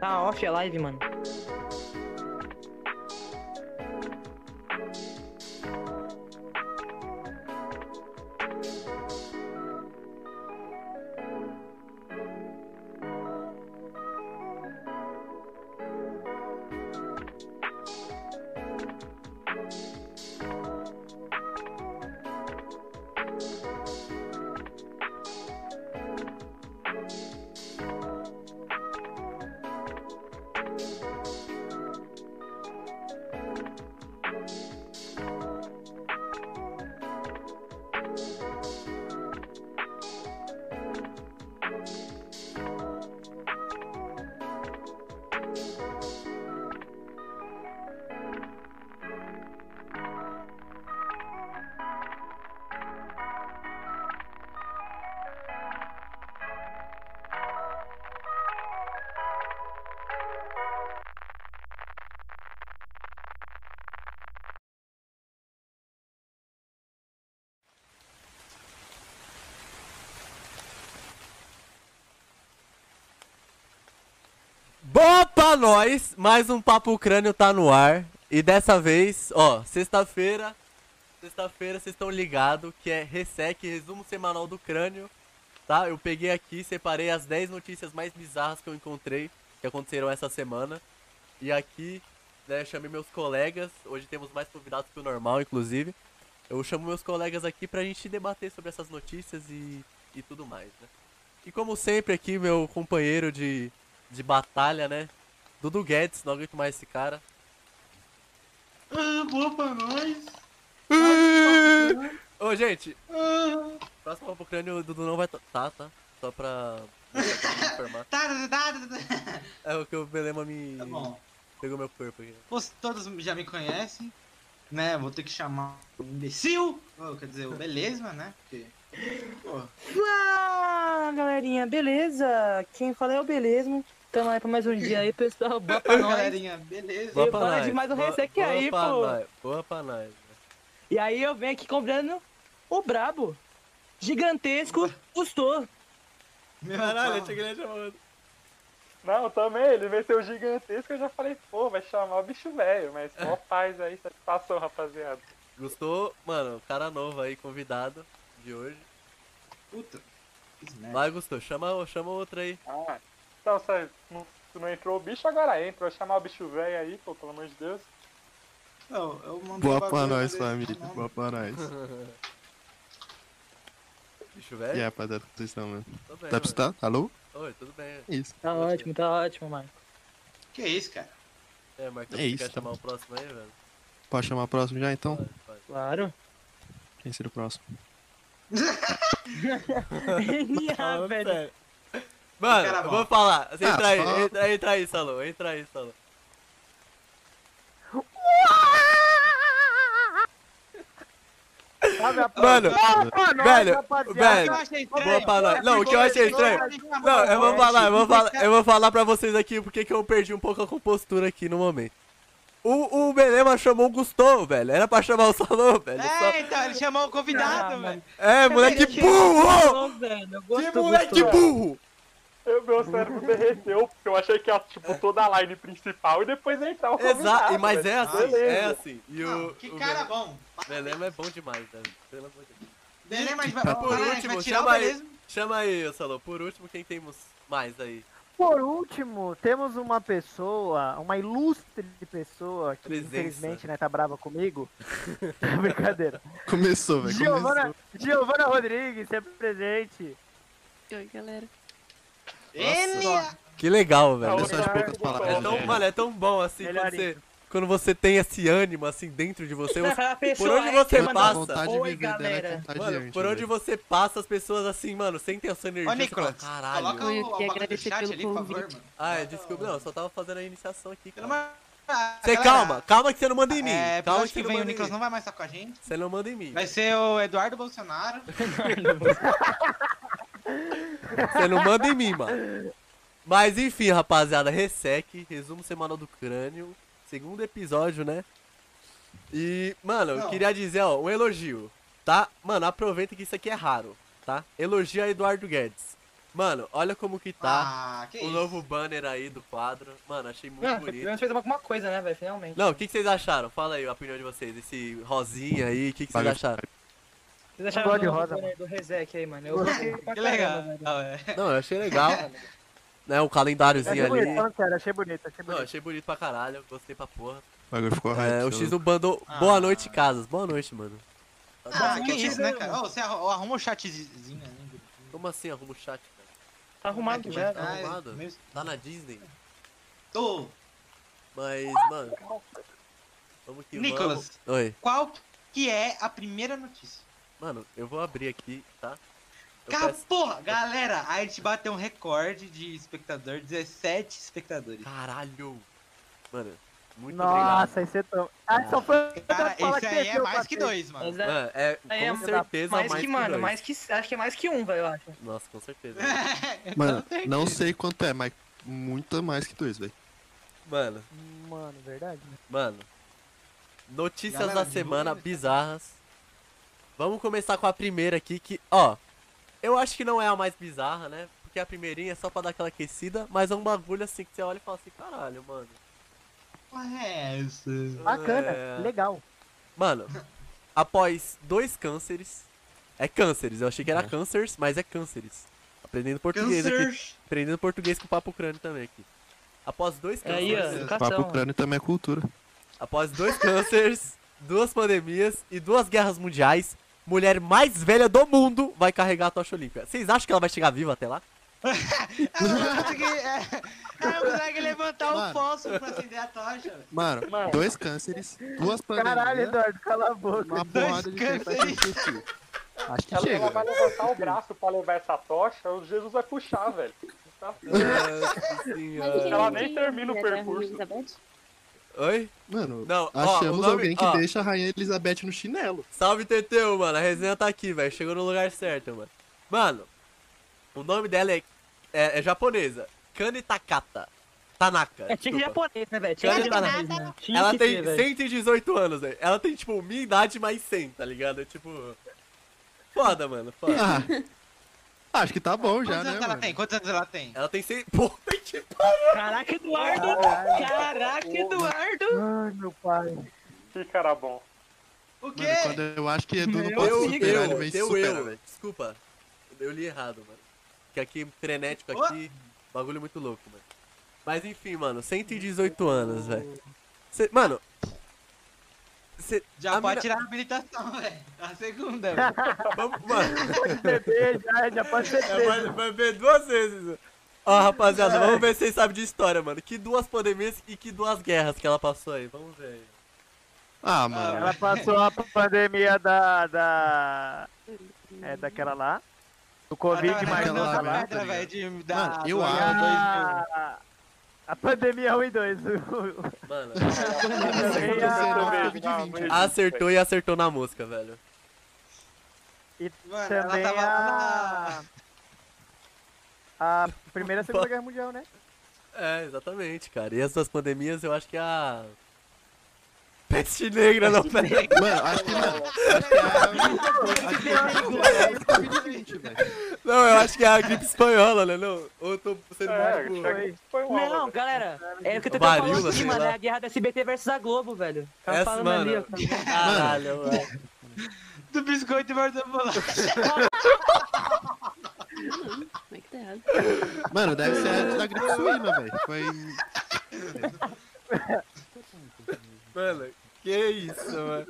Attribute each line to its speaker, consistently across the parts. Speaker 1: Tá off a live, mano.
Speaker 2: Bom pra nós, mais um Papo Crânio tá no ar. E dessa vez, ó, sexta-feira, sexta-feira vocês estão ligados que é Resec, resumo semanal do crânio, tá? Eu peguei aqui, separei as 10 notícias mais bizarras que eu encontrei, que aconteceram essa semana. E aqui, né, chamei meus colegas, hoje temos mais convidados que o normal, inclusive. Eu chamo meus colegas aqui pra gente debater sobre essas notícias e, e tudo mais, né? E como sempre aqui, meu companheiro de, de batalha, né? Dudu Guedes, não aguento mais esse cara.
Speaker 3: Ah, boa pra nós.
Speaker 2: Ô, gente,
Speaker 3: Ah,
Speaker 2: próximo Papo Crânio o Dudu não vai estar, tá, tá? Só pra... só pra informar.
Speaker 3: tá, tá, tá, tá, tá.
Speaker 2: É o que o Belema me...
Speaker 3: Tá bom.
Speaker 2: Pegou meu corpo aqui.
Speaker 3: Vocês todos já me conhecem, né? Vou ter que chamar o imbecil. ou, quer dizer, o beleza, né? Porque. Pô,
Speaker 1: Olá, Ah, galerinha, beleza? Quem fala é o Beleza. Tamo aí pra mais um dia aí, pessoal. Boa pra nós.
Speaker 3: galerinha, beleza.
Speaker 1: Boa pra de mais um
Speaker 2: boa-
Speaker 1: Resec aí,
Speaker 2: boa pra
Speaker 1: pô.
Speaker 2: nós, Boa pra nós.
Speaker 1: E aí eu venho aqui comprando o brabo. Gigantesco, custou.
Speaker 3: Meu
Speaker 2: Caralho,
Speaker 3: pau.
Speaker 2: eu tinha que ele chamando.
Speaker 4: Não, também, ele venceu o gigantesco, eu já falei, pô, vai chamar o bicho velho, mas mó paz aí, satisfação, rapaziada.
Speaker 2: Gostou? Mano, cara novo aí, convidado de hoje.
Speaker 3: Puta. fiz
Speaker 1: É.
Speaker 3: merda.
Speaker 2: Vai, Gostou, chama, chama outro aí.
Speaker 4: Ah, então, se não, se não entrou o bicho, agora entra, vai chamar o bicho velho aí, pô, pelo amor de Deus.
Speaker 3: Não, eu mandei o bagulho,
Speaker 5: Boa
Speaker 3: Tá
Speaker 5: pra nós, né?
Speaker 3: mas
Speaker 5: família.
Speaker 3: não-
Speaker 5: Boa pra nós.
Speaker 2: Bicho
Speaker 5: E
Speaker 2: velho?
Speaker 5: aí, rapaziada, como vocês estão, mano?
Speaker 2: Tô bem,
Speaker 5: Tá
Speaker 2: mano.
Speaker 5: precisando? Alô?
Speaker 2: Oi, tudo bem.
Speaker 5: É isso.
Speaker 1: Tá ótimo, tá ótimo, mano.
Speaker 3: Que isso, cara?
Speaker 2: É, Marcão,
Speaker 5: É
Speaker 2: você
Speaker 5: isso,
Speaker 2: quer
Speaker 5: tá
Speaker 2: chamar
Speaker 5: bom.
Speaker 2: o próximo aí, velho?
Speaker 5: Pode chamar o próximo já, então?
Speaker 2: Pode, pode.
Speaker 1: Claro.
Speaker 5: Quem será o próximo?
Speaker 1: ah,
Speaker 2: Tá Falando
Speaker 1: velho.
Speaker 2: sério. Mano,
Speaker 3: Cara
Speaker 2: eu
Speaker 3: bom.
Speaker 2: vou falar. Você
Speaker 5: Ah,
Speaker 2: entra aí,
Speaker 5: fala.
Speaker 2: entra, entra aí, Salô. Entra aí, Salô.
Speaker 3: Tá
Speaker 2: Mano, velho, velho,
Speaker 3: achei Tá
Speaker 2: boa pra nós. Não, o que eu achei estranho... Não, eu
Speaker 3: É,
Speaker 2: vou falar, eu vou
Speaker 3: tipo,
Speaker 2: falar, eu vou falar pra vocês aqui porque que eu perdi um pouco a compostura aqui no momento. O, o Belema chamou o Gustavo, velho. Era pra chamar o Salô, velho. Só-
Speaker 3: É, então, ele chamou o convidado,
Speaker 1: Ah,
Speaker 3: velho.
Speaker 2: É, moleque burro!
Speaker 1: Ô, velho,
Speaker 2: Que
Speaker 1: gostou,
Speaker 2: moleque
Speaker 1: gostou.
Speaker 2: burro!
Speaker 4: Eu, meu cérebro derreteu, porque eu achei que era, tipo, toda a line principal e depois entrar o
Speaker 2: Exato, e-
Speaker 4: convidado,
Speaker 2: mas
Speaker 4: velho.
Speaker 2: é assim,
Speaker 4: Beleza.
Speaker 2: é assim. E
Speaker 3: Não,
Speaker 2: o,
Speaker 3: Ah, Que
Speaker 2: o
Speaker 3: cara
Speaker 2: Belema-
Speaker 3: bom.
Speaker 2: Belema é bom demais, velho. Pelo amor de Deus.
Speaker 3: Beleza, mas vai,
Speaker 5: Por
Speaker 3: vamos lá, a gente
Speaker 2: tá
Speaker 3: vai
Speaker 2: último,
Speaker 3: tirar o
Speaker 2: chama aí.
Speaker 3: beleza.
Speaker 2: Chama aí, ô Salô. Por último, quem temos mais aí?
Speaker 6: Por último, temos uma pessoa, uma ilustre pessoa que
Speaker 2: Presença.
Speaker 6: infelizmente né, tá brava comigo. Brincadeira.
Speaker 5: Começou, velho.
Speaker 6: Giovana, Giovana Rodrigues, se apresente.
Speaker 7: Oi, galera.
Speaker 3: Ele! é
Speaker 2: Que legal,
Speaker 4: Não,
Speaker 2: velho.
Speaker 5: Começou. Só de poucas palavras.
Speaker 2: É tão,
Speaker 5: É.
Speaker 2: mano, é tão bom assim quando
Speaker 6: Melhorinho.
Speaker 2: você, quando você tem esse ânimo assim dentro de você. você-
Speaker 1: A
Speaker 2: por
Speaker 1: pessoa
Speaker 2: onde
Speaker 1: é
Speaker 2: você
Speaker 1: que
Speaker 5: Ela tá à
Speaker 1: manda-
Speaker 2: passa,
Speaker 5: vontade de
Speaker 1: Oi,
Speaker 5: viver, né?
Speaker 1: galera.
Speaker 5: Ela tá
Speaker 2: mano,
Speaker 5: adiante,
Speaker 2: por onde
Speaker 5: velho.
Speaker 2: você passa, as pessoas assim, mano, sentem a sua energia.
Speaker 3: Ô,
Speaker 2: você fala,
Speaker 3: Nicolas,
Speaker 2: caralho.
Speaker 3: coloca
Speaker 7: Eu ia
Speaker 3: o, o bagulho do
Speaker 7: agradecer
Speaker 3: chat
Speaker 7: pelo
Speaker 3: ali, por favor,
Speaker 7: convite.
Speaker 3: mano.
Speaker 2: Ah, é, desculpa, não, eu só tava fazendo a iniciação aqui.
Speaker 3: Pelo
Speaker 2: Cara.
Speaker 3: amor ah,
Speaker 2: Você
Speaker 3: galera,
Speaker 2: calma, calma que você não manda em mim.
Speaker 3: É,
Speaker 2: calma
Speaker 3: episódio que
Speaker 2: você
Speaker 3: vem
Speaker 2: não
Speaker 3: o
Speaker 2: manda em
Speaker 3: Nicolas
Speaker 2: mim.
Speaker 3: não vai mais estar com a gente.
Speaker 2: Você não manda em mim.
Speaker 3: Vai ser o Eduardo Bolsonaro.
Speaker 2: Você não manda em mim, mano. Mas enfim, rapaziada, Resec, resumo semanal do crânio, segundo episódio, né? E, mano, eu
Speaker 3: Não.
Speaker 2: queria dizer, ó, um elogio, tá? Mano, aproveita que isso aqui é raro, tá? Elogio a Eduardo Guedes. Mano, olha como que tá
Speaker 3: Ah, que
Speaker 2: o
Speaker 3: isso.
Speaker 2: novo banner aí do quadro. Mano, achei muito
Speaker 1: Ah,
Speaker 2: bonito.
Speaker 1: fez alguma coisa, né, velho? Finalmente.
Speaker 2: Não, o que, que vocês acharam? Fala aí a opinião de vocês. Esse rosinha aí, o que, que vocês
Speaker 5: Valeu.
Speaker 2: acharam?
Speaker 1: Vocês
Speaker 6: Eu gosto de
Speaker 1: acharam do,
Speaker 6: rosa,
Speaker 1: do, do Rezek aí, mano? Eu gostei pra
Speaker 3: Que
Speaker 1: caramba,
Speaker 3: legal.
Speaker 1: velho.
Speaker 3: Ah, é.
Speaker 2: Não, eu achei legal. né, o
Speaker 6: Eu
Speaker 2: calendáriozinho
Speaker 6: achei bonito,
Speaker 2: ali.
Speaker 6: falando sério, achei bonito, achei
Speaker 2: Não, eu
Speaker 6: bonito.
Speaker 2: achei bonito pra caralho, gostei pra porra.
Speaker 5: O bagulho ficou
Speaker 2: É,
Speaker 5: hype,
Speaker 2: o
Speaker 5: sei lá.
Speaker 2: X1 mandou boa
Speaker 3: Ah.
Speaker 2: noite, Casas. Boa noite, mano.
Speaker 3: Ah,
Speaker 1: Nossa,
Speaker 3: que isso, né,
Speaker 1: mano.
Speaker 3: cara? Ô, você arru- arruma um chatzinho ali. bonitinho.
Speaker 2: Como assim arruma o chat, cara?
Speaker 1: Tá arrumado
Speaker 3: Como é que
Speaker 1: já,
Speaker 3: vai
Speaker 1: velho.
Speaker 3: ficar?
Speaker 2: velho. Arrumado?
Speaker 3: Mesmo-
Speaker 2: Tá na Disney.
Speaker 3: Tô.
Speaker 2: Mas, mano. Vamos que
Speaker 3: Nicolas.
Speaker 2: vamos. Oi.
Speaker 3: Qual que é a primeira notícia?
Speaker 2: Mano, eu vou abrir aqui, tá? Eu
Speaker 3: Cara,
Speaker 2: peço-
Speaker 3: porra, galera, a gente bateu um recorde de espectador, 17 espectadores.
Speaker 2: Caralho! Mano, muito
Speaker 6: Nossa,
Speaker 2: obrigado.
Speaker 6: esse é tão. Ah, só foi.
Speaker 3: Cara,
Speaker 6: fala
Speaker 3: esse
Speaker 6: que
Speaker 3: aí é
Speaker 6: desceu pra
Speaker 3: mais que
Speaker 6: três.
Speaker 3: dois, mano.
Speaker 1: Mas é-
Speaker 2: Mano, é com
Speaker 1: Aí é
Speaker 2: certeza
Speaker 1: mais, que, mano,
Speaker 2: dois.
Speaker 1: mais que. Acho que é mais que um, velho, eu acho.
Speaker 2: Nossa, com certeza. tá
Speaker 5: Mano, não sei quanto é, mas muita mais que dois, velho.
Speaker 2: mano,
Speaker 6: Mano, verdade.
Speaker 2: mano. Notícias
Speaker 3: Galera, né?
Speaker 2: da semana
Speaker 3: divulga.
Speaker 2: bizarras. Vamos começar com a primeira aqui que, ó. Eu acho que não é a mais bizarra, né? Porque a primeirinha é só pra dar aquela aquecida, mas é um bagulho assim que você olha e fala assim, caralho, mano.
Speaker 3: Porra, é essa?
Speaker 6: Bacana,
Speaker 2: É.
Speaker 6: legal.
Speaker 2: Mano, após dois cânceres. É cânceres, eu achei que era
Speaker 1: Uhum.
Speaker 2: cânceres, mas é cânceres. Aprendendo português aqui.
Speaker 3: Câncer.
Speaker 2: Aprendendo português com o papo crânio também aqui. Após dois
Speaker 1: É Aí, ó,
Speaker 2: cânceres.
Speaker 5: Papo
Speaker 1: educação.
Speaker 5: ucrânio também é cultura.
Speaker 2: após dois cânceres, duas pandemias e duas guerras mundiais, mulher mais velha do mundo vai carregar a tocha olímpica. Vocês acham que ela vai chegar viva até lá?
Speaker 3: Ela não consegue, é, ela não consegue levantar o
Speaker 5: Mano.
Speaker 3: fósforo pra acender a tocha. velho.
Speaker 5: Mano,
Speaker 1: Mano.
Speaker 5: dois cânceres, duas pandemias,
Speaker 3: né?
Speaker 6: Caralho, Eduardo, cala a boca.
Speaker 5: uma porrada de gente vai
Speaker 3: cânceres.
Speaker 5: assistir. Acho que
Speaker 4: Ela, ela vai
Speaker 5: chega.
Speaker 4: levantar o braço pra levar essa tocha, o Jesus vai puxar, velho. Tá certo. Ela nem termina o percurso.
Speaker 2: Oi?
Speaker 5: Mano,
Speaker 2: Não, ó,
Speaker 5: achamos
Speaker 2: o nome-
Speaker 5: alguém que
Speaker 2: ó.
Speaker 5: deixa a Rainha Elizabeth no chinelo.
Speaker 2: Salve, Teteu, mano. A resenha tá aqui, velho. Chegou no lugar certo, mano. Mano, o nome dela é, é, é japonesa. Kane Takata. Tanaka.
Speaker 1: É, tinha que ser
Speaker 2: desculpa.
Speaker 1: japonês, né, velho?
Speaker 2: Tinha
Speaker 1: Tinha
Speaker 2: que
Speaker 1: que
Speaker 2: ser
Speaker 1: ser
Speaker 2: japonês, Ela tem 118 anos, velho. Ela tem, tipo, minha idade mais 100, tá ligado? É tipo... Foda, mano. Foda.
Speaker 5: Ah, acho que tá bom já,
Speaker 3: Quantos
Speaker 5: né,
Speaker 3: anos ela
Speaker 5: mano?
Speaker 3: tem? Quantos anos ela tem?
Speaker 2: Ela tem 100... Puta que
Speaker 1: Caraca, Eduardo! Caraca, Eduardo!
Speaker 6: Ai, meu pai.
Speaker 4: Que cara bom.
Speaker 3: O quê?
Speaker 5: Mano, quando eu acho que Edu não
Speaker 1: Meu
Speaker 5: pode
Speaker 2: Deu
Speaker 1: amigo,
Speaker 5: superar, ele
Speaker 2: eu,
Speaker 5: vem
Speaker 2: deu
Speaker 5: superar,
Speaker 2: eu.
Speaker 5: velho.
Speaker 2: Desculpa. Eu li errado, mano. Que aqui, frenético
Speaker 3: Ô.
Speaker 2: aqui, bagulho muito louco, mano. Mas enfim, mano, 118 anos, velho. Cê- Mano... Cê,
Speaker 3: Já
Speaker 2: a
Speaker 3: pode
Speaker 2: mina-
Speaker 3: tirar a habilitação, velho. A segunda, velho.
Speaker 2: Vamos, mano.
Speaker 6: Bebê, já, já pode ser
Speaker 2: É, vai, vai ver duas vezes. né? Ó, rapaziada, vamos ver se vocês sabem de história, mano. Que duas pandemias e que duas guerras que ela passou aí. Vamos ver aí.
Speaker 5: Ah, mano.
Speaker 6: Ela passou a pandemia da. da. É, daquela lá. Do Covid,
Speaker 3: Ela tá
Speaker 6: mas
Speaker 5: aquela
Speaker 3: levantando
Speaker 5: lá,
Speaker 3: essa
Speaker 5: né?
Speaker 6: não lá.
Speaker 3: pedra, velho, de- da-
Speaker 5: Mano, eu
Speaker 3: do
Speaker 5: acho-
Speaker 3: ano 2000.
Speaker 2: um.
Speaker 6: A, a pandemia é 1 e 2.
Speaker 2: Mano,
Speaker 4: Ah,
Speaker 2: acertou e acertou na música, velho.
Speaker 6: E
Speaker 3: Mano, ela
Speaker 6: também
Speaker 3: tava lá
Speaker 6: a. A Primeira e Segunda Guerra Mundial, né?
Speaker 2: É, exatamente, cara. E as duas pandemias, eu acho que é a... Peste negra, não, velho.
Speaker 5: Mano, acho que não. Acho que é- Ah, acho que é o Covid-20, velho.
Speaker 2: Não, eu acho que é a gripe espanhola, né? Não, ou eu tô sendo
Speaker 4: É,
Speaker 2: muito...
Speaker 4: chega que foi um aula,
Speaker 1: Não,
Speaker 4: velho.
Speaker 1: galera, é o que eu tô
Speaker 2: Varíola,
Speaker 1: falando aqui,
Speaker 2: sei
Speaker 1: mano.
Speaker 2: lá.
Speaker 1: É a guerra da SBT versus a Globo, velho. Tava
Speaker 2: Essa,
Speaker 1: falando
Speaker 2: mano...
Speaker 1: ali, ó.
Speaker 2: Caralho, mano.
Speaker 3: Do biscoito e borda bolacha.
Speaker 7: Como é que tá errado?
Speaker 5: Mano, deve ser a da gripe suína, velho. Foi.
Speaker 2: Mano, que isso, mano.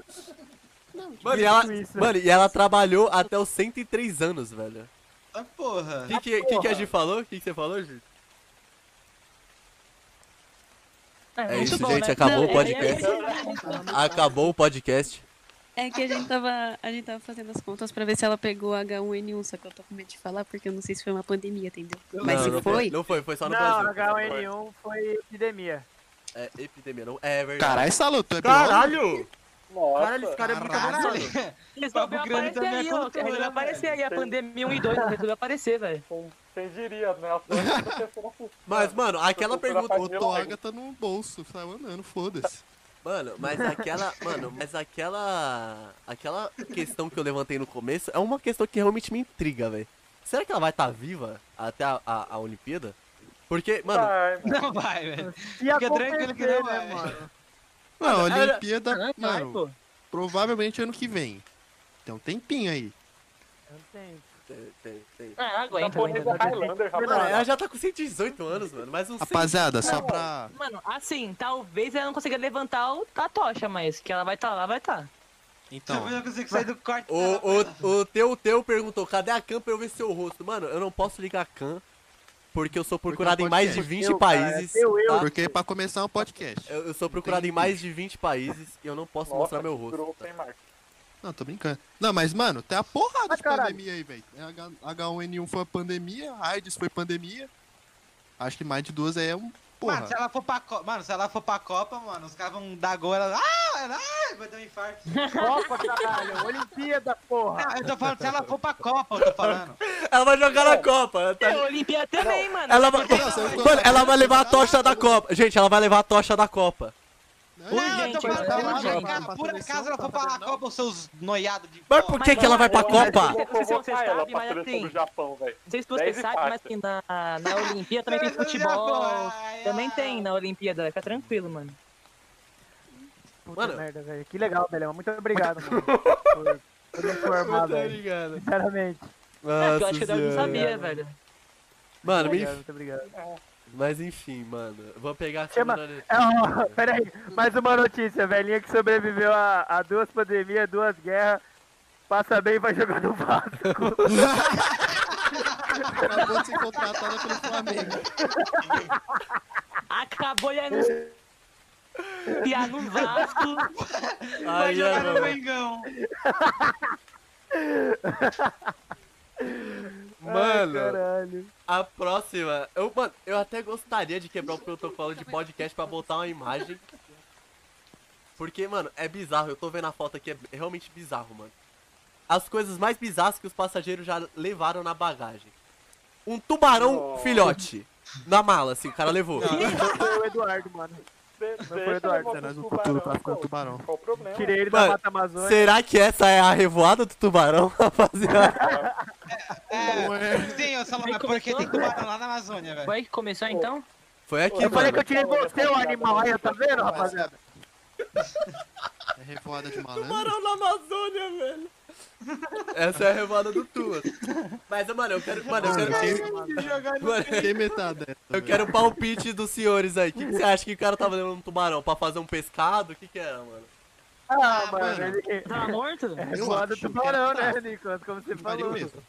Speaker 7: Não, tipo,
Speaker 2: Mano, e ela,
Speaker 6: Isso.
Speaker 2: mano, e ela trabalhou até os 103 anos, velho.
Speaker 3: Ah, porra.
Speaker 2: O que, que, que a Gi falou? O que, que você falou, Gi? É
Speaker 1: muito
Speaker 2: isso,
Speaker 1: bom,
Speaker 2: gente,
Speaker 1: né?
Speaker 2: acabou
Speaker 7: Não,
Speaker 2: o
Speaker 7: é-
Speaker 2: podcast. Acabou o podcast.
Speaker 7: é que a gente tava. A gente tava fazendo as contas pra ver se ela pegou H1N1, só que eu tô com medo de falar, porque eu não sei se foi uma pandemia, entendeu? Mas
Speaker 2: não,
Speaker 7: se
Speaker 2: não
Speaker 7: foi,
Speaker 2: Não foi, foi só no
Speaker 6: Não,
Speaker 2: Brasil.
Speaker 6: H1N1 foi epidemia.
Speaker 2: É epidemia, não. É verdade.
Speaker 5: Caralho, Saluto, é
Speaker 4: Nossa.
Speaker 6: Caralho, esse cara é muito avançado.
Speaker 1: Eles
Speaker 3: Papo
Speaker 1: resolveram
Speaker 3: grande
Speaker 1: aparecer
Speaker 3: também é
Speaker 1: aí, ó.
Speaker 3: cultura,
Speaker 1: Resolveu
Speaker 3: né,
Speaker 1: aparecer aí, a
Speaker 4: velho?
Speaker 1: pandemia 1 e 2 resolveu aparecer, velho.
Speaker 4: Quem- Quem diria, né? A França tá pensando assim,
Speaker 2: Mas, mano, aquela
Speaker 4: Tô
Speaker 2: pergunta.
Speaker 4: procurando
Speaker 5: O Toga tá no bolso, saiu andando, foda-se.
Speaker 2: Mano, mas aquela. Mano, mas aquela. Aquela questão que eu levantei no começo é uma questão que realmente me intriga, velho. Será que ela vai estar viva até a, a, a Olimpíada? Porque, mano,
Speaker 4: Vai,
Speaker 3: Não vai, velho.
Speaker 6: Se
Speaker 3: Fica tranquilo que
Speaker 6: acontecer,
Speaker 3: não é, vai.
Speaker 6: né, mano?
Speaker 5: Mano, a
Speaker 2: Era-
Speaker 5: Olimpíada,
Speaker 1: Ah, vai,
Speaker 5: mano,
Speaker 1: pô.
Speaker 5: provavelmente ano que vem. Tem um tempinho aí.
Speaker 6: Não tem.
Speaker 2: tem- tem- tem.
Speaker 1: Ah, aguenta, aguenta.
Speaker 4: Japonesa
Speaker 1: aguenta.
Speaker 4: tá Highlander,
Speaker 2: Mano, ela
Speaker 1: é
Speaker 4: rapaz.
Speaker 2: já tá com 118 anos, mano. Mas uns
Speaker 5: Rapaziada, só
Speaker 1: Não.
Speaker 5: pra.
Speaker 1: Mano, assim, talvez ela não consiga levantar o- a tocha, mas que ela vai estar lá, vai tá. estar.
Speaker 2: Tá.
Speaker 5: Então,
Speaker 3: Depois eu consigo sair do quarto.
Speaker 2: O, o, o teu, teu perguntou, cadê a Khan pra eu ver seu rosto? Mano, eu não posso ligar a Khan, porque eu sou procurado em mais de 20
Speaker 6: Eu, cara,
Speaker 2: países.
Speaker 6: eu, eu.
Speaker 2: tá?
Speaker 5: porque pra começar um podcast.
Speaker 2: Eu, eu sou procurado em
Speaker 5: Entendi.
Speaker 2: mais de 20 países e eu não posso mostrar meu rosto.
Speaker 5: tá.
Speaker 4: Grupo, hein, Marcos?
Speaker 5: Não, tô brincando. Não, mas, mano, tem a porrada
Speaker 6: Ah,
Speaker 5: de
Speaker 6: caralho.
Speaker 5: pandemia aí, velho. É H- H1N1 foi a pandemia, AIDS foi pandemia. Acho que mais de duas aí é um. Porra.
Speaker 3: Mano, se ela for pra Copa, mano, se ela for pra Copa, mano, os caras vão dar gol, ela. Ah, ela- ah, vai dar um infarto.
Speaker 6: Copa, caralho. Olimpíada, porra.
Speaker 3: Não, eu tô falando, se ela for pra Copa, eu tô falando.
Speaker 2: Ela vai jogar na Copa. tá
Speaker 1: É
Speaker 2: ligado?
Speaker 1: a Olimpíada também, mano.
Speaker 2: Ela vai,
Speaker 5: Nossa, eu tô-
Speaker 2: mano, ela vai levar a tocha da Copa. Gente, ela vai levar a tocha da Copa.
Speaker 5: Não,
Speaker 3: Não, eu tô
Speaker 1: gente,
Speaker 3: falando, se
Speaker 1: mas tá
Speaker 3: ela for
Speaker 1: lá,
Speaker 3: pra-
Speaker 5: mano,
Speaker 3: por
Speaker 5: pra
Speaker 3: acaso ela for
Speaker 5: seleção, tá
Speaker 3: pra
Speaker 5: vendo, não?
Speaker 3: Copa, os seus noiados de.
Speaker 2: Mas
Speaker 3: porra.
Speaker 2: por que, que ela vai
Speaker 4: é
Speaker 2: pra
Speaker 1: Eu acho
Speaker 2: Copa?
Speaker 1: que-
Speaker 4: Eu
Speaker 1: Não sei
Speaker 4: vou
Speaker 1: se você
Speaker 4: votar ela
Speaker 1: sabe, mas
Speaker 4: pra seleção
Speaker 1: assim-
Speaker 4: do Japão, velho.
Speaker 1: Não sei se você
Speaker 4: Dez e
Speaker 1: sabe,
Speaker 4: quatro.
Speaker 1: mas que na, na Olimpíada também tem
Speaker 3: Seleção de Japão,
Speaker 1: futebol.
Speaker 3: ai,
Speaker 1: Também
Speaker 3: ai.
Speaker 1: tem na Olimpíada, fica tranquilo, mano.
Speaker 6: Puta
Speaker 2: Mano.
Speaker 6: merda, velho. Que legal, Belema. Muito obrigado, mano. Por, por me informar, velho.
Speaker 2: ligado.
Speaker 6: Sinceramente.
Speaker 1: É,
Speaker 2: Ah,
Speaker 1: eu acho que eu não sabia, velho.
Speaker 2: Mano, me-
Speaker 6: Obrigado, muito obrigado.
Speaker 2: mas enfim, mano. Vou pegar a
Speaker 6: Chama-
Speaker 2: câmera-
Speaker 6: É, ó, pera aí. Mais uma notícia. Velhinha que sobreviveu a, a duas pandemias, duas guerras. Passa bem e vai jogar no Vasco.
Speaker 5: Acabou de ser contratada tá pelo Flamengo.
Speaker 1: Acabou de anunciar no Vasco.
Speaker 3: Vai um
Speaker 2: Ai,
Speaker 3: jogar
Speaker 2: mano.
Speaker 3: no Mengão.
Speaker 6: Ai,
Speaker 2: Mano,
Speaker 6: caralho.
Speaker 2: a próxima. Eu, mano, eu até gostaria de quebrar o protocolo de podcast pra botar uma imagem. Porque, mano, é bizarro. Eu tô vendo a foto aqui, é realmente bizarro, mano. As coisas mais bizarras que os passageiros já levaram na bagagem. Um tubarão
Speaker 4: Nossa.
Speaker 2: filhote. Na mala, assim, o cara levou.
Speaker 6: é Foi o Eduardo, mano.
Speaker 4: De-
Speaker 6: foi
Speaker 4: deixa
Speaker 6: Eduardo,
Speaker 4: eu
Speaker 5: Tá nós
Speaker 4: levar
Speaker 5: no
Speaker 4: pro
Speaker 5: futuro pra
Speaker 4: tubarão,
Speaker 5: ficar
Speaker 4: pô.
Speaker 5: com tubarão.
Speaker 4: Qual o problema?
Speaker 6: Tirei ele
Speaker 2: Mano,
Speaker 6: da Mata Amazônica.
Speaker 2: Será que essa é a revoada do tubarão, rapaziada?
Speaker 3: É, sim, eu só
Speaker 1: Bem
Speaker 3: lembro porque tem
Speaker 1: começou.
Speaker 3: tubarão lá na Amazônia, velho.
Speaker 1: Foi aí que começou então?
Speaker 2: Foi aqui,
Speaker 6: Eu falei
Speaker 2: mano.
Speaker 6: que eu tirei você, o animal aí, tá vendo, rapaziada?
Speaker 5: É revoada de malandro.
Speaker 2: Tubarão na Amazônia, velho. Essa é a revoada do Tuas. Mas, mano, eu quero. Mano, eu quero. Mano,
Speaker 5: Fiquei metade dessa.
Speaker 2: eu
Speaker 5: velho.
Speaker 2: quero o palpite dos senhores aí. O que, que você acha que o cara tava levando um tubarão? Pra fazer um pescado? O que que era, mano?
Speaker 6: Ah,
Speaker 5: Ah,
Speaker 6: mano,
Speaker 5: mano.
Speaker 6: ele...
Speaker 1: Tava Tá morto?
Speaker 5: Eu
Speaker 6: Eu do
Speaker 5: acho que
Speaker 6: tubarão,
Speaker 5: era
Speaker 6: né, Nicolas? Como você
Speaker 5: Faria
Speaker 6: falou.
Speaker 2: um
Speaker 5: mesmo.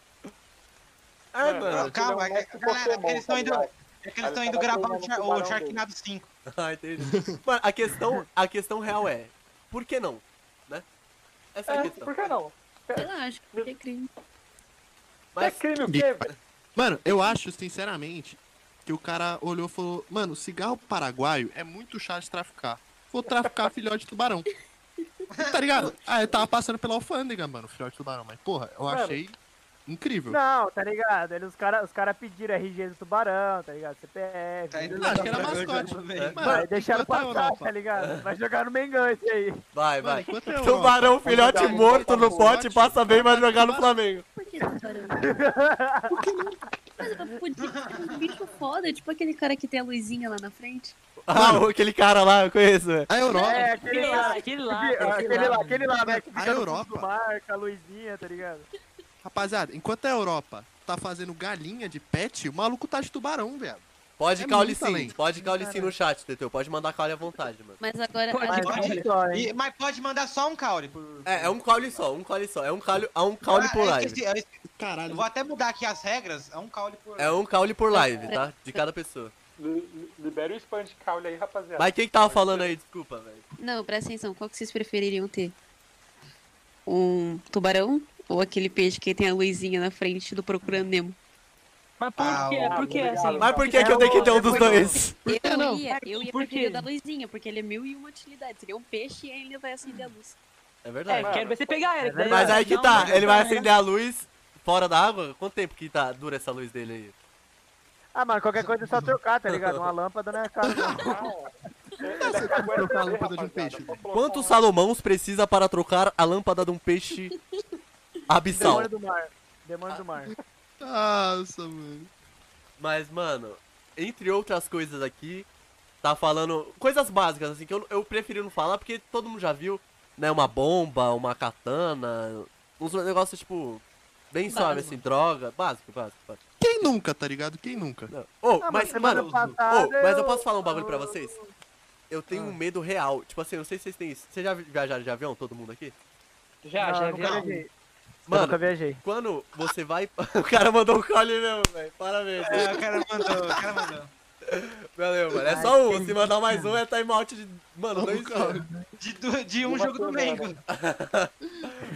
Speaker 2: É,
Speaker 4: Mano,
Speaker 2: mano.
Speaker 3: Calma,
Speaker 4: Ele é um
Speaker 3: é que- galera, é que
Speaker 4: Pokémon,
Speaker 3: eles estão
Speaker 4: tá
Speaker 3: indo.
Speaker 4: ligado?
Speaker 3: É que eles estão
Speaker 4: Ele
Speaker 3: indo
Speaker 4: tava
Speaker 3: gravar
Speaker 4: pegando
Speaker 3: o, Char
Speaker 4: um
Speaker 3: o
Speaker 4: tubarão
Speaker 3: Sharknado 5.
Speaker 2: Ah, entendi. Mano, a questão, a questão real é: por que não? Né? Essa é a
Speaker 4: É,
Speaker 2: questão.
Speaker 4: por que não?
Speaker 7: Sei lá, acho que é crime.
Speaker 2: Mas,
Speaker 4: É crime o quê, velho?
Speaker 5: Mano, eu acho, sinceramente, que o cara olhou e falou: Mano, cigarro paraguaio é muito chato de traficar. Vou traficar filhote de tubarão. tá ligado? Ah, eu tava passando pela alfândega, mano, filhote de tubarão. Mas, porra, eu
Speaker 4: Mano.
Speaker 5: achei incrível.
Speaker 6: Não, tá ligado? Eles, os caras os cara pediram RG do tubarão, tá ligado? CPF.
Speaker 3: Tá indo
Speaker 5: Ah, acho que era mascote.
Speaker 3: velho.
Speaker 5: Mano,
Speaker 6: Aí deixaram
Speaker 5: enquanto eu
Speaker 6: passar,
Speaker 5: não-
Speaker 6: tá ligado? Vai jogar no Mengão esse aí.
Speaker 2: vai,
Speaker 5: Mano,
Speaker 2: vai.
Speaker 5: enquanto eu não-
Speaker 2: Tubarão, filhote
Speaker 5: Mano,
Speaker 2: morto no
Speaker 5: tubarão,
Speaker 2: pote,
Speaker 5: filhote,
Speaker 2: passa bem, vai jogar no Flamengo.
Speaker 7: Por que tubarão? Por que não? Mas eu podia ser um bicho foda, tipo aquele cara que tem a luzinha lá na frente.
Speaker 2: Ah, aquele cara lá, eu conheço, velho.
Speaker 5: A Europa.
Speaker 6: É,
Speaker 1: Aquele
Speaker 6: aquele
Speaker 1: lá,
Speaker 6: lá.
Speaker 1: aquele lá.
Speaker 6: Aquele lá, aquele lá, aquele lá, né? Que
Speaker 5: A
Speaker 6: fica no fundo
Speaker 5: Europa.
Speaker 6: do mar, com a luzinha, tá ligado?
Speaker 5: Rapaziada, enquanto a Europa tá fazendo galinha de pet, o maluco tá de tubarão, velho.
Speaker 2: Pode
Speaker 5: É
Speaker 2: caule
Speaker 5: muito
Speaker 2: sim,
Speaker 5: talento.
Speaker 2: pode caule sim no chat, Teteu. Pode mandar caule à vontade, mano.
Speaker 7: Mas agora.
Speaker 1: Pode,
Speaker 7: agora-
Speaker 3: pode.
Speaker 6: olha só, hein?
Speaker 3: E- mas pode mandar só um caule por.
Speaker 2: É, é um caule só, um caule só. É um caule, é um caule
Speaker 3: Ah,
Speaker 2: por
Speaker 3: eu
Speaker 2: live.
Speaker 3: esqueci, eu esqueci. Eu
Speaker 5: Caralho.
Speaker 3: vou até mudar aqui as regras. É um caule por.
Speaker 2: É um caule por live, tá? De cada pessoa.
Speaker 4: Li- li- Libera o spam de caule aí, rapaziada.
Speaker 2: Mas quem que tava falando aí? Desculpa, velho.
Speaker 7: Não, presta atenção. Qual que vocês prefeririam ter? Um tubarão ou aquele peixe que tem a luzinha na frente do Procurando Nemo?
Speaker 1: Mas por
Speaker 3: Ah,
Speaker 1: quê?
Speaker 3: o-
Speaker 1: Por que assim?
Speaker 2: Mas por que que eu tenho que ter um dos dois?
Speaker 7: Eu
Speaker 5: que não?
Speaker 7: ia, eu ia
Speaker 1: Por
Speaker 7: preferir
Speaker 1: quê?
Speaker 7: o da luzinha, porque ele é mil e uma utilidade. Seria um peixe e ainda vai acender a luz.
Speaker 2: É
Speaker 1: É,
Speaker 2: verdade.
Speaker 1: quero ver você pegar ele. que daí-
Speaker 2: Mas aí que
Speaker 1: Não,
Speaker 2: tá,
Speaker 1: mas-
Speaker 2: ele vai acender a luz fora da água? Quanto tempo que tá, dura essa luz dele aí?
Speaker 6: Ah, mano, qualquer coisa é só trocar, tá ligado? Uma lâmpada na cara. não.
Speaker 4: Ah, Ele acabou
Speaker 5: trocar a
Speaker 4: de
Speaker 5: lâmpada de um
Speaker 4: rapaziada.
Speaker 5: peixe,
Speaker 4: Vou colocar
Speaker 2: Quantos
Speaker 4: um-
Speaker 2: salomãos precisa para trocar a lâmpada de um peixe abissal?
Speaker 6: Demônio do mar. Demônio do mar.
Speaker 5: Nossa, mano.
Speaker 2: Mas, mano, entre outras coisas aqui, tá falando coisas básicas, assim, que eu, eu preferi não falar porque todo mundo já viu, né? Uma bomba, uma katana, uns negócios, tipo, bem suave, assim, droga, básico, básico, básico.
Speaker 5: Quem nunca, tá ligado? Quem nunca?
Speaker 2: Não. Oh,
Speaker 6: Ah,
Speaker 2: mas,
Speaker 6: semana
Speaker 2: mano,
Speaker 6: passada
Speaker 2: oh, mas eu posso falar um bagulho pra vocês? Eu tenho um medo real, tipo assim, eu não sei se vocês têm isso. Vocês já vi- viajaram de avião, todo mundo aqui?
Speaker 1: Já,
Speaker 6: Não,
Speaker 1: Ah, já
Speaker 6: eu
Speaker 1: vi.
Speaker 6: nunca viajei. Eu
Speaker 2: Mano,
Speaker 6: nunca viajei.
Speaker 2: quando você vai. o cara mandou um cole mesmo, velho. Parabéns.
Speaker 3: É, o cara mandou, o cara mandou.
Speaker 2: Valeu, mano. É só um. Se mandar mais um, é timeout de. Mano, dois.
Speaker 3: De, du- de um
Speaker 4: Uma
Speaker 3: jogo do
Speaker 4: semana.
Speaker 3: Mengo.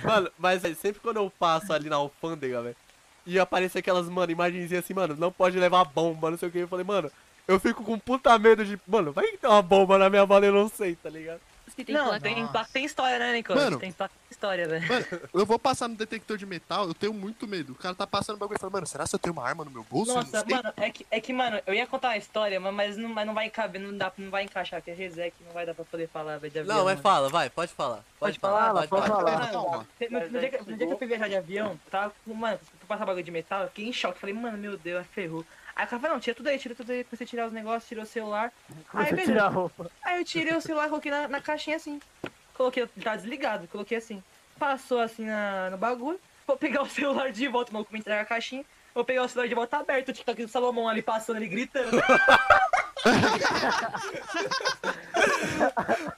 Speaker 2: Mano, mas velho, sempre quando eu passo ali na alfândega, velho, e aparece aquelas, mano, imagenzinhas assim, mano, não pode levar bomba, não sei o que. Eu falei, mano, eu fico com puta medo de. Mano, vai que tem uma bomba na minha bala e eu não sei, tá ligado?
Speaker 7: Você tem
Speaker 1: Não,
Speaker 7: placa-
Speaker 1: tem
Speaker 3: Nossa.
Speaker 1: impacto, tem história, né, Nicolas?
Speaker 5: Mano.
Speaker 1: Tem impacto, tem história, velho.
Speaker 5: Mano, eu vou passar no detector de metal, eu tenho muito medo. O cara tá passando o bagulho e fala, mano, será que eu tenho uma arma no meu bolso? Eu não
Speaker 1: Nossa,
Speaker 5: sei.
Speaker 1: mano, é que, é que, mano, eu ia contar uma história, mas- mas não, mas não vai caber, não, dá, não vai encaixar, porque é Rezec, não vai dar pra poder falar, velho, de avião.
Speaker 2: Não, mas
Speaker 1: mano.
Speaker 2: fala, vai, pode falar.
Speaker 1: Pode falar,
Speaker 2: pode
Speaker 6: pode
Speaker 2: falar.
Speaker 6: falar.
Speaker 3: Não,
Speaker 5: Calma.
Speaker 1: No, no dia, que- no dia que eu fui viajar de avião, tava com, mano, pra passar bagulho de metal, eu fiquei em choque. Falei, mano, meu Deus, é ferrou. Aí o cara falou, não, tira tudo aí, tira tudo aí, comecei a tirar os negócios, tirou o celular. Aí
Speaker 6: Você
Speaker 1: beleza.
Speaker 6: tira a roupa.
Speaker 1: Aí eu tirei o celular, coloquei na, na caixinha assim. Coloquei, tá desligado, coloquei assim. Passou assim na, no bagulho, vou pegar o celular de volta, o maluco me entrega a caixinha. Vou pegar o celular de volta tá aberto, o TikTok do Salomão ali passando, ele gritando.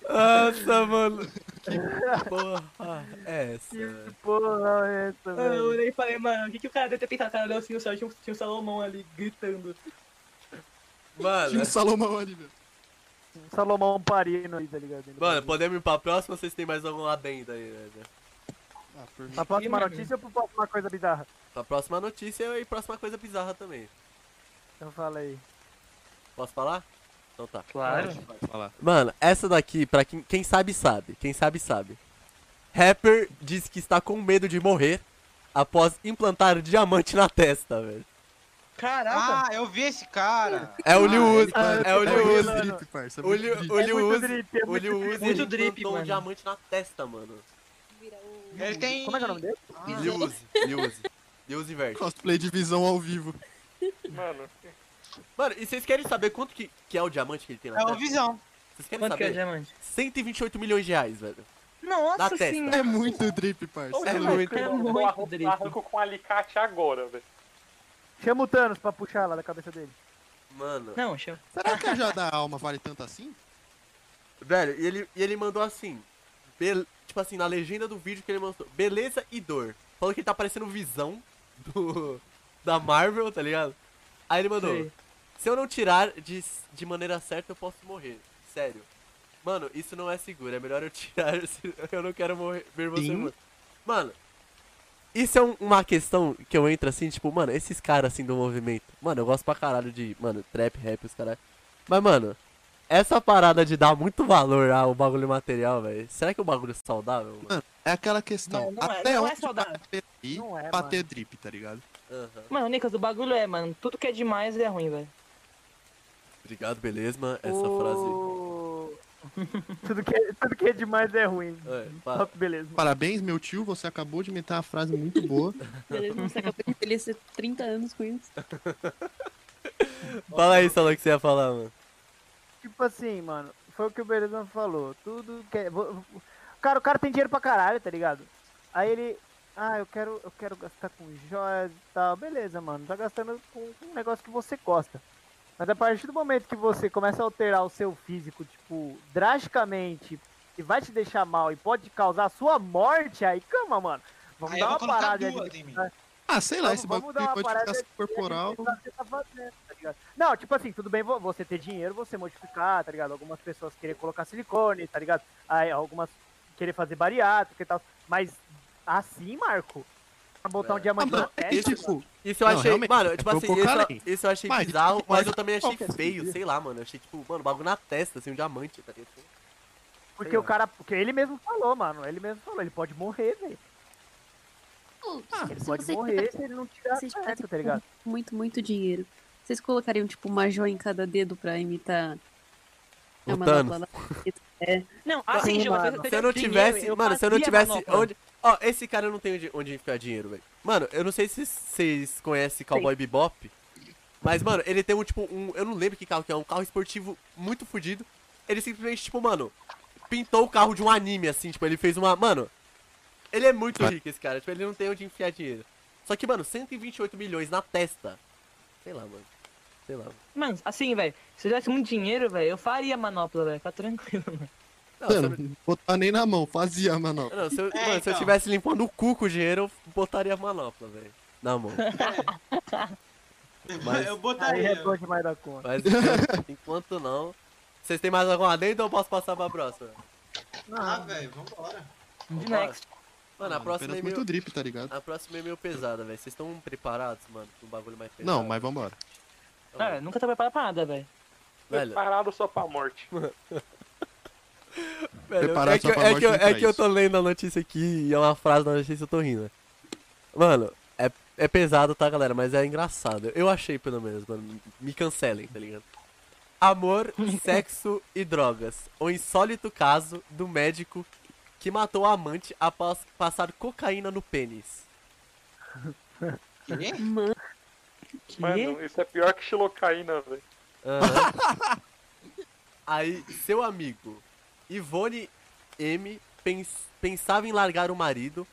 Speaker 2: Nossa, mano. Que porra é essa? velho?
Speaker 6: Porra, é
Speaker 2: Ah,
Speaker 6: essa,
Speaker 1: Aí eu
Speaker 6: velho.
Speaker 1: olhei e falei, mano, o que, que o cara deve ter pensado? O cara olhou assim, o celular tinha, um- tinha o Salomão ali gritando.
Speaker 5: Tinha
Speaker 2: Mano,
Speaker 5: um Salomão ali, velho.
Speaker 6: Salomão Parino aí, tá ligado? Ele
Speaker 2: mano, podemos ir pra próxima ou vocês têm mais algum adendo aí, né?
Speaker 5: Ah, por mim.
Speaker 6: Pra próxima
Speaker 1: Ih, mano.
Speaker 6: notícia ou pra próxima coisa bizarra?
Speaker 2: Pra próxima notícia e próxima coisa bizarra também.
Speaker 6: Então fala aí.
Speaker 2: Posso falar? Então tá.
Speaker 1: Claro.
Speaker 2: Mano, essa daqui, pra quem, quem sabe, sabe. Quem sabe, sabe. Rapper diz que está com medo de morrer após implantar diamante na testa, velho.
Speaker 1: Caraca!
Speaker 3: Ah, eu vi esse cara.
Speaker 2: É o Liu Uzi.
Speaker 6: ele-
Speaker 2: É o
Speaker 6: ele-
Speaker 2: Liu Uzi.
Speaker 6: mano.
Speaker 5: drip, parça.
Speaker 2: O Liu, o
Speaker 6: É
Speaker 2: Liu
Speaker 6: muito
Speaker 2: Uzi.
Speaker 6: drip, é
Speaker 2: O Liu Uzi
Speaker 1: Muito
Speaker 2: ele
Speaker 1: drip,
Speaker 2: implantou um
Speaker 1: mano.
Speaker 2: diamante na testa, mano.
Speaker 7: Vira o-
Speaker 3: Ele tem.
Speaker 6: Como é que é o nome dele?
Speaker 3: Ah,
Speaker 2: Liu Uzi. Liu Uzi. Liu Uzi Verde.
Speaker 5: Cosplay de visão ao vivo.
Speaker 4: Mano,
Speaker 2: Mano, e vocês querem saber quanto que, que é o diamante que ele tem na
Speaker 3: é o
Speaker 2: testa?
Speaker 3: Visão.
Speaker 2: Vocês querem
Speaker 1: Quanto que é o
Speaker 2: saber?
Speaker 1: diamante?
Speaker 2: 128 milhões de reais, velho. Na
Speaker 1: Nossa
Speaker 2: testa.
Speaker 1: senhora!
Speaker 5: É muito drip, parça.
Speaker 2: É
Speaker 4: eu
Speaker 2: muito.
Speaker 1: É
Speaker 4: arranco-
Speaker 1: muito
Speaker 4: eu arranco-
Speaker 1: drip.
Speaker 4: arranco com um alicate agora, velho.
Speaker 6: Chama o Thanos pra puxar lá da cabeça dele.
Speaker 2: Mano.
Speaker 1: Não, chama.
Speaker 5: Será que a joia da alma vale tanto assim?
Speaker 2: Velho, e ele, e ele mandou assim. bel- Tipo assim, na legenda do vídeo que ele mostrou. Beleza e dor. Falou que ele tá parecendo visão do. Da Marvel, tá ligado? Aí ele mandou.
Speaker 1: Sei.
Speaker 2: Se eu não tirar de, de maneira certa, eu posso morrer. Sério. Mano, isso não é seguro. É melhor eu tirar. se- Eu não quero morrer. Ver você
Speaker 5: Sim.
Speaker 2: morrer. Mano. Isso é um- uma questão que eu entro assim, tipo, mano, esses caras assim do movimento. Mano, eu gosto pra caralho de, mano, trap, rap, os caras. Mas, mano, essa parada de dar muito valor ao bagulho material, velho. Será que o bagulho é saudável, mano?
Speaker 5: Mano, é aquela
Speaker 1: Não,
Speaker 5: questão.
Speaker 1: não é-
Speaker 5: Até
Speaker 1: não é
Speaker 5: onde
Speaker 1: saudável.
Speaker 5: vai ir
Speaker 6: Não é,
Speaker 5: pra
Speaker 6: mano.
Speaker 5: ter drip, tá ligado?
Speaker 2: Aham.
Speaker 1: Mano, Nicolas, o bagulho é, mano, tudo que é demais é ruim, velho.
Speaker 2: Obrigado, beleza, mano, essa
Speaker 6: O- tudo, que é, tudo que é demais é ruim.
Speaker 2: frase. É,
Speaker 6: Só
Speaker 2: fala.
Speaker 6: que beleza.
Speaker 5: Parabéns, meu tio, você acabou de inventar uma frase muito boa.
Speaker 7: Beleza, nossa, acabei de envelhecer 30 anos com isso.
Speaker 2: fala aí, Salão, o que você ia falar, mano.
Speaker 6: Tipo assim, mano, foi o que o Berezan falou. Tudo que é. vo- vo- Cara, o cara tem dinheiro pra caralho, tá ligado? Aí ele. Ah, eu quero, eu quero gastar com joias e tal. Beleza, mano. Tá gastando com com um negócio que você gosta. Mas a partir do momento que você começa a alterar o seu físico, tipo, drasticamente, e vai te deixar mal e pode causar a sua morte, aí calma, mano. Vamos
Speaker 3: Aí eu
Speaker 6: dar
Speaker 3: vou
Speaker 6: uma
Speaker 3: colocar
Speaker 6: parada
Speaker 3: duas
Speaker 6: de
Speaker 3: em mim.
Speaker 5: Ah, sei lá,
Speaker 6: Vamos-
Speaker 5: esse
Speaker 6: vamos
Speaker 5: bagulho
Speaker 6: dar uma
Speaker 5: de
Speaker 6: parada
Speaker 5: modificação corporal.
Speaker 6: sabe o que tá fazendo, tá ligado? Não, tipo assim, tudo bem vo- você ter dinheiro, você modificar, tá ligado? Algumas pessoas querer colocar silicone, tá ligado? Aí, algumas querer fazer bariátrica e tal. Mas assim, Marco, pra botar um
Speaker 2: É.
Speaker 5: Ah,
Speaker 6: diamante na
Speaker 5: mano, é
Speaker 6: testa.
Speaker 5: tipo,
Speaker 2: Isso eu
Speaker 5: Não,
Speaker 2: achei,
Speaker 5: realmente,
Speaker 2: mano, tipo
Speaker 5: foi um
Speaker 2: assim,
Speaker 5: pouco
Speaker 2: isso,
Speaker 5: além.
Speaker 2: eu- isso eu achei
Speaker 5: Mas,
Speaker 2: bizarro,
Speaker 5: tipo,
Speaker 2: mas
Speaker 5: olha
Speaker 2: eu também achei
Speaker 5: qualquer
Speaker 2: feio,
Speaker 5: sentido.
Speaker 2: sei lá, mano. Eu achei, tipo, mano, bagulho na testa, assim, um diamante, tá ligado?
Speaker 6: Porque o cara. Porque ele mesmo falou, mano. Ele mesmo falou, ele pode morrer, velho.
Speaker 5: Ah,
Speaker 6: Ele
Speaker 7: Se
Speaker 6: pode
Speaker 7: você
Speaker 6: morrer se ele não tirar
Speaker 7: Vocês
Speaker 6: a
Speaker 7: fazem
Speaker 6: testa, tá ligado?
Speaker 7: muito, muito dinheiro. Vocês colocariam, tipo, uma joia em cada dedo pra imitar
Speaker 2: O
Speaker 7: É a manopla
Speaker 2: Thanos.
Speaker 7: lá?
Speaker 1: Não, assim,
Speaker 6: Sim,
Speaker 1: João,
Speaker 6: mano.
Speaker 2: Se eu não tivesse, mano, se eu não tivesse onde. Ó, esse cara não tem onde, onde enfiar dinheiro, velho. Mano, eu não sei se vocês conhecem Cowboy Bebop, mas, mano, ele tem um, tipo, um... Eu não lembro que carro que é, um carro esportivo muito fodido. Ele simplesmente, tipo, mano, pintou o carro de um anime, assim, tipo, ele fez uma... Mano, ele é muito rico, esse cara. Tipo, ele não tem onde enfiar dinheiro. Só que, mano, 128 milhões na testa. Sei lá, mano. Sei lá, mano.
Speaker 1: Mano, assim, velho, se eu tivesse muito dinheiro, velho, eu faria manopla, velho. Tá tranquilo, mano.
Speaker 2: Não, se eu-
Speaker 5: Mano, botar nem na mão, fazia, mano.
Speaker 2: Não, se eu, mano,
Speaker 3: É,
Speaker 2: se eu
Speaker 3: então.
Speaker 2: tivesse limpando o cu com o dinheiro, eu botaria a manopla, velho. Na mão. Mas-
Speaker 3: Eu
Speaker 6: Aí é
Speaker 3: botaria.
Speaker 6: bom demais da conta.
Speaker 2: Mas enquanto, enquanto não. Vocês têm mais alguma adenda ou eu posso passar pra próxima?
Speaker 3: Ah, velho, vambora.
Speaker 1: Next.
Speaker 2: Mano, a próxima é meio.
Speaker 5: Apenas muito drip, tá ligado?
Speaker 2: A próxima é meio pesada, velho. Vocês estão preparados, mano, pra um bagulho mais pesado?
Speaker 5: Não, mas vambora.
Speaker 2: Então,
Speaker 1: Ah, eu nunca tá preparado pra nada, velho.
Speaker 2: Velho,
Speaker 4: Parado é só pra morte.
Speaker 2: velho,
Speaker 5: preparado
Speaker 2: é que,
Speaker 5: só
Speaker 2: eu-
Speaker 5: pra
Speaker 2: é,
Speaker 5: morte
Speaker 2: que eu,
Speaker 5: não
Speaker 2: é
Speaker 5: traz.
Speaker 2: que eu tô lendo a notícia aqui e é uma frase da notícia e eu tô rindo. Mano, é, é pesado, tá, galera? Mas é engraçado. Eu achei, pelo menos, mano. Me cancelem, tá ligado? Amor, sexo e drogas. O insólito caso do médico que matou a amante após passar cocaína no pênis.
Speaker 3: Quê?
Speaker 7: Mano,
Speaker 4: Mano, isso é pior que xilocaína, velho.
Speaker 2: Aham. Aí, seu amigo, Ivone M, pens- pensava em largar o marido.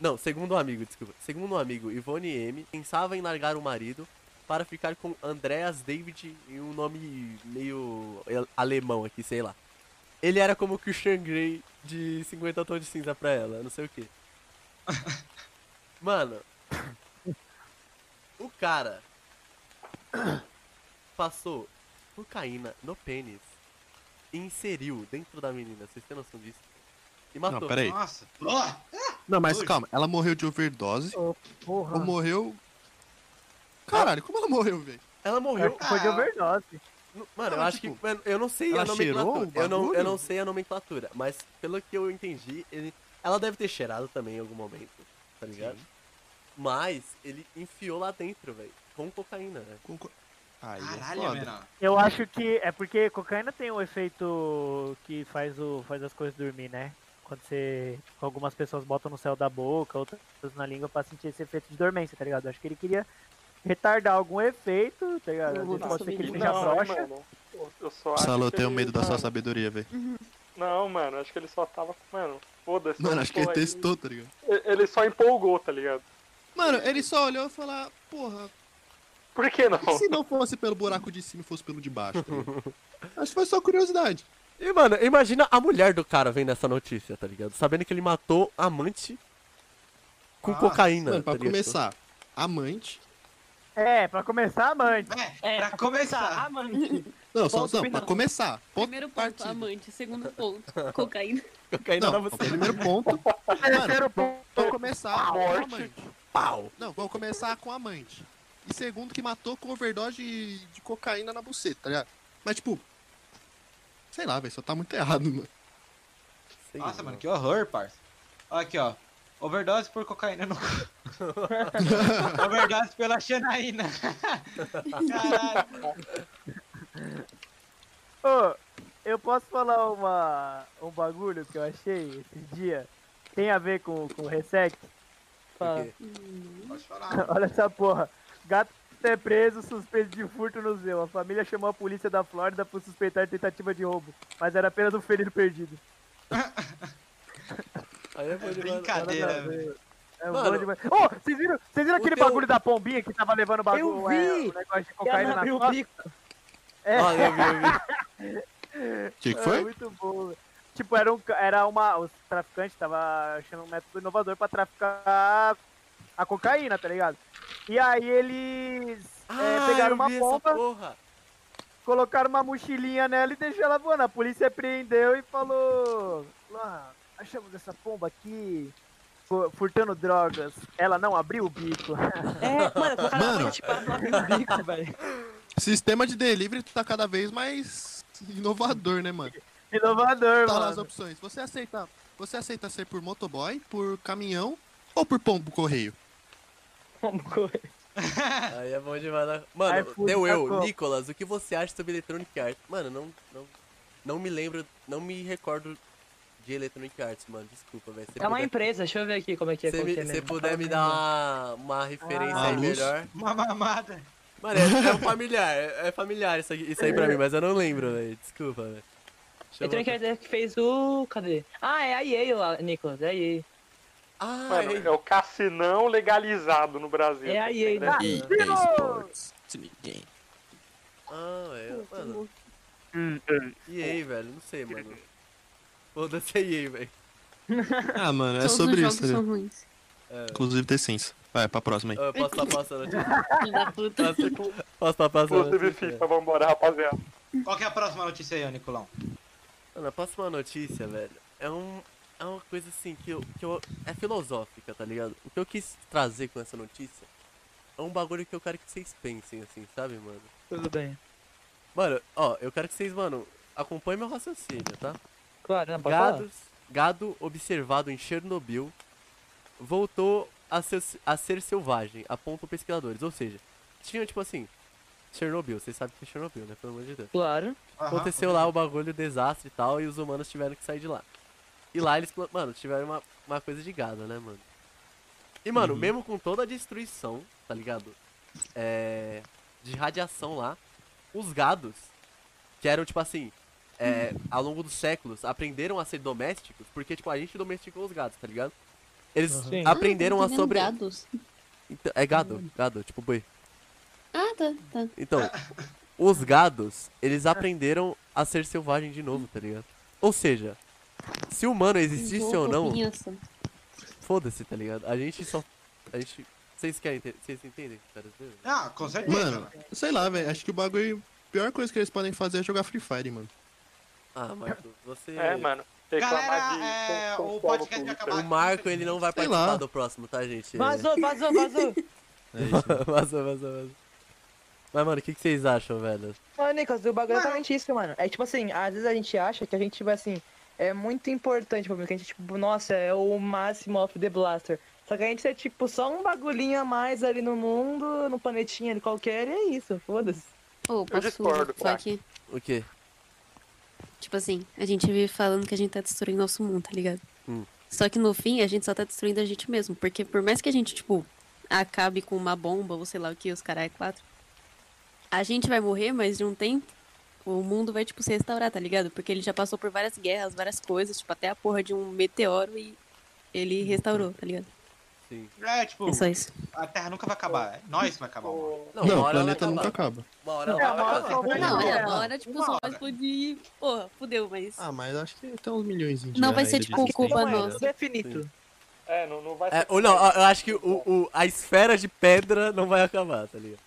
Speaker 2: Não, segundo um amigo, desculpa. Segundo um amigo, Ivone M, pensava em largar o marido para ficar com Andreas David e um nome meio el- alemão aqui, sei lá. Ele era como o Christian Grey de 50 tons de cinza pra ela, não sei o que. Mano, o cara passou cocaína no pênis e inseriu dentro da menina. Vocês têm noção disso? E matou.
Speaker 5: Não, peraí.
Speaker 3: Nossa. Ó,
Speaker 5: Não, mas
Speaker 3: Doido.
Speaker 5: calma, ela morreu de overdose
Speaker 6: Porra.
Speaker 5: ou morreu. Caralho, como ela morreu, velho?
Speaker 2: Ela
Speaker 6: Acho
Speaker 2: morreu.
Speaker 6: que foi de
Speaker 3: Ah.
Speaker 6: overdose.
Speaker 2: N- Mano, eu
Speaker 5: Ela,
Speaker 2: acho que.
Speaker 5: tipo,
Speaker 2: Mano, eu não sei a
Speaker 5: ela cheirou
Speaker 2: nomenclatura.
Speaker 5: o
Speaker 2: Eu não, eu
Speaker 5: bagulho?
Speaker 2: não sei a nomenclatura, mas pelo que eu entendi, ele, ela deve ter cheirado também em algum momento, tá ligado? Mas ele enfiou lá dentro, velho. Com cocaína, né?
Speaker 5: Com co- Aí é
Speaker 3: caralho,
Speaker 5: foda.
Speaker 3: menor.
Speaker 6: Eu acho que é porque cocaína tem um efeito que faz, o, faz as coisas dormir, né? Quando você. tipo, algumas pessoas botam no céu da boca, outras na língua pra sentir esse efeito de dormência, tá ligado? Acho que ele queria retardar algum efeito, tá ligado?
Speaker 7: Eu
Speaker 6: Às
Speaker 7: vou
Speaker 6: vezes pode
Speaker 7: passar
Speaker 6: ser que ele
Speaker 7: vídeo.
Speaker 6: seja
Speaker 7: Não,
Speaker 6: broxa.
Speaker 4: mano. eu- Eu só acho.
Speaker 5: Salô, eu
Speaker 4: que
Speaker 5: tenho
Speaker 4: ele-
Speaker 5: medo da sua
Speaker 4: mano,
Speaker 5: sabedoria, velho.
Speaker 4: Não, mano, acho que ele só tava. Mano, foda-se.
Speaker 5: Mano, acho que ele
Speaker 4: Pô,
Speaker 5: testou, tá ligado?
Speaker 4: ele- Ele só empolgou, tá ligado?
Speaker 5: Mano, ele só olhou e falou, porra,
Speaker 4: Por que não?
Speaker 5: e se não fosse pelo buraco de cima e fosse pelo de baixo, tá ligado? Acho que foi só curiosidade.
Speaker 2: E, mano, imagina a mulher do cara vendo essa notícia, tá ligado? Sabendo que ele matou a amante com
Speaker 3: Ah,
Speaker 2: cocaína.
Speaker 5: Mano, pra
Speaker 2: tá ligado?
Speaker 5: começar, amante.
Speaker 6: É, pra começar, mãe.
Speaker 3: É, pra começar.
Speaker 1: Ah, mano.
Speaker 5: Não, só,
Speaker 1: Ponto
Speaker 5: não,
Speaker 1: final.
Speaker 5: pra começar. Ponto
Speaker 7: primeiro ponto,
Speaker 5: partida.
Speaker 7: amante. Segundo ponto, cocaína.
Speaker 2: Cocaína
Speaker 5: Não,
Speaker 2: não,
Speaker 5: o
Speaker 2: você.
Speaker 5: primeiro ponto. Mano,
Speaker 6: Terceiro ponto.
Speaker 5: vamos começar com
Speaker 4: Morte.
Speaker 5: amante.
Speaker 2: Pau!
Speaker 5: Não, vamos começar com amante. E segundo, que matou com overdose de, de cocaína na buceta, tá ligado? Mas, tipo. Sei lá, velho, só tá muito errado, mano.
Speaker 2: Sei
Speaker 3: Nossa,
Speaker 2: lá.
Speaker 3: mano, que horror, parça. Ó Aqui, ó. Overdose por cocaína no cu. Overdose pela xanaína. Caralho.
Speaker 6: Ô, eu posso falar uma, um bagulho que eu achei esse dia? Tem a ver com com o Reset?
Speaker 2: Por
Speaker 1: Fala.
Speaker 2: quê?
Speaker 3: Pode falar.
Speaker 6: Olha essa porra. Gato é preso, suspeito de furto no Zeu. A família chamou a polícia da Flórida por suspeitar de tentativa de roubo, mas era apenas um ferido perdido.
Speaker 2: Aí é bom demais.
Speaker 3: Brincadeira, velho.
Speaker 6: é, é
Speaker 2: Mano,
Speaker 6: bom demais. Ô, vocês viram, vocês viram
Speaker 2: o
Speaker 6: aquele
Speaker 2: teu-
Speaker 6: bagulho da pombinha que tava levando o bagulho?
Speaker 1: Eu
Speaker 6: é,
Speaker 1: vi!
Speaker 6: o negócio de
Speaker 1: E ela
Speaker 6: cocaína na
Speaker 1: abriu o
Speaker 6: costa?
Speaker 1: bico.
Speaker 6: É,
Speaker 2: Ah, eu vi, eu vi.
Speaker 5: O que, que
Speaker 6: é,
Speaker 5: foi?
Speaker 6: muito bom. velho. Tipo, era, um, ca- era uma. Os traficantes tava achando um método inovador pra traficar a cocaína, tá ligado? E aí eles é,
Speaker 2: Ah,
Speaker 6: pegaram
Speaker 2: eu
Speaker 6: uma
Speaker 2: vi essa
Speaker 6: pomba.
Speaker 2: porra.
Speaker 6: colocaram uma mochilinha nela e deixaram ela voando. A polícia apreendeu e falou: lá, achamos essa pomba aqui fu- furtando drogas. Ela não abriu o bico.
Speaker 1: É, mano, colocaram
Speaker 5: Mano.
Speaker 1: a mãe, tipo, ela abriu o bico, velho.
Speaker 5: Sistema de delivery tá cada vez mais inovador, né, mano?
Speaker 6: Inovador,
Speaker 5: Tá lá as
Speaker 6: mano.
Speaker 5: opções. Você aceita, você aceita ser por motoboy, por caminhão ou por pombo correio?
Speaker 2: Aí é bom demais. Né? Mano,
Speaker 6: iFood
Speaker 2: deu eu,
Speaker 6: sacou.
Speaker 2: Nicolas, o que você acha sobre Electronic Arts? Mano, não, não, não me lembro, não me recordo de Electronic Arts, mano. Desculpa, velho. Se
Speaker 1: É uma
Speaker 2: puder-
Speaker 1: empresa, deixa eu ver aqui como é que é.
Speaker 2: se
Speaker 1: como
Speaker 2: me-
Speaker 1: que é
Speaker 2: se
Speaker 1: mesmo.
Speaker 2: puder me dar uma, uma referência
Speaker 5: Ah,
Speaker 2: aí
Speaker 5: luz.
Speaker 2: melhor.
Speaker 3: Uma mamada.
Speaker 2: Mano, é, é um familiar, é é familiar isso, aqui- isso aí pra mim, mas eu não lembro, velho. Desculpa, velho. Deixa eu
Speaker 1: Electronic
Speaker 2: botar-
Speaker 1: Arts é que fez o. Cadê? Ah, é a EA lá, Nicolas, é a EA.
Speaker 2: Ah,
Speaker 4: Mano,
Speaker 2: é-
Speaker 4: é o cassinão legalizado no Brasil. tá
Speaker 1: É a EA, né?
Speaker 6: Ah,
Speaker 5: EA
Speaker 6: Deus!
Speaker 5: Sports. Se ninguém.
Speaker 2: ah, é, mano.
Speaker 7: Mano.
Speaker 2: EA, velho, não sei, mano. Foda-se é a EA, velho.
Speaker 5: Ah, mano, é
Speaker 7: Todos
Speaker 5: sobre
Speaker 7: os
Speaker 5: isso.
Speaker 7: jogos são
Speaker 5: né?
Speaker 7: ruins.
Speaker 2: É.
Speaker 5: Inclusive The Sims. Vai, pra próxima aí.
Speaker 2: Ah, eu posso estar passando aqui.
Speaker 7: Filho da puta.
Speaker 2: Tá, Posso- Posso estar passando
Speaker 4: Inclusive
Speaker 2: aqui.
Speaker 4: FIFA, vambora, rapaziada.
Speaker 3: Qual que é a próxima notícia aí, ô Nicolão?
Speaker 2: Mano, a próxima notícia, velho, é um. É uma coisa assim que eu, que eu. É filosófica, tá ligado? O que eu quis trazer com essa notícia é um bagulho que eu quero que vocês pensem, assim, sabe, mano?
Speaker 1: Tudo bem.
Speaker 2: Mano, ó, eu quero que vocês, mano, acompanhem meu raciocínio, tá?
Speaker 1: Claro, não pode falar.
Speaker 2: Gados, gado observado em Chernobyl voltou a ser, a ser selvagem, apontam pesquisadores. Ou seja, tinha tipo assim, Chernobyl, vocês sabem que é Chernobyl, né? Pelo amor de Deus.
Speaker 1: Claro.
Speaker 3: Aham.
Speaker 2: Aconteceu lá o bagulho, o desastre e tal, e os humanos tiveram que sair de lá. E lá eles, pla- mano, tiveram uma, uma coisa de gado, né, mano? E, mano, mesmo com toda a destruição, tá ligado? É, de radiação lá, os gados, que eram, tipo assim, é, ao longo dos séculos, aprenderam a ser domésticos, porque, tipo, a gente domesticou os gados, tá ligado? Eles
Speaker 1: Sim.
Speaker 2: aprenderam
Speaker 7: Ah,
Speaker 2: a
Speaker 7: tá
Speaker 2: sobre...
Speaker 7: vendo Uhum. dados.
Speaker 2: Então, é gado, gado, tipo boi.
Speaker 7: Ah, tá, tá.
Speaker 2: Então, os gados, eles aprenderam a ser selvagem de novo, tá ligado? Ou seja, se o humano existisse
Speaker 6: um
Speaker 2: ou não,
Speaker 7: Roupinha só.
Speaker 2: foda-se, tá ligado? A gente só. A gente. Vocês querem. ente- Vocês entendem? o que eu quero dizer?
Speaker 3: Ah, com certeza.
Speaker 5: Mano, sei lá, velho. Acho que o bagulho. A pior coisa que eles podem fazer é jogar Free Fire, mano.
Speaker 2: Ah, Marco, você.
Speaker 4: É, mano. Reclamar
Speaker 3: Galera, é,
Speaker 4: de. com- com-
Speaker 3: o
Speaker 4: com-
Speaker 3: podcast vai
Speaker 4: com-
Speaker 3: acabar.
Speaker 2: O Marco, ele não vai
Speaker 5: Sei
Speaker 2: participar
Speaker 5: lá.
Speaker 2: do próximo, tá, gente?
Speaker 1: Vazou, vazou, vazou.
Speaker 5: É isso.
Speaker 2: vazou, vazou, vazou. Mas, mano, o que, que vocês acham, velho?
Speaker 1: Mano, Nicolas, o bagulho é
Speaker 3: Mano.
Speaker 1: exatamente isso, mano. É tipo assim, às vezes a gente acha que a gente, tipo assim, é muito importante pro que a gente, tipo, nossa, é o máximo of the blaster. Só que a gente é, tipo, só um bagulhinho a mais ali no mundo, no planetinha ali qualquer, e é isso, foda-se.
Speaker 7: Ô, posso...
Speaker 4: discordo,
Speaker 7: Só
Speaker 4: cara.
Speaker 7: que,
Speaker 2: O quê?
Speaker 7: tipo assim, a gente vive falando que a gente tá destruindo nosso mundo, tá ligado?
Speaker 2: Hum.
Speaker 7: Só que no fim, a gente só tá destruindo a gente mesmo. Porque por mais que a gente, tipo, acabe com uma bomba ou sei lá o que, os caras é quatro, a gente vai morrer, mas de um tempo o mundo vai, tipo, se restaurar, tá ligado? Porque ele já passou por várias guerras, várias coisas, tipo, até a porra de um meteoro e ele restaurou, tá ligado?
Speaker 2: Sim.
Speaker 3: É, tipo,
Speaker 7: É só isso.
Speaker 3: a Terra nunca vai acabar. É nós que vai acabar. mano.
Speaker 2: Não,
Speaker 5: não,
Speaker 2: uma
Speaker 5: o
Speaker 2: hora ela vai
Speaker 5: planeta nunca
Speaker 2: acabar.
Speaker 5: acaba.
Speaker 2: Uma hora
Speaker 1: É,
Speaker 2: ela
Speaker 1: uma
Speaker 2: vai
Speaker 1: hora
Speaker 2: acabar.
Speaker 1: acaba.
Speaker 7: Não,
Speaker 1: Não,
Speaker 7: é,
Speaker 1: é,
Speaker 7: uma hora, tipo,
Speaker 3: uma
Speaker 7: só
Speaker 3: hora.
Speaker 7: vai explodir. Porra, fudeu, mas.
Speaker 5: Ah, mas acho que tem uns milhões de
Speaker 7: Não vai ser tipo
Speaker 1: Isso
Speaker 7: culpa
Speaker 1: não é,
Speaker 7: nossa.
Speaker 1: tudo é finito.
Speaker 4: É, não, não vai
Speaker 2: É,
Speaker 4: ser.
Speaker 2: ou não, eu acho que o, o- a esfera de pedra não vai acabar, tá ligado?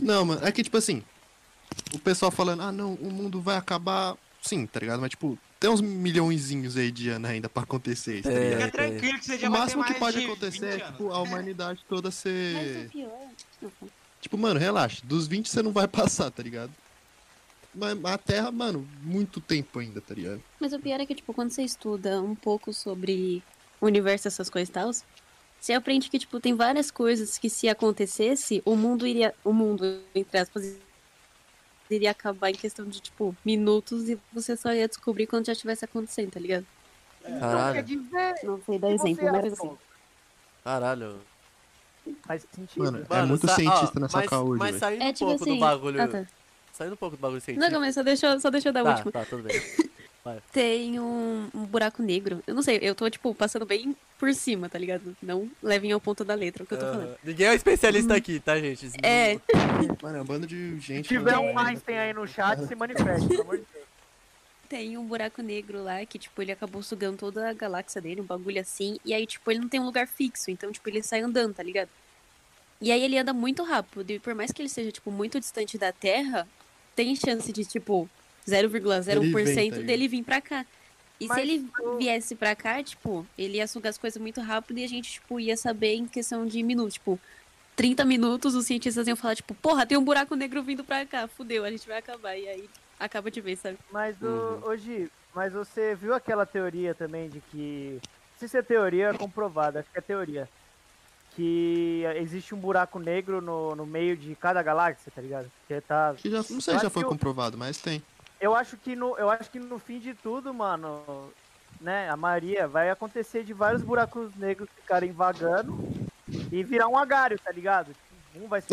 Speaker 5: Não, mano, é que tipo assim, o pessoal falando, ah não, o mundo vai acabar. Sim, tá ligado? Mas tipo, tem uns milhõezinhos aí de ano ainda pra acontecer isso, tá
Speaker 2: É.
Speaker 5: ligado?
Speaker 3: Fica tranquilo que você já vai
Speaker 5: O
Speaker 3: ter
Speaker 5: máximo
Speaker 3: mais
Speaker 5: que pode
Speaker 3: de
Speaker 5: acontecer
Speaker 3: 20
Speaker 5: é
Speaker 3: anos.
Speaker 5: tipo, a humanidade toda
Speaker 7: Mas o
Speaker 5: ser.
Speaker 7: pior. Não,
Speaker 5: Tipo, mano, relaxa, dos 20 você não vai passar, tá ligado? Mas a Terra, mano, muito tempo ainda, tá ligado?
Speaker 7: Mas o pior é que, tipo, quando você estuda um pouco sobre o universo, essas coisas e tal, você aprende que, tipo, tem várias coisas que se acontecesse, o mundo iria. O mundo, entre aspas, iria acabar em questão de, tipo, minutos e você só ia descobrir quando já estivesse acontecendo, tá ligado?
Speaker 6: Então quer
Speaker 2: Caralho,
Speaker 6: dizer
Speaker 7: Não sei dar
Speaker 6: que
Speaker 7: exemplo,
Speaker 6: você
Speaker 7: mas
Speaker 6: é
Speaker 7: assim.
Speaker 6: tonto.
Speaker 2: caralho.
Speaker 6: Faz sentido.
Speaker 5: Mano, é
Speaker 2: Mano,
Speaker 5: muito
Speaker 2: sa- ó,
Speaker 5: cientista nessa
Speaker 2: mas,
Speaker 5: call hoje,
Speaker 2: Mas
Speaker 5: velho.
Speaker 2: saindo
Speaker 7: É
Speaker 2: um
Speaker 7: tipo
Speaker 2: pouco
Speaker 7: assim.
Speaker 2: do bagulho.
Speaker 7: Ah, tá.
Speaker 2: Saindo um pouco do bagulho científico.
Speaker 7: Não, calma aí, só deixa, eu- só deixa eu dar o último.
Speaker 2: tá, tá, tudo bem.
Speaker 7: Tem um, um buraco negro. Eu não sei, eu tô, tipo, passando bem por cima, tá ligado? Não levem ao ponto da letra o que eu tô
Speaker 2: Ah,
Speaker 7: falando.
Speaker 2: ninguém é um especialista aqui, tá, gente? Isso
Speaker 7: É,
Speaker 2: não-
Speaker 5: Mano, é um bando de
Speaker 6: Se
Speaker 5: gente.
Speaker 6: tiver
Speaker 5: falando
Speaker 6: um
Speaker 5: merda,
Speaker 6: Einstein
Speaker 5: tá
Speaker 6: aí
Speaker 5: ligado?
Speaker 6: no chat, se manifeste, pelo amor de Deus.
Speaker 7: Tem um buraco negro lá que, tipo, ele acabou sugando toda a galáxia dele, um bagulho assim. E aí, tipo, ele não tem um lugar fixo. Então, tipo, ele sai andando, tá ligado? E aí ele anda muito rápido. E por mais que ele seja, tipo, muito distante da Terra, tem chance de, tipo, 0,01%
Speaker 5: Ele vem, tá ligado?
Speaker 7: dele vir pra cá. E
Speaker 6: Mas
Speaker 7: se ele
Speaker 6: o-
Speaker 7: viesse pra cá, tipo, ele ia sugar as coisas muito rápido e a gente, tipo, ia saber em questão de minutos. Tipo, 30 minutos os cientistas iam falar, tipo, porra, tem um buraco negro vindo pra cá, fudeu, a gente vai acabar. E aí acaba de vez, sabe?
Speaker 6: Mas
Speaker 2: Uhum.
Speaker 6: o, hoje, mas você viu aquela teoria também de que. Não sei se é teoria ou é comprovada, acho que é teoria. Que existe um buraco negro no, no meio de cada galáxia, tá ligado? Que tá.
Speaker 5: Que já, não sei
Speaker 6: Eu
Speaker 5: se já
Speaker 6: acho
Speaker 5: foi
Speaker 6: que o-
Speaker 5: comprovado, mas tem.
Speaker 6: Eu acho que no, eu acho que no fim de tudo, mano, né, a Maria, vai acontecer de vários buracos negros ficarem vagando e virar um agário, tá ligado? Um vai se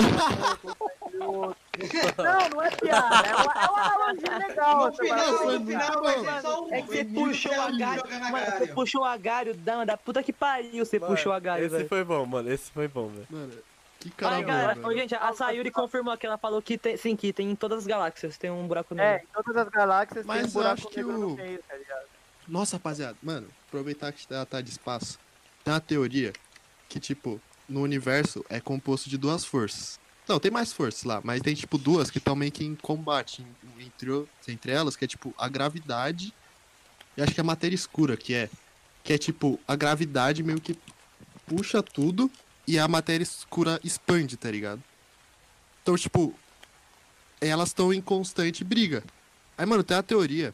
Speaker 6: outro, Não, não é piada. É uma, é uma analogia legal. tá
Speaker 3: No
Speaker 6: essa
Speaker 3: final,
Speaker 6: parada,
Speaker 3: no
Speaker 6: cara.
Speaker 3: final vai ser só um
Speaker 1: É que você
Speaker 3: menino
Speaker 1: puxou o
Speaker 3: que
Speaker 1: agário.
Speaker 3: joga na
Speaker 1: Mano, você
Speaker 3: galera.
Speaker 1: puxou o agário da, da puta que pariu, você
Speaker 2: Mano,
Speaker 1: puxou o agário,
Speaker 2: Esse
Speaker 1: velho.
Speaker 2: foi bom, mano. Esse foi bom, velho.
Speaker 5: Mano, que cara
Speaker 1: Ai,
Speaker 5: bom,
Speaker 1: cara,
Speaker 5: velho.
Speaker 1: gente, a Sayuri confirmou que ela falou que tem, sim, que tem em todas as galáxias, tem um buraco
Speaker 6: É,
Speaker 1: negro.
Speaker 6: em todas as galáxias
Speaker 5: Mas
Speaker 6: tem um
Speaker 5: eu acho
Speaker 6: buraco
Speaker 5: que
Speaker 6: negro
Speaker 5: o-
Speaker 6: no meio, tá ligado?
Speaker 5: Nossa, rapaziada, mano, aproveitar que ela tá de espaço. Tem uma teoria que, tipo, no universo é composto de duas forças. Não, tem mais forças lá, mas tem, tipo, duas que estão meio que em combate em- entre, o- entre elas, que é, tipo, a gravidade e acho que a matéria escura, que é. Que é, tipo, a gravidade meio que puxa tudo e a matéria escura expande, tá ligado? Então, tipo, elas estão em constante briga. Aí, mano, tem uma teoria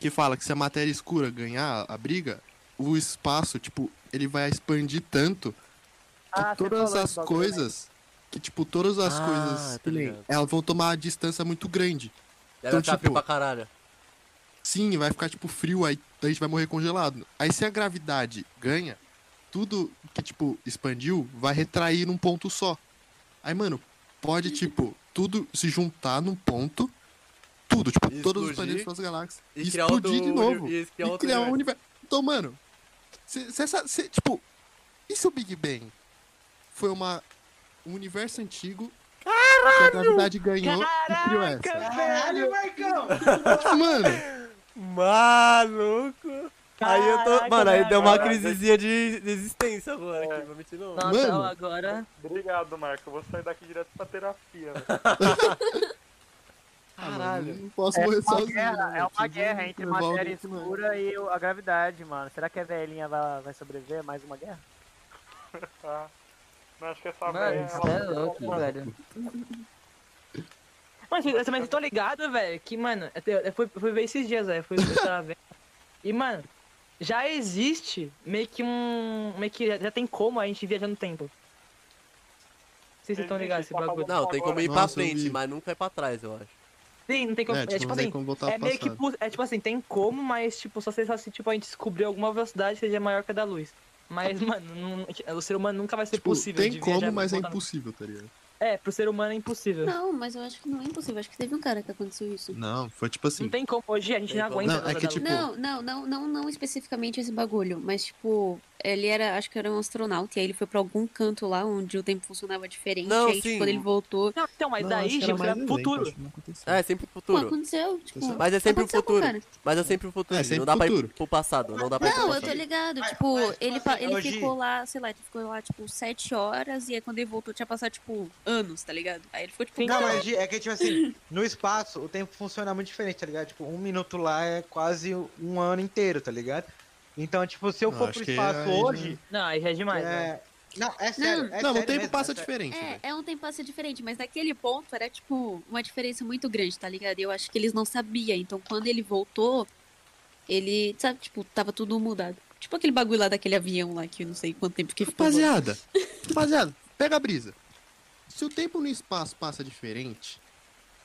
Speaker 5: que fala que se a matéria escura ganhar a briga, o espaço, tipo, ele vai expandir tanto que
Speaker 6: Ah, você
Speaker 5: todas
Speaker 6: falou
Speaker 5: as
Speaker 6: esse bagulho, né?
Speaker 5: coisas. Que, tipo, todas as
Speaker 2: Ah,
Speaker 5: coisas. tipo,
Speaker 2: tá ligado.
Speaker 5: elas vão tomar uma distância muito grande.
Speaker 2: Deve
Speaker 5: Então,
Speaker 2: estar frio
Speaker 5: tipo,
Speaker 2: pra caralho.
Speaker 5: Sim, vai ficar, tipo, frio, aí a gente vai morrer congelado. Aí se a gravidade ganha, tudo que, tipo, expandiu vai retrair num ponto só. Aí, mano, pode, tipo, tudo se juntar num ponto. Tudo, tipo,
Speaker 2: Explodir
Speaker 5: todos os planetas das galáxias.
Speaker 2: E
Speaker 5: E
Speaker 2: criar
Speaker 5: explodir
Speaker 2: outro
Speaker 5: de
Speaker 2: uni-
Speaker 5: novo.
Speaker 2: e
Speaker 5: E
Speaker 2: criar
Speaker 5: criar,
Speaker 2: outro
Speaker 5: um
Speaker 2: universo.
Speaker 5: universo. Então, mano, se, se essa. se, tipo, e se o Big Bang foi uma, um universo antigo que a gravidade ganhou e criou essa? Tipo,
Speaker 3: Caralho, Marcão!
Speaker 5: Mano,
Speaker 2: Maluco! aí eu tô.
Speaker 1: Caraca,
Speaker 2: Mano, aí
Speaker 1: velho,
Speaker 2: deu uma
Speaker 1: agora-
Speaker 2: crisezinha de de existência agora
Speaker 4: É.
Speaker 2: aqui, vou mentir não.
Speaker 1: Nossa,
Speaker 5: Mano.
Speaker 1: então agora.
Speaker 4: Obrigado, Marco. Eu vou sair daqui direto pra terapia. né? velho.
Speaker 5: Ah, mano,
Speaker 2: Caralho.
Speaker 5: eu Não posso
Speaker 6: É
Speaker 5: morrer
Speaker 6: uma
Speaker 5: sozinho.
Speaker 6: guerra,
Speaker 5: né?
Speaker 6: é uma
Speaker 5: Preciso
Speaker 6: guerra entre
Speaker 5: levar alguém
Speaker 6: matéria
Speaker 5: que né? não-
Speaker 6: escura e o- a gravidade, mano. Será que a velhinha vai, vai sobreviver a mais uma guerra?
Speaker 4: Tá? Não, acho que essa
Speaker 1: Mano,
Speaker 4: velha,
Speaker 1: isso é
Speaker 4: ela-
Speaker 1: louco, velho. Mas vocês mas vocês estão ligados, velho, que, mano, eu, te- eu fui, eu fui ver esses dias, velho, eu fui eu tava vendo. E, mano, já existe meio que um. meio que já, já tem como a gente viajar no tempo. Não sei se vocês estão ligados esse bagulho.
Speaker 2: Não, tem como ir pra
Speaker 5: Nossa, eu
Speaker 2: frente,
Speaker 5: vi.
Speaker 2: mas nunca ir pra trás, eu acho.
Speaker 1: Sim, não tem como.
Speaker 5: É, tipo, não tem
Speaker 1: assim,
Speaker 5: como voltar
Speaker 1: É
Speaker 5: pro
Speaker 1: meio que
Speaker 5: passado.
Speaker 1: pu- é tipo assim, tem como, mas tipo, só se só se, tipo, a gente descobrir alguma velocidade que seja maior que a da luz. Mas, mano, não- o ser humano nunca vai ser
Speaker 5: Tipo,
Speaker 1: possível. de
Speaker 5: Tem como,
Speaker 1: viajar-
Speaker 5: mas é
Speaker 1: voltar no-
Speaker 5: impossível, tá ligado?
Speaker 1: É, pro ser humano é impossível. Não,
Speaker 7: Não, mas eu acho que não é impossível. Acho que teve um cara que aconteceu isso.
Speaker 5: Não, foi tipo assim.
Speaker 1: tem como, hoje a gente
Speaker 2: Tem
Speaker 1: não
Speaker 2: como.
Speaker 1: aguenta.
Speaker 5: Não, é
Speaker 1: a velocidade
Speaker 5: que,
Speaker 1: da
Speaker 5: tipo,
Speaker 1: luz.
Speaker 7: Não, não, não, não, não especificamente esse bagulho, mas tipo, ele era, acho que era um astronauta, e aí ele foi pra algum canto lá onde o tempo funcionava diferente,
Speaker 2: Não,
Speaker 7: aí
Speaker 2: sim.
Speaker 7: tipo, quando ele voltou,
Speaker 1: Não, então, mas daí, tipo,
Speaker 5: um
Speaker 1: é futuro.
Speaker 2: É, sempre pro
Speaker 7: pô,
Speaker 2: futuro.
Speaker 7: aconteceu, tipo,
Speaker 2: Mas é sempre o
Speaker 7: aconteceu com o
Speaker 2: futuro.
Speaker 7: cara.
Speaker 2: Mas é sempre o futuro.
Speaker 5: É, sempre
Speaker 2: não dá pra ir
Speaker 5: futuro.
Speaker 2: pro passado. Não dá pra ir pro
Speaker 7: Não, eu tô
Speaker 2: passado.
Speaker 7: ligado,
Speaker 3: Mas-
Speaker 7: tipo,
Speaker 3: mas, tipo
Speaker 7: ele,
Speaker 3: assim,
Speaker 7: pa- ele
Speaker 3: hoje-
Speaker 7: ficou lá, sei lá, ele ficou lá, tipo, sete horas, e aí quando ele voltou tinha passado, tipo, anos, tá ligado? Aí ele ficou, tipo,
Speaker 1: Então,
Speaker 3: Não,
Speaker 7: caralho.
Speaker 3: mas Gi, é que, tipo assim, no espaço o tempo funciona muito diferente, tá ligado? Tipo, um minuto lá é quase um ano inteiro, tá ligado? Então, tipo, se eu
Speaker 5: Não,
Speaker 3: for
Speaker 5: acho
Speaker 3: pro
Speaker 5: que
Speaker 3: espaço
Speaker 5: aí já-
Speaker 3: hoje.
Speaker 1: Não, aí já é demais, né?
Speaker 3: é- Não, é sério. é
Speaker 5: não, o
Speaker 3: sério
Speaker 5: tempo
Speaker 3: mesmo,
Speaker 5: passa
Speaker 3: é sério.
Speaker 5: diferente.
Speaker 2: né?
Speaker 5: velho.
Speaker 7: É, é um tempo passa diferente, mas naquele ponto era, tipo, uma diferença muito grande, tá ligado? Eu acho que eles não sabiam, então quando ele voltou, ele, sabe, tipo, tava tudo mudado. Tipo aquele bagulho lá daquele avião lá, que eu não sei quanto tempo que ficou.
Speaker 5: Rapaziada, rapaziada, pega a brisa. Se o tempo no espaço passa diferente,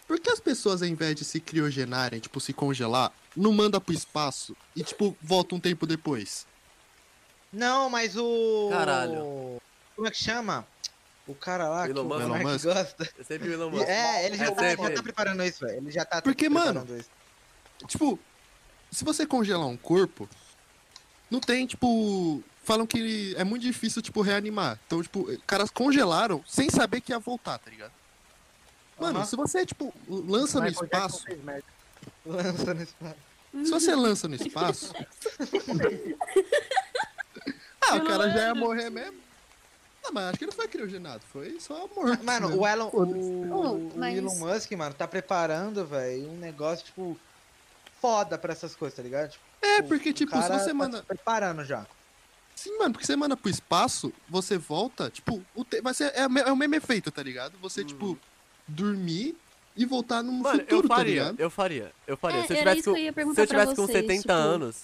Speaker 5: por que as pessoas, ao invés de se criogenarem, tipo, se congelar, não manda pro espaço e, tipo, volta um tempo depois?
Speaker 3: Não, mas o.
Speaker 2: Caralho.
Speaker 3: Como é que chama? O cara lá
Speaker 2: Elon
Speaker 3: que
Speaker 2: Musk.
Speaker 3: o Mark
Speaker 5: Elon Musk.
Speaker 3: gosta.
Speaker 2: É sempre o Elon Musk.
Speaker 3: É, ele já,
Speaker 2: É
Speaker 3: tá,
Speaker 2: sempre
Speaker 3: já tá
Speaker 2: ele.
Speaker 3: preparando isso, velho. Ele já tá
Speaker 5: Porque,
Speaker 3: preparando isso.
Speaker 5: Tipo, se você congelar um corpo, não tem, tipo. Falam que é muito difícil, tipo, reanimar. Então, tipo, caras congelaram sem saber que ia voltar, tá ligado? Mano,
Speaker 3: Aham.
Speaker 5: se você, tipo, lança no
Speaker 6: Michael Jackson
Speaker 5: espaço.
Speaker 6: fez merda.
Speaker 3: Lança no espaço.
Speaker 5: Se você lança no espaço. ah, o cara já ia morrer mesmo. Ah, mas acho que não foi criogenado, foi só morto.
Speaker 3: Ah, Mano,
Speaker 5: mesmo.
Speaker 3: o Elon,
Speaker 5: Foda-se.
Speaker 3: o,
Speaker 7: Mas-
Speaker 3: o Elon Musk, mano, tá preparando, velho, um negócio, tipo, foda pra essas coisas, tá ligado? Tipo,
Speaker 5: É,
Speaker 3: o-
Speaker 5: porque,
Speaker 3: o
Speaker 5: tipo, se
Speaker 3: cara
Speaker 5: você
Speaker 3: tá
Speaker 5: manda.
Speaker 3: se preparando já.
Speaker 5: Sim, mano, porque você manda pro espaço, você volta, tipo, o te... vai ser... é, o me- é o mesmo efeito, tá ligado? Você,
Speaker 3: Hum.
Speaker 5: tipo, dormir e voltar no
Speaker 2: Mano,
Speaker 5: futuro,
Speaker 2: eu faria,
Speaker 5: tá ligado?
Speaker 2: eu faria, eu faria.
Speaker 7: É,
Speaker 2: se eu
Speaker 7: era
Speaker 2: tivesse,
Speaker 7: isso
Speaker 2: com,
Speaker 7: que eu ia
Speaker 2: se
Speaker 7: perguntar
Speaker 2: eu tivesse
Speaker 7: pra
Speaker 2: com
Speaker 7: vocês,
Speaker 2: 70
Speaker 7: tipo-
Speaker 2: anos,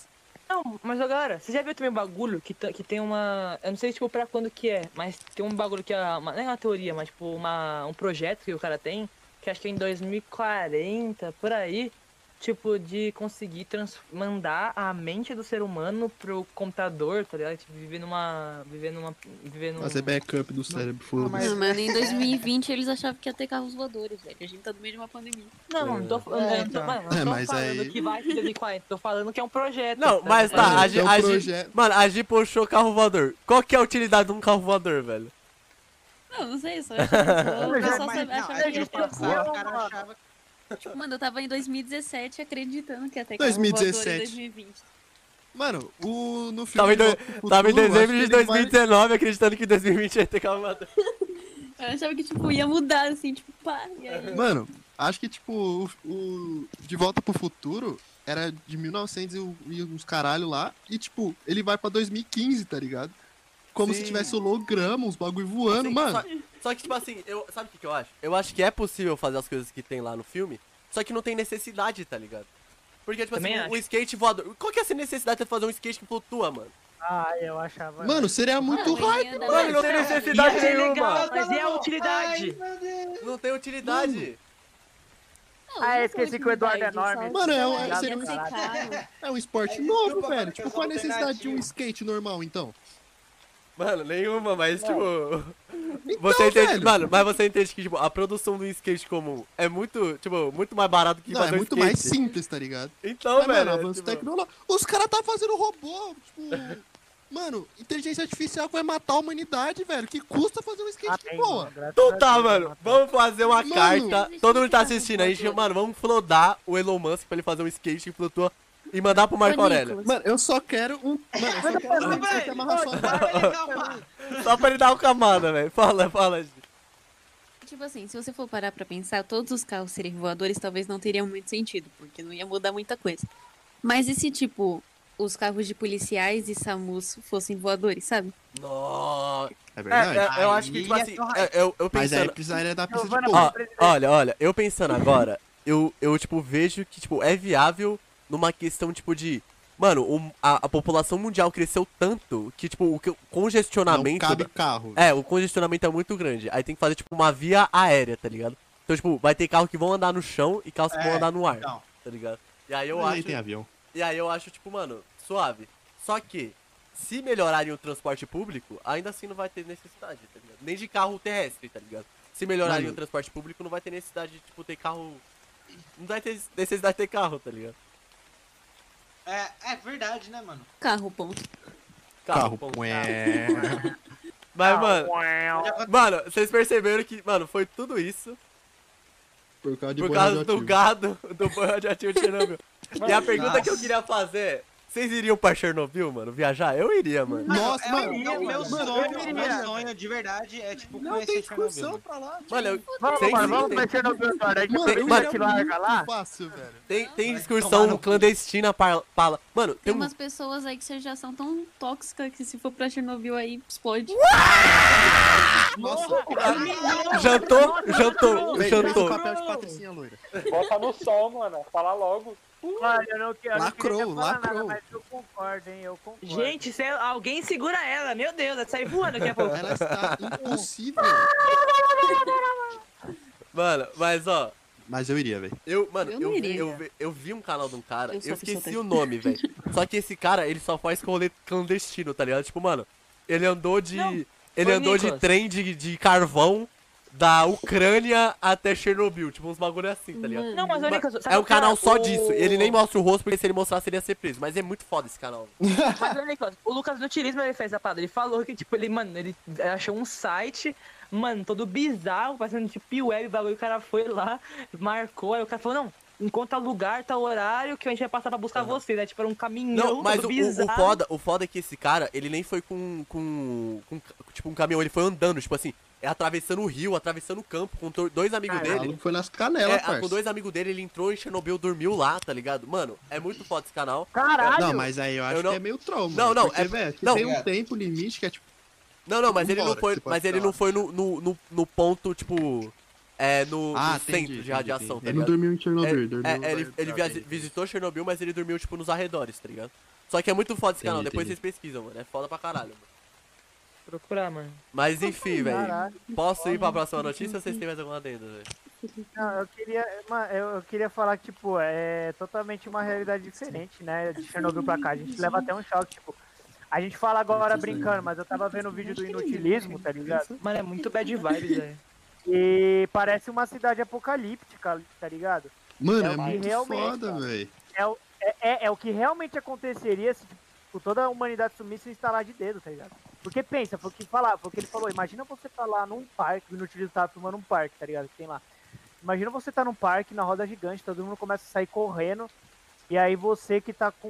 Speaker 1: Não, mas ó, galera, você já viu também um bagulho que, tá- que tem uma. Eu não sei, tipo, pra quando que é, mas tem um bagulho que é. Uma, não é uma teoria, mas, tipo, uma, um projeto que o cara tem, que acho que é em 2040, por aí, tipo, de conseguir trans mandar a mente do ser humano pro computador, tá ligado? Tipo, viver numa. Viver numa. Viver num...
Speaker 5: Fazer backup do cérebro,
Speaker 6: mas-
Speaker 5: foda-se.
Speaker 7: Não, mano, em 2020 eles achavam que ia ter carros voadores, velho. A gente tá no meio de uma pandemia.
Speaker 1: Não, não tô, eu
Speaker 3: É,
Speaker 1: não tô,
Speaker 3: então.
Speaker 1: mano, não
Speaker 5: É,
Speaker 1: tô
Speaker 5: mas
Speaker 1: falando
Speaker 5: aí-
Speaker 1: que vai ser 2040, tô falando que é um projeto.
Speaker 2: Não, mas tá, a,
Speaker 5: É,
Speaker 2: Gi-
Speaker 5: é um
Speaker 2: a Gi-
Speaker 5: projeto.
Speaker 2: Mano, a Gi puxou carro voador. Qual que é a utilidade de um carro voador, velho?
Speaker 7: Não, não sei, só achava. O
Speaker 6: Mas-
Speaker 7: pessoal
Speaker 3: mas,
Speaker 7: sabe-
Speaker 3: não,
Speaker 7: achava
Speaker 3: aí
Speaker 7: que
Speaker 3: no
Speaker 7: ia ter.
Speaker 3: passado, "Ah, o cara achava que
Speaker 7: Tipo, mano, eu tava em 2017 acreditando que ia ter carro voador em
Speaker 5: 2017.
Speaker 7: 2020.
Speaker 5: Mano, o, Tipo, no filme.
Speaker 2: Tava em, do-
Speaker 5: de Volta pro
Speaker 2: tava em
Speaker 5: Futuro,
Speaker 2: dezembro
Speaker 5: acho
Speaker 2: de
Speaker 5: que ele vai-
Speaker 2: 2019 acreditando que 2020 ia ter carro voador.
Speaker 7: Eu achava que, tipo, ia mudar, assim, tipo, pá, e aí...
Speaker 5: Mano, acho que, tipo, o, o De Volta pro Futuro era de 1900 e, o- e uns caralho lá. E, tipo, ele vai pra 2015, tá ligado? Como se
Speaker 2: Sim.
Speaker 5: tivesse holograma, uns bagulho voando,
Speaker 2: Sim,
Speaker 5: mano.
Speaker 2: Só, só que, tipo assim, eu, sabe o que, que eu acho? Eu acho que é possível fazer as coisas que tem lá no filme, só que não tem necessidade, tá ligado? Porque, tipo
Speaker 1: Também
Speaker 2: assim,
Speaker 1: acho.
Speaker 2: um skate voador. Qual que é essa necessidade de fazer um skate que flutua, mano?
Speaker 6: Ah, eu achava.
Speaker 5: Mano, seria muito
Speaker 7: Não,
Speaker 5: hype.
Speaker 7: ele ia dar-
Speaker 2: Mano, não tem necessidade
Speaker 1: Ia ser
Speaker 2: nenhuma.
Speaker 1: legal, mas e a
Speaker 3: Ai,
Speaker 1: utilidade?
Speaker 3: meu Deus.
Speaker 2: Não tem utilidade.
Speaker 7: Não,
Speaker 6: Ah,
Speaker 7: não
Speaker 6: esqueci
Speaker 7: foi
Speaker 6: que o Eduardo é
Speaker 7: verdade, só-
Speaker 6: enorme.
Speaker 5: Mano, é um-
Speaker 7: Ia
Speaker 5: seria um-
Speaker 7: ser caro.
Speaker 5: É um esporte
Speaker 3: É,
Speaker 5: novo,
Speaker 3: desculpa,
Speaker 5: velho.
Speaker 3: mas
Speaker 5: Tipo,
Speaker 3: eu
Speaker 5: qual a
Speaker 3: sou
Speaker 5: necessidade de um
Speaker 3: alternativo.
Speaker 5: skate normal, então?
Speaker 2: Mano, nenhuma, mas tipo.
Speaker 5: Então,
Speaker 2: Você entende.
Speaker 5: velho.
Speaker 2: Mano, mas você entende que, tipo, a produção do skate comum é muito, tipo, muito mais barato que
Speaker 5: Não, é
Speaker 2: fazer um
Speaker 5: muito
Speaker 2: skate.
Speaker 5: mais simples, tá ligado?
Speaker 2: Então,
Speaker 5: Mas,
Speaker 2: velho.
Speaker 5: mano, avanço
Speaker 2: tipo,
Speaker 5: tecnológico. Os caras tá fazendo robô, tipo. Mano, inteligência artificial que vai matar a humanidade, velho. Que custa fazer um skate de boa.
Speaker 2: Então tá, mano. Vamos fazer uma
Speaker 5: Mano.
Speaker 2: carta. Todo mundo tá
Speaker 7: Existe
Speaker 2: assistindo. A gente,
Speaker 7: voador.
Speaker 2: mano, vamos flodar o Elon Musk pra ele fazer um skate que flutua e mandar pro Marco
Speaker 7: Ô,
Speaker 2: Aurélio.
Speaker 7: Nicolas,
Speaker 5: Mano, eu só quero um. Mano, eu só quero um skate amarrar só.
Speaker 3: Para ele acalmar.
Speaker 2: Só pra ele dar uma camada, velho. Fala, fala. Gi.
Speaker 7: Tipo assim, se você for parar pra pensar, todos os carros serem voadores talvez não teriam muito sentido, porque não ia mudar muita coisa. Mas e se, tipo, os carros de policiais e SAMUs fossem voadores, sabe?
Speaker 2: Nossa.
Speaker 5: É
Speaker 2: É, é, eu acho que, tipo
Speaker 3: Aí é
Speaker 2: assim.
Speaker 3: surra-
Speaker 2: é, Eu, eu
Speaker 5: Mas aí
Speaker 2: pensando.
Speaker 5: precisaria da pista de
Speaker 6: Giovana,
Speaker 5: pouso.
Speaker 2: Ó, olha, olha, eu pensando agora, eu, eu, tipo, vejo que, tipo, é viável numa questão, tipo, de... Mano, um- a, a população mundial cresceu tanto que, tipo, o que- o
Speaker 5: Não
Speaker 2: congestionamento...
Speaker 5: cabe
Speaker 2: da-
Speaker 5: carro.
Speaker 2: É, o congestionamento é muito grande. Aí tem que fazer, tipo, uma via aérea, tá ligado? Então, tipo, vai ter carro que vão andar no chão e carros que vão
Speaker 3: É,
Speaker 2: andar no ar,
Speaker 3: então.
Speaker 2: tá ligado? E aí eu
Speaker 5: Mas aí
Speaker 2: acho...
Speaker 5: tem avião.
Speaker 2: E aí eu acho, tipo, mano, suave. Só que, se melhorarem o transporte público, ainda assim não vai ter necessidade, tá ligado? Nem de carro terrestre, tá ligado? Se melhorarem
Speaker 5: Mano.
Speaker 2: o transporte público, não vai ter necessidade de, tipo, ter carro. Não vai ter necessidade de ter carro, tá ligado?
Speaker 3: É, é verdade, né, mano?
Speaker 7: Carro, ponto.
Speaker 5: Carro. é.
Speaker 2: pô.
Speaker 5: Ué.
Speaker 2: Mas, mano,
Speaker 3: Eu já vou
Speaker 2: mano, vocês perceberam que, mano, foi tudo isso
Speaker 5: Por causa de
Speaker 2: por
Speaker 5: boi
Speaker 2: causa do
Speaker 5: radioativo.
Speaker 2: gado do banho radioativo de Chernobyl. e a pergunta que eu queria fazer é: vocês iriam pra Chernobyl, mano, viajar? Eu iria, mano.
Speaker 5: Nossa,
Speaker 3: é,
Speaker 5: mano.
Speaker 3: é o meu
Speaker 5: mano,
Speaker 3: sonho,
Speaker 6: eu
Speaker 3: o
Speaker 6: iria.
Speaker 3: meu sonho de verdade é tipo
Speaker 5: Não
Speaker 3: conhecer
Speaker 5: tem
Speaker 3: Chernobyl.
Speaker 5: discussão
Speaker 3: mano.
Speaker 5: pra lá. tipo,
Speaker 2: Mano, eu-
Speaker 6: Vamos,
Speaker 2: Sem-
Speaker 6: mano, vamos
Speaker 2: sem-
Speaker 6: mexer no meu Eduardo. A gente
Speaker 5: Mano,
Speaker 6: vai
Speaker 5: eu
Speaker 6: vai
Speaker 5: iria
Speaker 6: te larga
Speaker 5: muito
Speaker 6: lá.
Speaker 5: Fácil, velho.
Speaker 2: Tem, tem
Speaker 3: Vai
Speaker 2: excursão
Speaker 3: tomar no cu.
Speaker 2: clandestina para. para- Mano, tem,
Speaker 7: Tem
Speaker 2: um.
Speaker 7: umas pessoas aí que já são tão tóxicas que se for pra Chernobyl aí, explode.
Speaker 5: Nossa,
Speaker 2: Jantou, jantou,
Speaker 5: Vem, faz o
Speaker 2: jantou.
Speaker 5: papel de patricinha loira.
Speaker 4: Bota no sol, mano. Fala logo.
Speaker 6: Mano, eu não, eu não
Speaker 5: Lacrou,
Speaker 6: queria falar nada,
Speaker 5: lacrou.
Speaker 6: mas eu concordo, hein? Eu concordo.
Speaker 1: Gente, se ela- alguém segura ela, meu Deus, ela sai voando daqui a pouco.
Speaker 5: Ela está impossível.
Speaker 2: Mano, mas ó,
Speaker 5: Mas eu iria, velho.
Speaker 2: eu, mano,
Speaker 7: Eu
Speaker 2: eu,
Speaker 7: não
Speaker 2: vi-
Speaker 7: iria.
Speaker 2: eu vi- eu vi um canal de um cara,
Speaker 7: Eu
Speaker 2: eu,
Speaker 7: sou a pessoa
Speaker 2: esqueci
Speaker 7: técnica.
Speaker 2: o nome, velho. Só que esse cara, ele só faz rolê clandestino, tá ligado? Tipo, mano, ele andou de.
Speaker 1: Não,
Speaker 2: ele
Speaker 1: foi
Speaker 2: andou de
Speaker 1: Nicolas.
Speaker 2: trem de, de carvão da Ucrânia até Chernobyl, tipo uns bagulho assim, tá ligado?
Speaker 7: Mano.
Speaker 1: Não, mas o
Speaker 2: Ma-
Speaker 1: Nicolas, sabe
Speaker 2: É um
Speaker 1: o cara-
Speaker 2: canal só
Speaker 1: o-
Speaker 2: disso. Ele nem mostra o rosto, porque se ele mostrasse ele ia ser preso. Mas é muito foda esse canal.
Speaker 1: Mas, ô, Nicolas, o Lucas do Tirismo ele fez a parada. Ele falou que, tipo, ele, mano, ele achou um site, mano, todo bizarro, parecendo tipo web, bagulho. O cara foi lá, marcou, aí o cara falou, não. Encontra lugar, tá horário que a gente vai passar pra buscar você, né? Tipo, era um caminhão
Speaker 2: Não, mas
Speaker 1: todo
Speaker 2: o, o,
Speaker 1: bizarro.
Speaker 2: o, foda, o foda é que esse cara, ele nem foi com, com, com ca- tipo, um caminhão, ele foi andando, tipo assim, é atravessando o rio, atravessando o campo, com to- dois amigos
Speaker 5: O
Speaker 2: dele.
Speaker 5: maluco foi nas
Speaker 2: É,
Speaker 5: canelas,
Speaker 2: a- com
Speaker 5: parça.
Speaker 2: dois amigos dele, ele entrou em Chernobyl, dormiu lá, tá ligado? Mano, é muito foda esse canal.
Speaker 6: Caralho!
Speaker 5: Não, mas aí eu acho
Speaker 2: Eu não-
Speaker 5: que é meio trauma.
Speaker 2: Não, não,
Speaker 5: porque,
Speaker 2: é-
Speaker 5: velho,
Speaker 2: não.
Speaker 5: tem um tempo limite que é tipo.
Speaker 2: Não, não, mas
Speaker 5: Uma
Speaker 2: ele não
Speaker 5: hora que
Speaker 2: foi,
Speaker 5: você pode
Speaker 2: mas ele
Speaker 5: ficar
Speaker 2: não
Speaker 5: lá.
Speaker 2: foi no, no, no, no ponto, tipo, é, no,
Speaker 5: um
Speaker 2: no centro de radiação,
Speaker 5: Ah, entendi. Ele
Speaker 2: tá
Speaker 5: não
Speaker 2: ligado?
Speaker 5: dormiu em Chernobyl, dormiu.
Speaker 2: É, é, ele ele via- visitou Chernobyl, mas ele dormiu, tipo, nos arredores, tá ligado? Só que é muito foda esse canal,
Speaker 5: Entendi,
Speaker 2: depois
Speaker 5: entendi.
Speaker 2: vocês pesquisam, mano, é foda pra caralho, mano.
Speaker 1: Procurar, mano.
Speaker 2: Mas enfim, velho.
Speaker 6: Caralho.
Speaker 2: Posso ir pra próxima notícia ou vocês têm mais alguma adenda, velho?
Speaker 6: Não, eu queria, é, ma- eu, eu queria falar que, tipo, é totalmente uma realidade diferente, né? De Chernobyl pra cá. A gente leva até um choque, tipo. A gente fala agora brincando, mas eu tava vendo o vídeo do inutilismo, tá ligado?
Speaker 1: Mano, é muito bad vibes, velho.
Speaker 6: E parece uma cidade apocalíptica, tá ligado?
Speaker 5: Mano,
Speaker 6: É o
Speaker 5: é,
Speaker 6: que
Speaker 5: muito
Speaker 6: realmente,
Speaker 5: foda,
Speaker 6: cara.
Speaker 5: velho.
Speaker 6: É, o- é, é, é o que realmente aconteceria se tipo, toda a humanidade sumisse e instalar de dedo, tá ligado? Porque pensa, foi o que falar, foi o que ele falou, imagina você tá lá num parque, o Inutilismo tava filmando um parque, tá ligado? Que tem lá. Imagina você tá num parque, na roda gigante, todo mundo começa a sair correndo, e aí você que tá com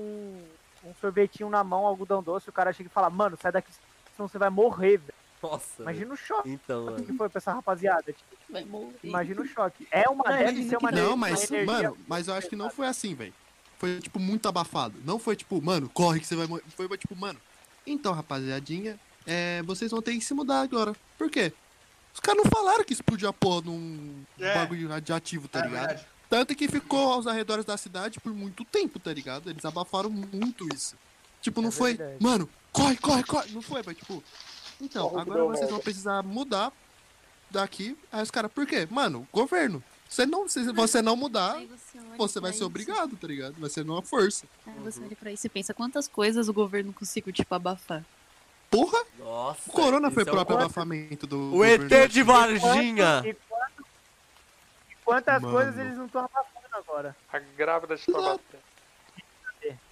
Speaker 6: um sorvetinho na mão, algodão doce, o cara chega e fala, mano, sai daqui, senão você vai morrer, velho.
Speaker 2: Nossa. velho.
Speaker 6: Imagina o choque
Speaker 2: Então, mano.
Speaker 6: que foi pra essa rapaziada, tipo,
Speaker 7: Vai morrer.
Speaker 6: imagina o choque. É uma,
Speaker 1: Não,
Speaker 6: deve
Speaker 1: imagina
Speaker 6: ser
Speaker 1: que
Speaker 6: uma
Speaker 1: não,
Speaker 6: energia-
Speaker 5: Não, mas,
Speaker 6: uma energia-
Speaker 5: mano, mas eu acho que não foi assim, velho. Foi, tipo, muito abafado. Não foi, tipo, mano, corre que você vai morrer. Foi, tipo, mano. Então, rapaziadinha, é, vocês vão ter que se mudar agora. Por quê? Os caras não falaram que explodiu a porra num
Speaker 3: É.
Speaker 5: bagulho radioativo, tá
Speaker 3: É
Speaker 5: ligado?
Speaker 3: verdade.
Speaker 5: Tanto que ficou aos arredores da cidade por muito tempo, tá ligado? Eles abafaram muito isso. Tipo, não
Speaker 6: É
Speaker 5: foi,
Speaker 6: verdade.
Speaker 5: mano, corre, corre, corre. Não foi, mas tipo, então,
Speaker 4: Corre,
Speaker 5: agora
Speaker 4: não,
Speaker 5: vocês vão
Speaker 4: mano.
Speaker 5: precisar mudar daqui. Aí os caras, por quê? Mano, governo. Você não, se você não mudar,
Speaker 7: Aí você olha
Speaker 5: você
Speaker 7: pra
Speaker 5: vai ser
Speaker 7: isso,
Speaker 5: obrigado, tá ligado? Vai ser numa força.
Speaker 7: Aí você olha pra isso e pensa, quantas coisas o governo conseguiu, tipo, abafar?
Speaker 5: Porra,
Speaker 2: Nossa.
Speaker 5: o Corona
Speaker 2: isso
Speaker 5: foi
Speaker 2: é um
Speaker 5: próprio
Speaker 2: corte.
Speaker 5: abafamento do.
Speaker 2: O ET de Varginha.
Speaker 6: Quanto- E, quanto- e quantas
Speaker 5: Mano.
Speaker 6: coisas eles não estão abafando agora?
Speaker 4: A grávida de Taubaté.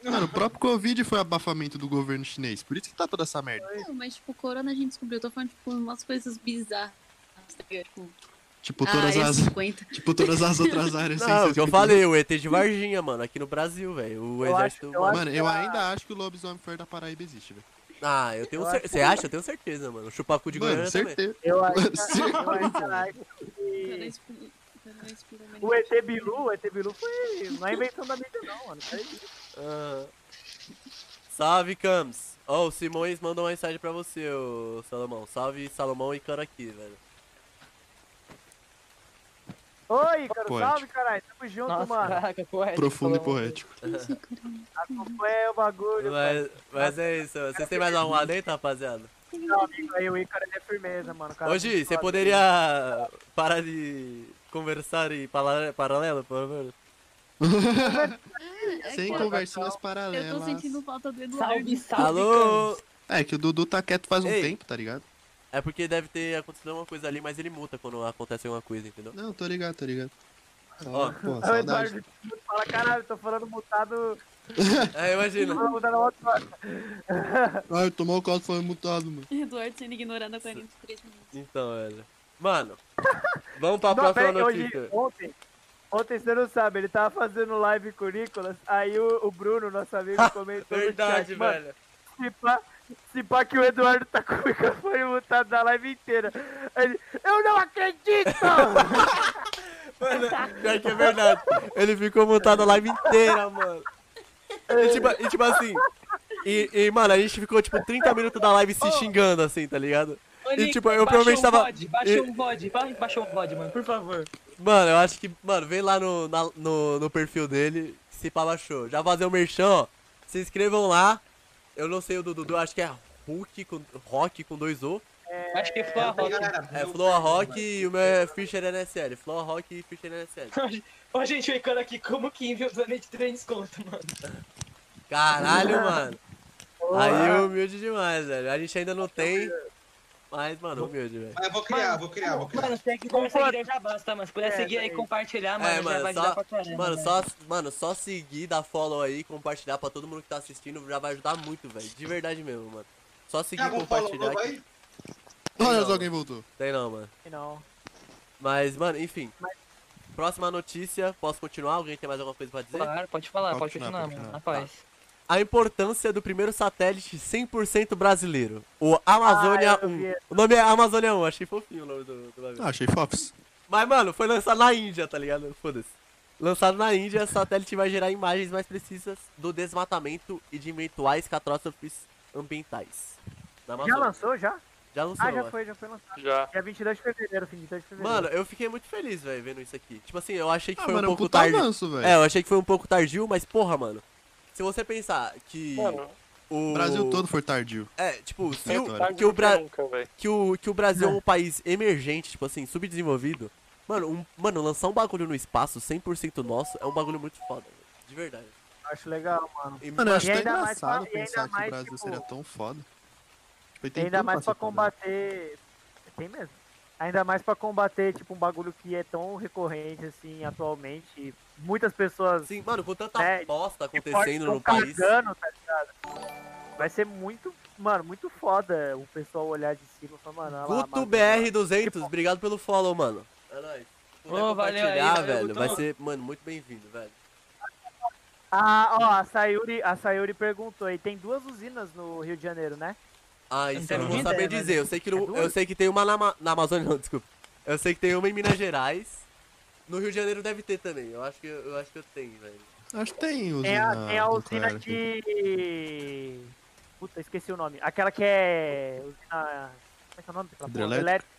Speaker 5: Mano, o próprio Covid foi abafamento do governo chinês. Por isso que tá toda essa merda.
Speaker 7: Não, mas, tipo, corona a gente descobriu. Eu tô falando, tipo, umas coisas bizarras. tá ligado? Tipo, é
Speaker 5: Tipo,
Speaker 7: a
Speaker 5: todas
Speaker 6: Ah,
Speaker 7: área
Speaker 5: as.
Speaker 7: 50.
Speaker 5: Tipo, todas as outras áreas. sem
Speaker 2: Não,
Speaker 5: ser
Speaker 2: o que eu
Speaker 5: escrito.
Speaker 2: falei, o ET de Varginha, mano, aqui no Brasil, velho. O
Speaker 6: Eu
Speaker 2: exército.
Speaker 6: acho- eu acho-
Speaker 5: Mano, eu
Speaker 6: que a-
Speaker 5: ainda acho que o lobisomem fora da Paraíba existe, velho.
Speaker 2: Ah, eu tenho
Speaker 6: Eu
Speaker 2: certeza.
Speaker 6: acho-
Speaker 2: Você acha? Eu tenho certeza, mano. O Chupacu de
Speaker 5: Mano,
Speaker 2: Goiânia é, também.
Speaker 5: certeza.
Speaker 6: Eu acho
Speaker 5: Sim.
Speaker 6: eu acho
Speaker 7: Cara,
Speaker 6: que
Speaker 7: exp- cara, explica melhor.
Speaker 6: o ET Bilu, o ET Bilu foi. Não é invenção da mídia, não, mano. Peraí.
Speaker 2: Ah. Salve, Cams. Ó, o Simões mandou uma mensagem pra você, ô Salomão. Salve, Salomão e Karaki, velho.
Speaker 6: Oi, cara,
Speaker 5: Poético.
Speaker 6: salve, caralho. Tamo junto,
Speaker 1: Nossa,
Speaker 6: mano.
Speaker 1: caraca, poético.
Speaker 5: Profundo e
Speaker 1: falou.
Speaker 5: poético.
Speaker 7: é
Speaker 6: Acompanha o bagulho.
Speaker 2: Mas, mas é isso, mano. vocês têm mais algum adendo, rapaziada?
Speaker 6: mano. Meu amigo aí, o Ícaro ele é firmeza, mano. Cara,
Speaker 2: Hoje,
Speaker 6: muito
Speaker 2: você
Speaker 6: foda.
Speaker 2: poderia parar de conversar em pala- paralelo, por favor?
Speaker 7: É
Speaker 5: Sem né,
Speaker 7: que
Speaker 5: conversinhas
Speaker 7: Eu tô
Speaker 5: paralelas.
Speaker 7: sentindo falta do Eduardo.
Speaker 1: Salve, salve.
Speaker 2: Alô?
Speaker 5: É, que o Dudu tá quieto faz um
Speaker 2: Ei.
Speaker 5: tempo, tá ligado?
Speaker 2: É porque deve ter acontecido alguma coisa ali, mas ele muta quando acontece alguma coisa, entendeu?
Speaker 5: Não, tô ligado, tô ligado.
Speaker 2: Ó.
Speaker 5: Ah, Pô,
Speaker 6: Aí O
Speaker 5: saudade.
Speaker 6: Eduardo fala, caralho, tô falando mutado.
Speaker 2: É, imagina.
Speaker 6: Tô falando mutado ao outro lado.
Speaker 5: Ah, eu tomou o caldo foi mutado, mano.
Speaker 7: Eduardo sendo ignorado há 43 minutos.
Speaker 2: Então, velho. Mano, vamos pra
Speaker 6: Não,
Speaker 2: próxima
Speaker 6: peraí, hoje,
Speaker 2: notícia.
Speaker 6: ontem, ontem você não sabe, ele tava fazendo live com o Nicolas, aí o, o Bruno, nosso amigo, comentou no
Speaker 2: Verdade,
Speaker 6: chat, "Mano,
Speaker 2: velho.
Speaker 6: Se pá, se pá que o Eduardo tá com o microfone mutado tá da live inteira. Ele, eu não acredito!
Speaker 2: Mano, pior que é verdade. Ele ficou montado a live inteira, mano. E tipo, e tipo assim. E, e, mano, a gente ficou tipo 30 minutos da live se xingando, assim, tá ligado?
Speaker 1: Ô,
Speaker 2: E,
Speaker 1: Nick,
Speaker 2: tipo, eu
Speaker 1: baixa
Speaker 2: provavelmente
Speaker 1: um
Speaker 2: tava-
Speaker 1: VOD, Baixa
Speaker 2: e-
Speaker 1: um VOD, vai baixar um VOD, mano, por favor.
Speaker 2: Mano, eu acho que. Mano, vem lá no, na- no, no perfil dele, se pá baixou. Já fazer o merchan, ó. Se inscrevam lá. Eu não sei o do Dudu, acho que é Hulk com, Rock com dois O.
Speaker 1: Acho que foi a roda.
Speaker 2: É Floa Rock e o meu é Fischer NSL. Floa Rock e Fischer NSL.
Speaker 1: Ó, gente, o Icaro aqui, como que enviou os anéis de três desconto, mano?
Speaker 2: Caralho, mano. Aí é humilde demais, velho. A gente ainda não tem. Mas, mano, humilde, velho.
Speaker 3: Mas eu vou criar, vou criar, vou criar.
Speaker 1: Mano, se é que começar a igreja já basta, mas se puder
Speaker 6: É,
Speaker 1: seguir aí e
Speaker 6: daí.
Speaker 1: compartilhar, Ah, mano,
Speaker 2: É,
Speaker 1: já
Speaker 2: mano,
Speaker 1: vai
Speaker 2: só-
Speaker 1: ajudar pra caramba.
Speaker 2: Mano,
Speaker 1: né?
Speaker 2: só, mano, só seguir, dar follow aí, compartilhar pra todo mundo que tá assistindo já vai ajudar muito, velho. De verdade mesmo, mano. Só seguir
Speaker 3: Quer
Speaker 2: e
Speaker 3: algum follow
Speaker 2: compartilhar.
Speaker 3: novo
Speaker 2: Que...
Speaker 3: aí?
Speaker 5: Olha
Speaker 2: Não.
Speaker 5: só quem voltou.
Speaker 2: Tem não, mano.
Speaker 6: Não.
Speaker 2: Mas, mano, enfim. Próxima notícia, posso continuar? Alguém tem mais alguma coisa pra dizer?
Speaker 1: Claro, pode falar,
Speaker 5: Pode
Speaker 1: pode
Speaker 5: continuar,
Speaker 1: continuar,
Speaker 5: pode
Speaker 1: mano.
Speaker 5: continuar.
Speaker 1: Rapaz.
Speaker 2: A importância do primeiro satélite 100% brasileiro, o Amazônia
Speaker 6: Ah, eu
Speaker 2: 1.
Speaker 6: vi.
Speaker 2: O nome é Amazônia 1, achei fofinho o nome do, do bagulho.
Speaker 5: Ah, achei Fops.
Speaker 2: Mas, mano, foi lançado na Índia, tá ligado? Foda-se. Lançado na Índia, o satélite vai gerar imagens mais precisas do desmatamento e de eventuais catástrofes ambientais. Na
Speaker 6: Já
Speaker 2: Amazônia.
Speaker 6: lançou, já?
Speaker 2: Já lançou,
Speaker 6: Ah, já
Speaker 2: mano.
Speaker 6: foi, já foi lançado. É
Speaker 4: Já.
Speaker 6: Dia 22 de fevereiro, fim de 22 de fevereiro.
Speaker 2: Mano, eu fiquei muito feliz, velho, vendo isso aqui. Tipo assim, eu achei que
Speaker 5: Ah,
Speaker 2: foi
Speaker 5: mano,
Speaker 2: um
Speaker 5: é um
Speaker 2: pouco
Speaker 5: puta
Speaker 2: tarde.
Speaker 5: avanço, velho.
Speaker 2: É, eu achei que foi um pouco tardio, mas porra, mano. Se você pensar que
Speaker 4: Mano,
Speaker 2: o
Speaker 5: O Brasil todo tá foi tardio.
Speaker 2: É, tipo, se o-
Speaker 5: Aleatório.
Speaker 4: tarde
Speaker 2: que o
Speaker 4: do que
Speaker 2: Bra-
Speaker 4: tá nunca, velho.
Speaker 6: É.
Speaker 2: que o, que o Brasil é um país emergente, tipo assim, subdesenvolvido, Mano, um- mano, lançar um bagulho no espaço 100% nosso é um bagulho muito foda, velho. de verdade.
Speaker 6: Acho legal, mano.
Speaker 2: E,
Speaker 5: Mano, eu acho
Speaker 6: E
Speaker 5: tão
Speaker 6: ainda mais pra-
Speaker 5: engraçado
Speaker 6: e ainda
Speaker 5: pensar que
Speaker 6: mais,
Speaker 5: o Brasil
Speaker 6: tipo,
Speaker 5: seria tão foda. Tipo, ele
Speaker 6: E
Speaker 5: tem
Speaker 6: ainda
Speaker 5: tudo
Speaker 6: mais pra
Speaker 5: ser foda.
Speaker 6: combater. Tem mesmo. Ainda mais pra combater, tipo, um bagulho que é tão recorrente, assim, atualmente. e Muitas pessoas
Speaker 2: Sim, mano, com tanta
Speaker 6: É,
Speaker 2: bosta
Speaker 6: que pode-
Speaker 2: acontecendo
Speaker 6: tão
Speaker 2: no país.
Speaker 6: cagando, tá ligado? Vai ser muito, mano, muito foda o pessoal olhar de cima e falar, mano, olha lá,
Speaker 2: Guto
Speaker 6: mano,
Speaker 2: BR200, obrigado pelo follow, mano. É nóis. Se puder
Speaker 1: Ô, valeu aí,
Speaker 2: compartilhar,
Speaker 1: valeu,
Speaker 2: velho,
Speaker 1: Guto.
Speaker 2: vai ser, mano, muito bem-vindo, velho.
Speaker 6: Ah, ó, a Sayuri, a Sayuri perguntou aí, tem duas usinas no Rio de Janeiro, né?
Speaker 2: Ah, isso eu não vou
Speaker 1: Entendi.
Speaker 2: saber dizer. Eu sei que, no-
Speaker 6: É duas?
Speaker 2: eu sei que tem uma na, Ma- na Amazônia, não, desculpa. Eu sei que tem uma em Minas Gerais. No Rio de Janeiro deve ter também. Eu acho que eu, eu acho que eu tenho, velho.
Speaker 5: Acho que tem usina
Speaker 6: Tem É a, tem a usina
Speaker 5: nuclear aqui.
Speaker 6: de... Puta, esqueci o nome. Aquela que é... Usina... Como é que é o nome daquela porra?
Speaker 5: Hidrelétrica?
Speaker 6: Elétrica.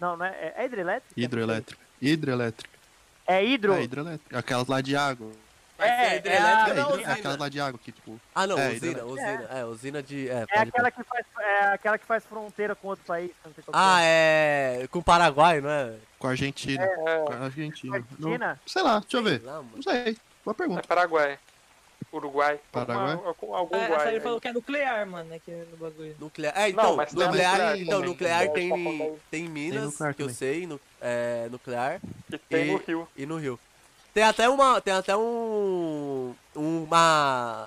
Speaker 6: Não, não é... É hidrelétrica?
Speaker 5: Hidroelétrica. Hidrelétrica.
Speaker 6: É hidro.
Speaker 5: É, hidrelétrica. Aquelas lá de água.
Speaker 2: Mas
Speaker 6: É,
Speaker 2: tem
Speaker 6: Ah,
Speaker 5: é,
Speaker 2: hidrelétrica
Speaker 6: é
Speaker 2: na
Speaker 6: a-
Speaker 5: hidro-
Speaker 2: usina.
Speaker 5: aquelas lá de água que, tipo,
Speaker 2: Ah, não,
Speaker 5: É,
Speaker 2: usina,
Speaker 5: hidrelétrica.
Speaker 2: usina. É, usina de. É,
Speaker 6: É
Speaker 2: pode
Speaker 6: aquela que faz... É aquela que faz fronteira com outro país. Não sei qual que
Speaker 2: Ah, é. Com o Paraguai, não é?
Speaker 5: com a Argentina. Com a
Speaker 6: É
Speaker 5: Argentina.
Speaker 6: Argentina?
Speaker 5: é. Não- sei lá, deixa eu ver.
Speaker 2: Sei lá, mano.
Speaker 5: Não sei.
Speaker 4: É
Speaker 5: Boa pergunta.
Speaker 4: Paraguai. Uruguai.
Speaker 5: Paraguai?
Speaker 4: Alguma- algum- algum
Speaker 1: É,
Speaker 4: guai
Speaker 1: essa aí
Speaker 4: aí.
Speaker 1: falou que é nuclear, mano, né? Que é no bagulho.
Speaker 2: Nuclear. É, então,
Speaker 4: mas tem
Speaker 2: nuclear,
Speaker 4: nuclear
Speaker 2: então,
Speaker 5: também.
Speaker 2: nuclear tem,
Speaker 4: Tem
Speaker 2: tem em Minas,
Speaker 5: nuclear
Speaker 2: que eu
Speaker 5: também.
Speaker 2: sei, nu- é, nuclear
Speaker 4: E tem no
Speaker 2: E-
Speaker 4: Rio.
Speaker 2: e no Rio. Tem até uma. Tem até um. Uma.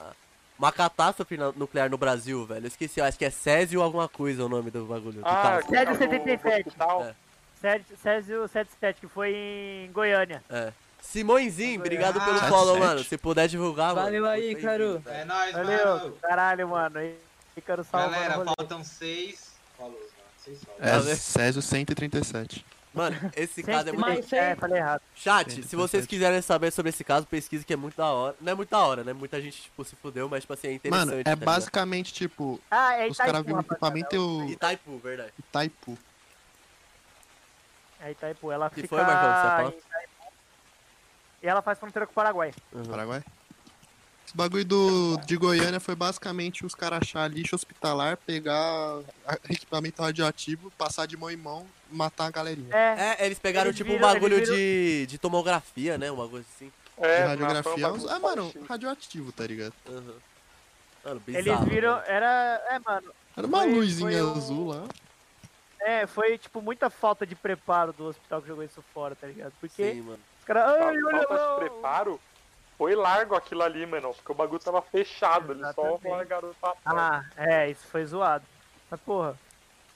Speaker 2: Uma catástrofe na- nuclear no Brasil, velho. Eu esqueci, eu acho que é Césio alguma coisa o nome do bagulho. que
Speaker 4: Ah,
Speaker 2: causa.
Speaker 6: é de
Speaker 4: o- o
Speaker 6: 77.
Speaker 4: hospital.
Speaker 2: É.
Speaker 6: Sérgio, Sérgio 77, que foi em Goiânia.
Speaker 2: É. Simõezinho, obrigado pelo
Speaker 3: Ah,
Speaker 2: follow,
Speaker 5: sete.
Speaker 2: mano. Se puder divulgar,
Speaker 1: Valeu
Speaker 2: mano.
Speaker 1: aí,
Speaker 2: Muito
Speaker 1: Caru.
Speaker 2: bem-vindo, velho.
Speaker 3: É nóis,
Speaker 6: Valeu,
Speaker 3: mano.
Speaker 6: caralho, mano. E Ícaro salvando
Speaker 3: Galera,
Speaker 6: o rolê.
Speaker 3: faltam seis. Falou, mano. Seis só.
Speaker 5: É,
Speaker 2: Tá vendo?
Speaker 5: Césio 137.
Speaker 2: Mano, esse caso é muito
Speaker 6: 130, É, falei errado.
Speaker 2: Chat,
Speaker 5: Sempre
Speaker 2: se vocês
Speaker 5: interessante.
Speaker 2: quiserem saber sobre esse caso, pesquise que é muito da hora. Não é muito da hora, né? Muita gente, tipo, se fudeu, mas, tipo assim, é interessante.
Speaker 5: Mano,
Speaker 2: tá
Speaker 5: é
Speaker 2: ligado?
Speaker 5: basicamente, tipo,
Speaker 6: Ah, é
Speaker 5: os caras
Speaker 6: Itaipu,
Speaker 5: viram um
Speaker 6: rapaziada.
Speaker 5: equipamento e o
Speaker 2: Itaipu, tá verdade.
Speaker 5: Itaipu.
Speaker 6: É Itaipu, ela
Speaker 2: Que
Speaker 6: fica
Speaker 2: foi, Marcão, você fala?
Speaker 6: em Itaipu. E ela faz fronteira com o Paraguai.
Speaker 5: Paraguai. Esse bagulho do, de Goiânia foi basicamente os caras achar lixo hospitalar, pegar a- equipamento radioativo, passar de mão em mão, matar a galerinha.
Speaker 6: É,
Speaker 2: É, eles pegaram,
Speaker 6: Eles
Speaker 2: tipo,
Speaker 6: viram-
Speaker 2: um
Speaker 6: eles
Speaker 2: bagulho
Speaker 6: viram-
Speaker 2: de, de tomografia, né? Uma coisa assim.
Speaker 4: É,
Speaker 5: de
Speaker 4: mas foi um
Speaker 5: radiografia. é uns-
Speaker 4: bagulho
Speaker 5: ah, mano,
Speaker 4: forte.
Speaker 5: radioativo, tá ligado?
Speaker 2: Aham. Mano, bizarro.
Speaker 6: eles viram.
Speaker 2: velho.
Speaker 6: Era. É, mano.
Speaker 5: Era uma
Speaker 6: Foi-
Speaker 5: luzinha
Speaker 6: foi um-
Speaker 5: azul lá.
Speaker 6: É, foi tipo muita falta de preparo do hospital que jogou isso fora, tá ligado? Porque
Speaker 2: Sim, mano.
Speaker 6: os caras.
Speaker 4: Fal-
Speaker 6: Ai, olha
Speaker 4: Falta de
Speaker 6: lá.
Speaker 4: preparo. Foi largo aquilo ali, mano. Porque o bagulho tava fechado. Eles só
Speaker 6: Exatamente.
Speaker 4: largaram o papel.
Speaker 6: Ah, é, isso foi zoado. Mas porra. o
Speaker 2: Tipo,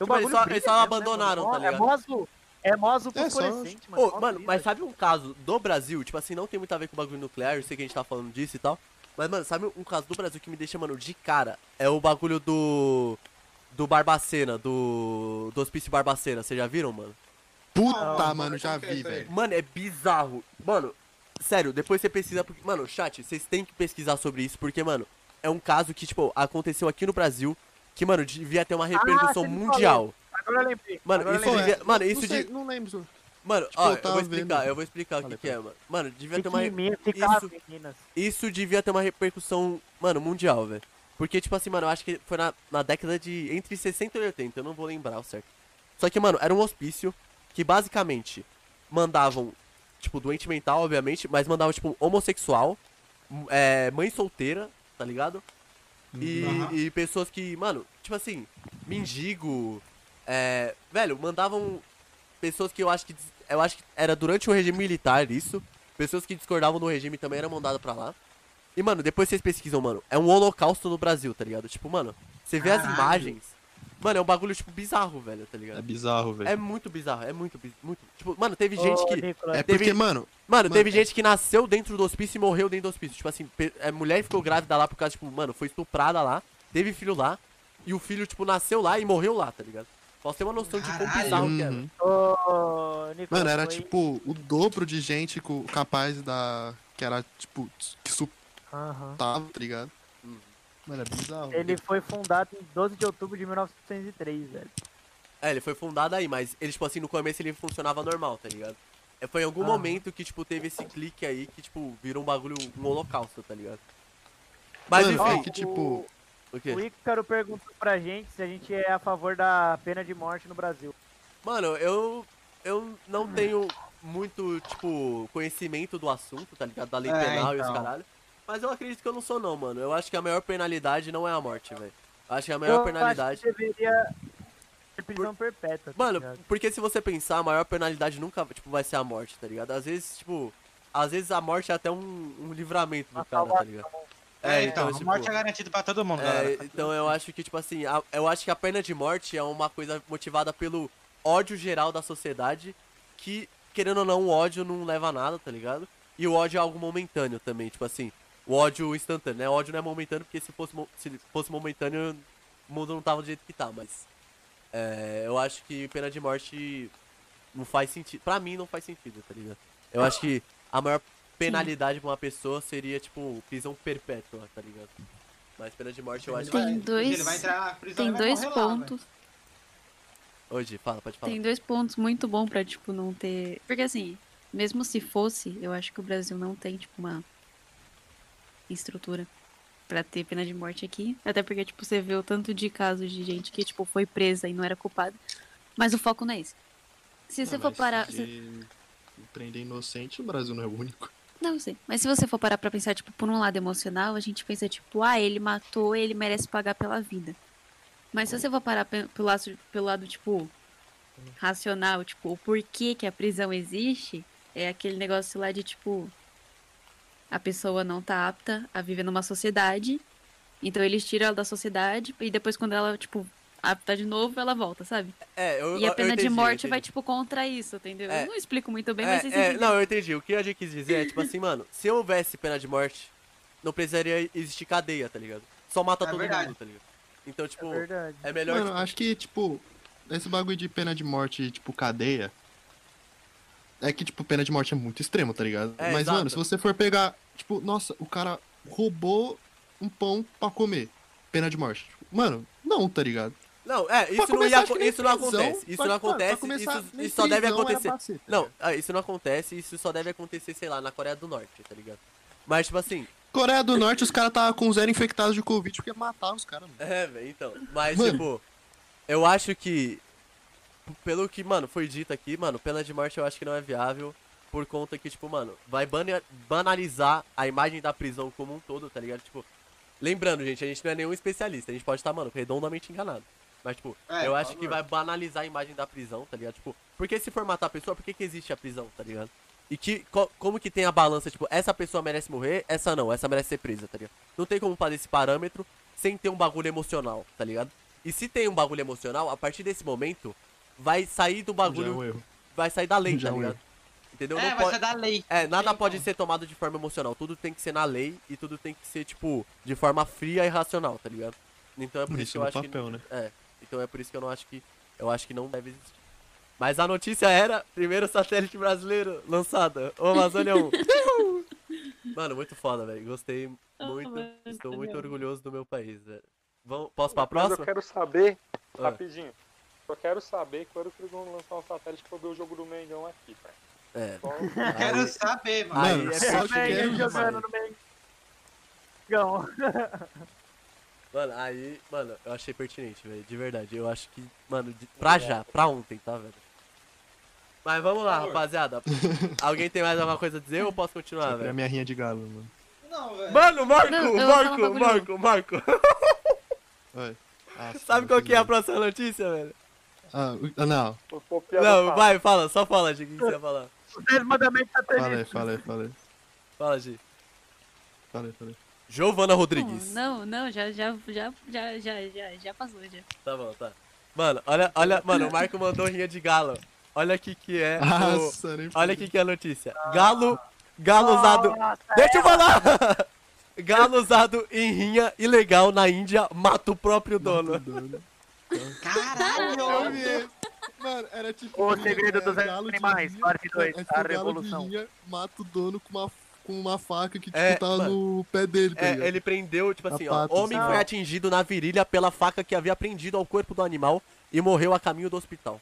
Speaker 2: eles
Speaker 6: bagulho
Speaker 2: só-
Speaker 6: brilha
Speaker 2: eles só
Speaker 6: mesmo, né,
Speaker 2: abandonaram,
Speaker 6: mano?
Speaker 2: tá ligado?
Speaker 6: É mó azul. É mó azul
Speaker 5: É, só-
Speaker 6: fluorescente, mano.
Speaker 2: Ô,
Speaker 6: mó
Speaker 2: mano,
Speaker 6: brisa.
Speaker 2: mas sabe um caso do Brasil? Tipo assim, não tem muito a ver com o bagulho nuclear, eu sei que a gente tá falando disso e tal. Mas, mano, sabe um caso do Brasil que me deixa, mano, de cara? É o bagulho do. Do Barbacena, do. Do Hospício Barbacena, vocês já viram, mano?
Speaker 3: Não,
Speaker 5: Puta,
Speaker 3: não,
Speaker 5: mano,
Speaker 3: não,
Speaker 5: já
Speaker 3: não quero
Speaker 5: vi,
Speaker 3: isso aí.
Speaker 5: velho.
Speaker 2: Mano, é bizarro. Mano, sério, depois você pesquisa. porque- Mano, chat, vocês têm que pesquisar sobre isso, porque, mano, é um caso que, tipo, aconteceu aqui no Brasil. Que, mano, devia ter uma repercussão
Speaker 6: você me
Speaker 2: mundial.
Speaker 6: Agora eu lembrei.
Speaker 2: Mano,
Speaker 6: Agora eu
Speaker 2: isso
Speaker 5: lembrei.
Speaker 2: devia. Mano,
Speaker 5: não,
Speaker 2: isso
Speaker 5: sei,
Speaker 2: de.
Speaker 5: não lembro.
Speaker 2: Mano, ó, eu
Speaker 5: eu tava
Speaker 2: vou explicar,
Speaker 5: vendo.
Speaker 2: eu vou explicar o que,
Speaker 5: Falei,
Speaker 2: que é, mano. Mano, devia ter uma.
Speaker 6: Fique em Minas, ficava
Speaker 2: isso-
Speaker 6: em Minas.
Speaker 2: Isso devia ter uma repercussão, mano, mundial, velho. Porque, tipo assim, mano, eu acho que foi na, na década de. entre 60 e 80, eu não vou lembrar o certo. Só que, mano, era um hospício que basicamente mandavam, tipo, doente mental, obviamente, mas mandavam, tipo, homossexual, m- é, mãe solteira, tá ligado? E,
Speaker 3: Aham.
Speaker 2: e pessoas que, mano, tipo assim, mendigo. É, velho, mandavam pessoas que eu acho que. des- Eu acho que era durante o regime militar isso. Pessoas que discordavam do regime também eram mandadas pra lá. E, mano, depois vocês pesquisam, mano. É um holocausto no Brasil, tá ligado? Tipo, mano, você vê as
Speaker 3: Caralho.
Speaker 2: imagens. Mano, é um bagulho, tipo, bizarro, velho, tá
Speaker 5: É
Speaker 2: ligado?
Speaker 5: bizarro, velho.
Speaker 2: É muito bizarro, é muito, bi- muito. Tipo, mano, teve gente
Speaker 6: Ô,
Speaker 2: que.
Speaker 6: Nicolas,
Speaker 5: É
Speaker 2: teve-
Speaker 5: porque, mano,
Speaker 2: Mano,
Speaker 5: Mano,
Speaker 2: teve
Speaker 5: é-
Speaker 2: gente que nasceu dentro do hospício e morreu dentro do hospício. Tipo assim, pe- é, mulher ficou grávida lá por causa, tipo, mano, foi estuprada lá, teve filho lá, e o filho, tipo, nasceu lá e morreu lá, tá ligado? Pra você ter uma noção de quão
Speaker 3: Caralho.
Speaker 2: bizarro que era.
Speaker 5: Uhum.
Speaker 6: Ô, Nicolas,
Speaker 5: Mano, era
Speaker 6: foi-
Speaker 5: tipo o dobro de gente co- capaz da. Que era tipo. Que
Speaker 6: Aham.
Speaker 5: suptava, tá ligado?
Speaker 2: Uhum.
Speaker 5: Mano, é bizarro.
Speaker 6: Ele
Speaker 5: velho.
Speaker 6: foi fundado em 12 de outubro de 1903, velho.
Speaker 2: É, ele foi fundado aí, mas ele, tipo assim, no começo ele funcionava normal, tá ligado? É, foi em algum
Speaker 6: Ah.
Speaker 2: momento que, tipo, teve esse clique aí que, tipo, virou um bagulho, um holocausto, tá ligado? Mas
Speaker 5: Mano,
Speaker 2: enfim,
Speaker 5: é que tipo.
Speaker 2: o
Speaker 6: O, o
Speaker 2: quê?
Speaker 6: Ícaro perguntou pra gente se a gente é a favor da pena de morte no Brasil.
Speaker 2: Mano, eu. Eu não tenho muito, tipo, conhecimento do assunto, tá ligado? Da lei
Speaker 3: É,
Speaker 2: penal e os
Speaker 3: então.
Speaker 2: caralho. Mas eu acredito que eu não sou não, mano. Eu acho que a maior penalidade não é a morte, velho. Eu acho que a maior
Speaker 6: Eu
Speaker 2: penalidade.
Speaker 6: acho que deveria ser prisão perpétua. tá
Speaker 2: Mano,
Speaker 6: ligado?
Speaker 2: porque se você pensar, a maior penalidade nunca tipo, vai ser a morte, tá ligado? Às vezes, tipo. Às vezes a morte é até um, um livramento do
Speaker 6: Uma
Speaker 2: cara, tá
Speaker 6: salvação.
Speaker 2: ligado?
Speaker 3: É, então,
Speaker 2: tipo,
Speaker 3: a morte é garantida pra todo mundo,
Speaker 2: é,
Speaker 3: galera.
Speaker 2: então eu acho que, tipo assim, a- eu acho que a pena de morte é uma coisa motivada pelo ódio geral da sociedade, que, querendo ou não, o ódio não leva a nada, tá ligado? E o ódio é algo momentâneo também, tipo assim, o ódio instantâneo, né? O ódio não é momentâneo, porque se fosse, mo- se fosse momentâneo, o mundo não tava do jeito que tá, mas... é, eu acho que pena de morte não faz sentido, pra mim não faz sentido, tá ligado? Eu acho que a maior penalidade pra uma pessoa seria, tipo, prisão perpétua, tá ligado? Mas pena de morte eu acho que...
Speaker 7: Tem dois-
Speaker 3: Ele vai entrar na prisão,
Speaker 7: Tem
Speaker 3: ele Então vai
Speaker 7: dois
Speaker 3: morrer lá, velho.
Speaker 7: pontos.
Speaker 2: Hoje, fala, pode falar.
Speaker 7: Tem dois pontos muito bom pra, tipo, não ter. Porque assim, mesmo se fosse, eu acho que o Brasil não tem, tipo, uma estrutura pra ter pena de morte aqui. Até porque, tipo, você vê o tanto de casos de gente que, tipo, foi presa e não era culpada. Mas o foco não é esse. Se você
Speaker 5: Ah,
Speaker 7: for
Speaker 5: mas
Speaker 7: parar.
Speaker 5: de
Speaker 7: se-
Speaker 5: Prender inocente, o Brasil não é o único.
Speaker 7: Não eu sei. Mas se você for parar pra pensar, tipo, por um lado emocional, a gente pensa, tipo, ah, ele matou, ele merece pagar pela vida. Mas se você for parar pe- pelo lado, pelo lado tipo, racional, tipo, o porquê que a prisão existe, é aquele negócio lá de, tipo, a pessoa não tá apta a viver numa sociedade, então eles tiram ela da sociedade e depois quando ela, tipo, apta de novo, ela volta, sabe?
Speaker 2: É, eu,
Speaker 7: E
Speaker 2: eu-
Speaker 7: a
Speaker 2: eu
Speaker 7: pena de
Speaker 2: entendi, eu
Speaker 7: morte vai,
Speaker 2: entendi.
Speaker 7: tipo, contra isso, entendeu?
Speaker 2: É.
Speaker 7: Eu não explico muito bem,
Speaker 2: é,
Speaker 7: mas vocês
Speaker 2: é,
Speaker 7: entenderam.
Speaker 2: Não, eu entendi. O que a gente quis dizer é, tipo assim, mano, se houvesse pena de morte, não precisaria existir cadeia, tá ligado? Só mata
Speaker 3: É
Speaker 2: todo
Speaker 3: verdade.
Speaker 2: mundo, tá ligado? Então, tipo,
Speaker 6: É
Speaker 2: é,
Speaker 6: verdade.
Speaker 2: melhor.
Speaker 5: Mano, acho que, tipo, esse bagulho de pena de morte, tipo, cadeia. É que, tipo, pena de morte é muito extremo, tá ligado?
Speaker 2: É,
Speaker 5: Mas,
Speaker 2: exato.
Speaker 5: mano, se você for pegar, tipo, nossa, o cara roubou um pão pra comer. Pena de morte. Tipo, Mano, não, tá ligado?
Speaker 2: Não, é, isso, não,
Speaker 5: começar,
Speaker 2: ia,
Speaker 5: acho que nem
Speaker 2: isso não
Speaker 5: prisão,
Speaker 2: acontece. Isso
Speaker 5: pra-
Speaker 2: não
Speaker 5: mano, pra
Speaker 2: acontece,
Speaker 5: começar,
Speaker 2: isso,
Speaker 5: nem
Speaker 2: isso só deve
Speaker 5: prisão era
Speaker 2: acontecer.
Speaker 5: pra ser, tá
Speaker 2: Não,
Speaker 5: ligado?
Speaker 2: ah, isso não acontece, isso só deve acontecer, sei lá, na Coreia do Norte, tá ligado? Mas, tipo assim,
Speaker 5: Coreia do Norte, os caras tava com zero infectados de Covid porque mataram os caras, mano.
Speaker 2: É, velho, então. Mas,
Speaker 5: Mano.
Speaker 2: tipo, eu acho que. Pelo que, mano, foi dito aqui, mano, pena de morte eu acho que não é viável. Por conta que, tipo, mano, vai bana- banalizar a imagem da prisão como um todo, tá ligado? Tipo, lembrando, gente, a gente não é nenhum especialista, a gente pode estar, mano, redondamente enganado. Mas, tipo,
Speaker 3: É,
Speaker 2: eu
Speaker 3: por
Speaker 2: acho que
Speaker 3: favor.
Speaker 2: vai banalizar a imagem da prisão, tá ligado? Tipo, porque se for matar a pessoa, por que, que existe a prisão, tá ligado? E que, co- como que tem a balança, tipo, essa pessoa merece morrer, essa não, essa merece ser presa, tá ligado? Não tem como fazer esse parâmetro sem ter um bagulho emocional, tá ligado? E se tem um bagulho emocional, a partir desse momento, vai sair do
Speaker 5: Já é um
Speaker 2: bagulho,
Speaker 5: erro.
Speaker 2: vai sair da lei,
Speaker 5: Já
Speaker 2: tá
Speaker 5: é um
Speaker 2: ligado? Entendeu? Não
Speaker 3: É, vai
Speaker 2: pode-
Speaker 3: ser da lei.
Speaker 2: é, nada
Speaker 3: Então.
Speaker 2: pode ser tomado de forma emocional. Tudo tem que ser na lei e tudo tem que ser, tipo, de forma fria e racional, tá ligado? Então é por isso, que eu
Speaker 5: no
Speaker 2: acho
Speaker 5: papel, né?
Speaker 2: que. É. Então é por isso que eu não acho que. Eu acho que não deve existir. Mas a notícia era: primeiro satélite brasileiro lançada. O Amazônia 1. Uhul! Mano, muito foda, velho. Gostei muito.
Speaker 7: mano,
Speaker 2: Estou
Speaker 7: tá
Speaker 2: muito
Speaker 7: vendo?
Speaker 2: orgulhoso do meu país, velho. Vamos, posso pra
Speaker 4: Mas eu
Speaker 2: próxima?
Speaker 4: quero saber,
Speaker 2: Ah.
Speaker 4: rapidinho. Eu quero saber quando eles vão lançar um satélite pra eu ver o jogo do Mengão aqui, cara.
Speaker 2: É.
Speaker 4: Então,
Speaker 3: Eu quero
Speaker 2: Aí-
Speaker 3: saber, mano.
Speaker 2: Aí
Speaker 5: Mano,
Speaker 2: é
Speaker 5: só
Speaker 2: foda.
Speaker 5: que um quero
Speaker 6: Flamengo jogando
Speaker 2: mano.
Speaker 6: no Mengão.
Speaker 2: Mano, aí, mano, eu achei pertinente, velho. De verdade. Eu acho que, mano, de- pra já, pra ontem, tá, velho? Mas vamos lá, rapaziada. Alguém tem mais alguma coisa a dizer ou posso continuar,
Speaker 5: Era
Speaker 2: velho?
Speaker 5: minha rinha de galo, mano.
Speaker 3: Não, velho.
Speaker 2: Mano, Marco,
Speaker 7: Não, eu vou falar um
Speaker 2: Marco, Marco,
Speaker 7: bagulho.
Speaker 2: Marco,
Speaker 5: Olha. Ah,
Speaker 2: Sabe qual que é a
Speaker 5: filho.
Speaker 2: próxima notícia, velho?
Speaker 5: Ah, o- ah, não.
Speaker 4: eu vou copiar o
Speaker 2: Não,
Speaker 4: papo.
Speaker 2: vai, fala, só fala, Gi, o que que você ia falar?
Speaker 6: Os dez mandamentos
Speaker 5: Fala aí,
Speaker 6: satanistas.
Speaker 5: fala aí, fala aí.
Speaker 2: Fala, Gi.
Speaker 5: Fala aí, fala aí.
Speaker 2: Giovana
Speaker 7: Não,
Speaker 2: Rodrigues.
Speaker 7: não, não, já, já, já, já, já, já, já passou, já.
Speaker 2: Tá bom, tá. Mano, olha, olha, mano, o Marco mandou rinha de galo. Olha o que que é. o-
Speaker 5: Nossa, nem
Speaker 2: Olha o que que é a notícia. Galo, galo usado. Deixa eu falar! Galo usado em rinha ilegal na Índia mata o próprio dono.
Speaker 5: Eu
Speaker 3: Caralho!
Speaker 5: vi esse. Mano, era tipo.
Speaker 6: O segredo
Speaker 5: era
Speaker 6: dos
Speaker 5: galo de
Speaker 6: animais,
Speaker 5: rinha,
Speaker 6: parte dois,
Speaker 5: era
Speaker 6: a
Speaker 5: tipo galo de
Speaker 6: revolução.
Speaker 5: rinha, mata o dono com uma, com uma faca que tipo,
Speaker 2: É,
Speaker 5: tava
Speaker 2: mano.
Speaker 5: no pé dele, tá ligado?
Speaker 2: É, ele prendeu, tipo assim, ó.
Speaker 5: Sapatos,
Speaker 2: Homem
Speaker 5: não.
Speaker 2: foi atingido na virilha pela faca que havia prendido ao corpo do animal e morreu a caminho do hospital.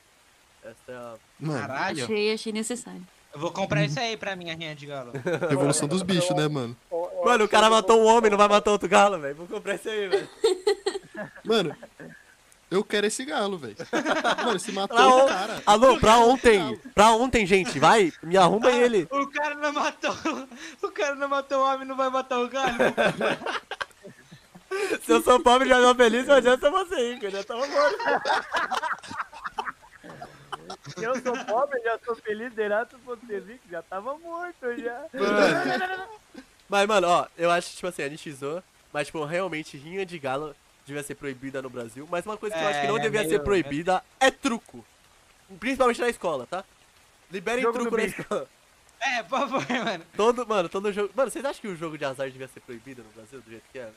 Speaker 2: Essa é a.
Speaker 5: Mano,
Speaker 3: Caralho.
Speaker 7: Achei, achei necessário.
Speaker 3: Eu vou comprar isso aí pra minha rinha de galo.
Speaker 5: revolução dos bichos, né, mano?
Speaker 4: Eu- eu
Speaker 2: Mano, o
Speaker 4: acho
Speaker 2: cara
Speaker 4: que eu
Speaker 2: matou
Speaker 4: vou-
Speaker 2: um homem, não vai matar outro galo, velho. Vou comprar isso aí, velho.
Speaker 5: Mano, Eu quero esse galo, velho. Mano, se matou
Speaker 2: Pra
Speaker 5: o
Speaker 2: on-
Speaker 5: cara.
Speaker 2: Alô, pra ontem. Pra ontem, gente. Vai, me arruma ele.
Speaker 3: O cara não matou. O cara não matou o homem, não vai matar o galo.
Speaker 2: Se eu sou pobre e já não feliz, não adianta você tá rico. Eu já tava morto.
Speaker 6: Eu sou pobre, já sou feliz, Derato Fontezic já tava morto já.
Speaker 2: Mas, mano, ó, eu acho, tipo assim, a gente zoa. Mas, tipo, realmente, rinha de galo devia ser proibida no Brasil. Mas uma coisa que eu acho que não
Speaker 3: É,
Speaker 2: devia
Speaker 3: meio-
Speaker 2: ser proibida é truco. Principalmente na escola, tá? Liberem
Speaker 6: Jogo do
Speaker 2: truco na
Speaker 6: bicho.
Speaker 2: escola.
Speaker 3: É, por favor, mano.
Speaker 2: Todo, mano, todo jogo. Mano, vocês acham que o jogo de azar devia ser proibido no Brasil do jeito que é, né?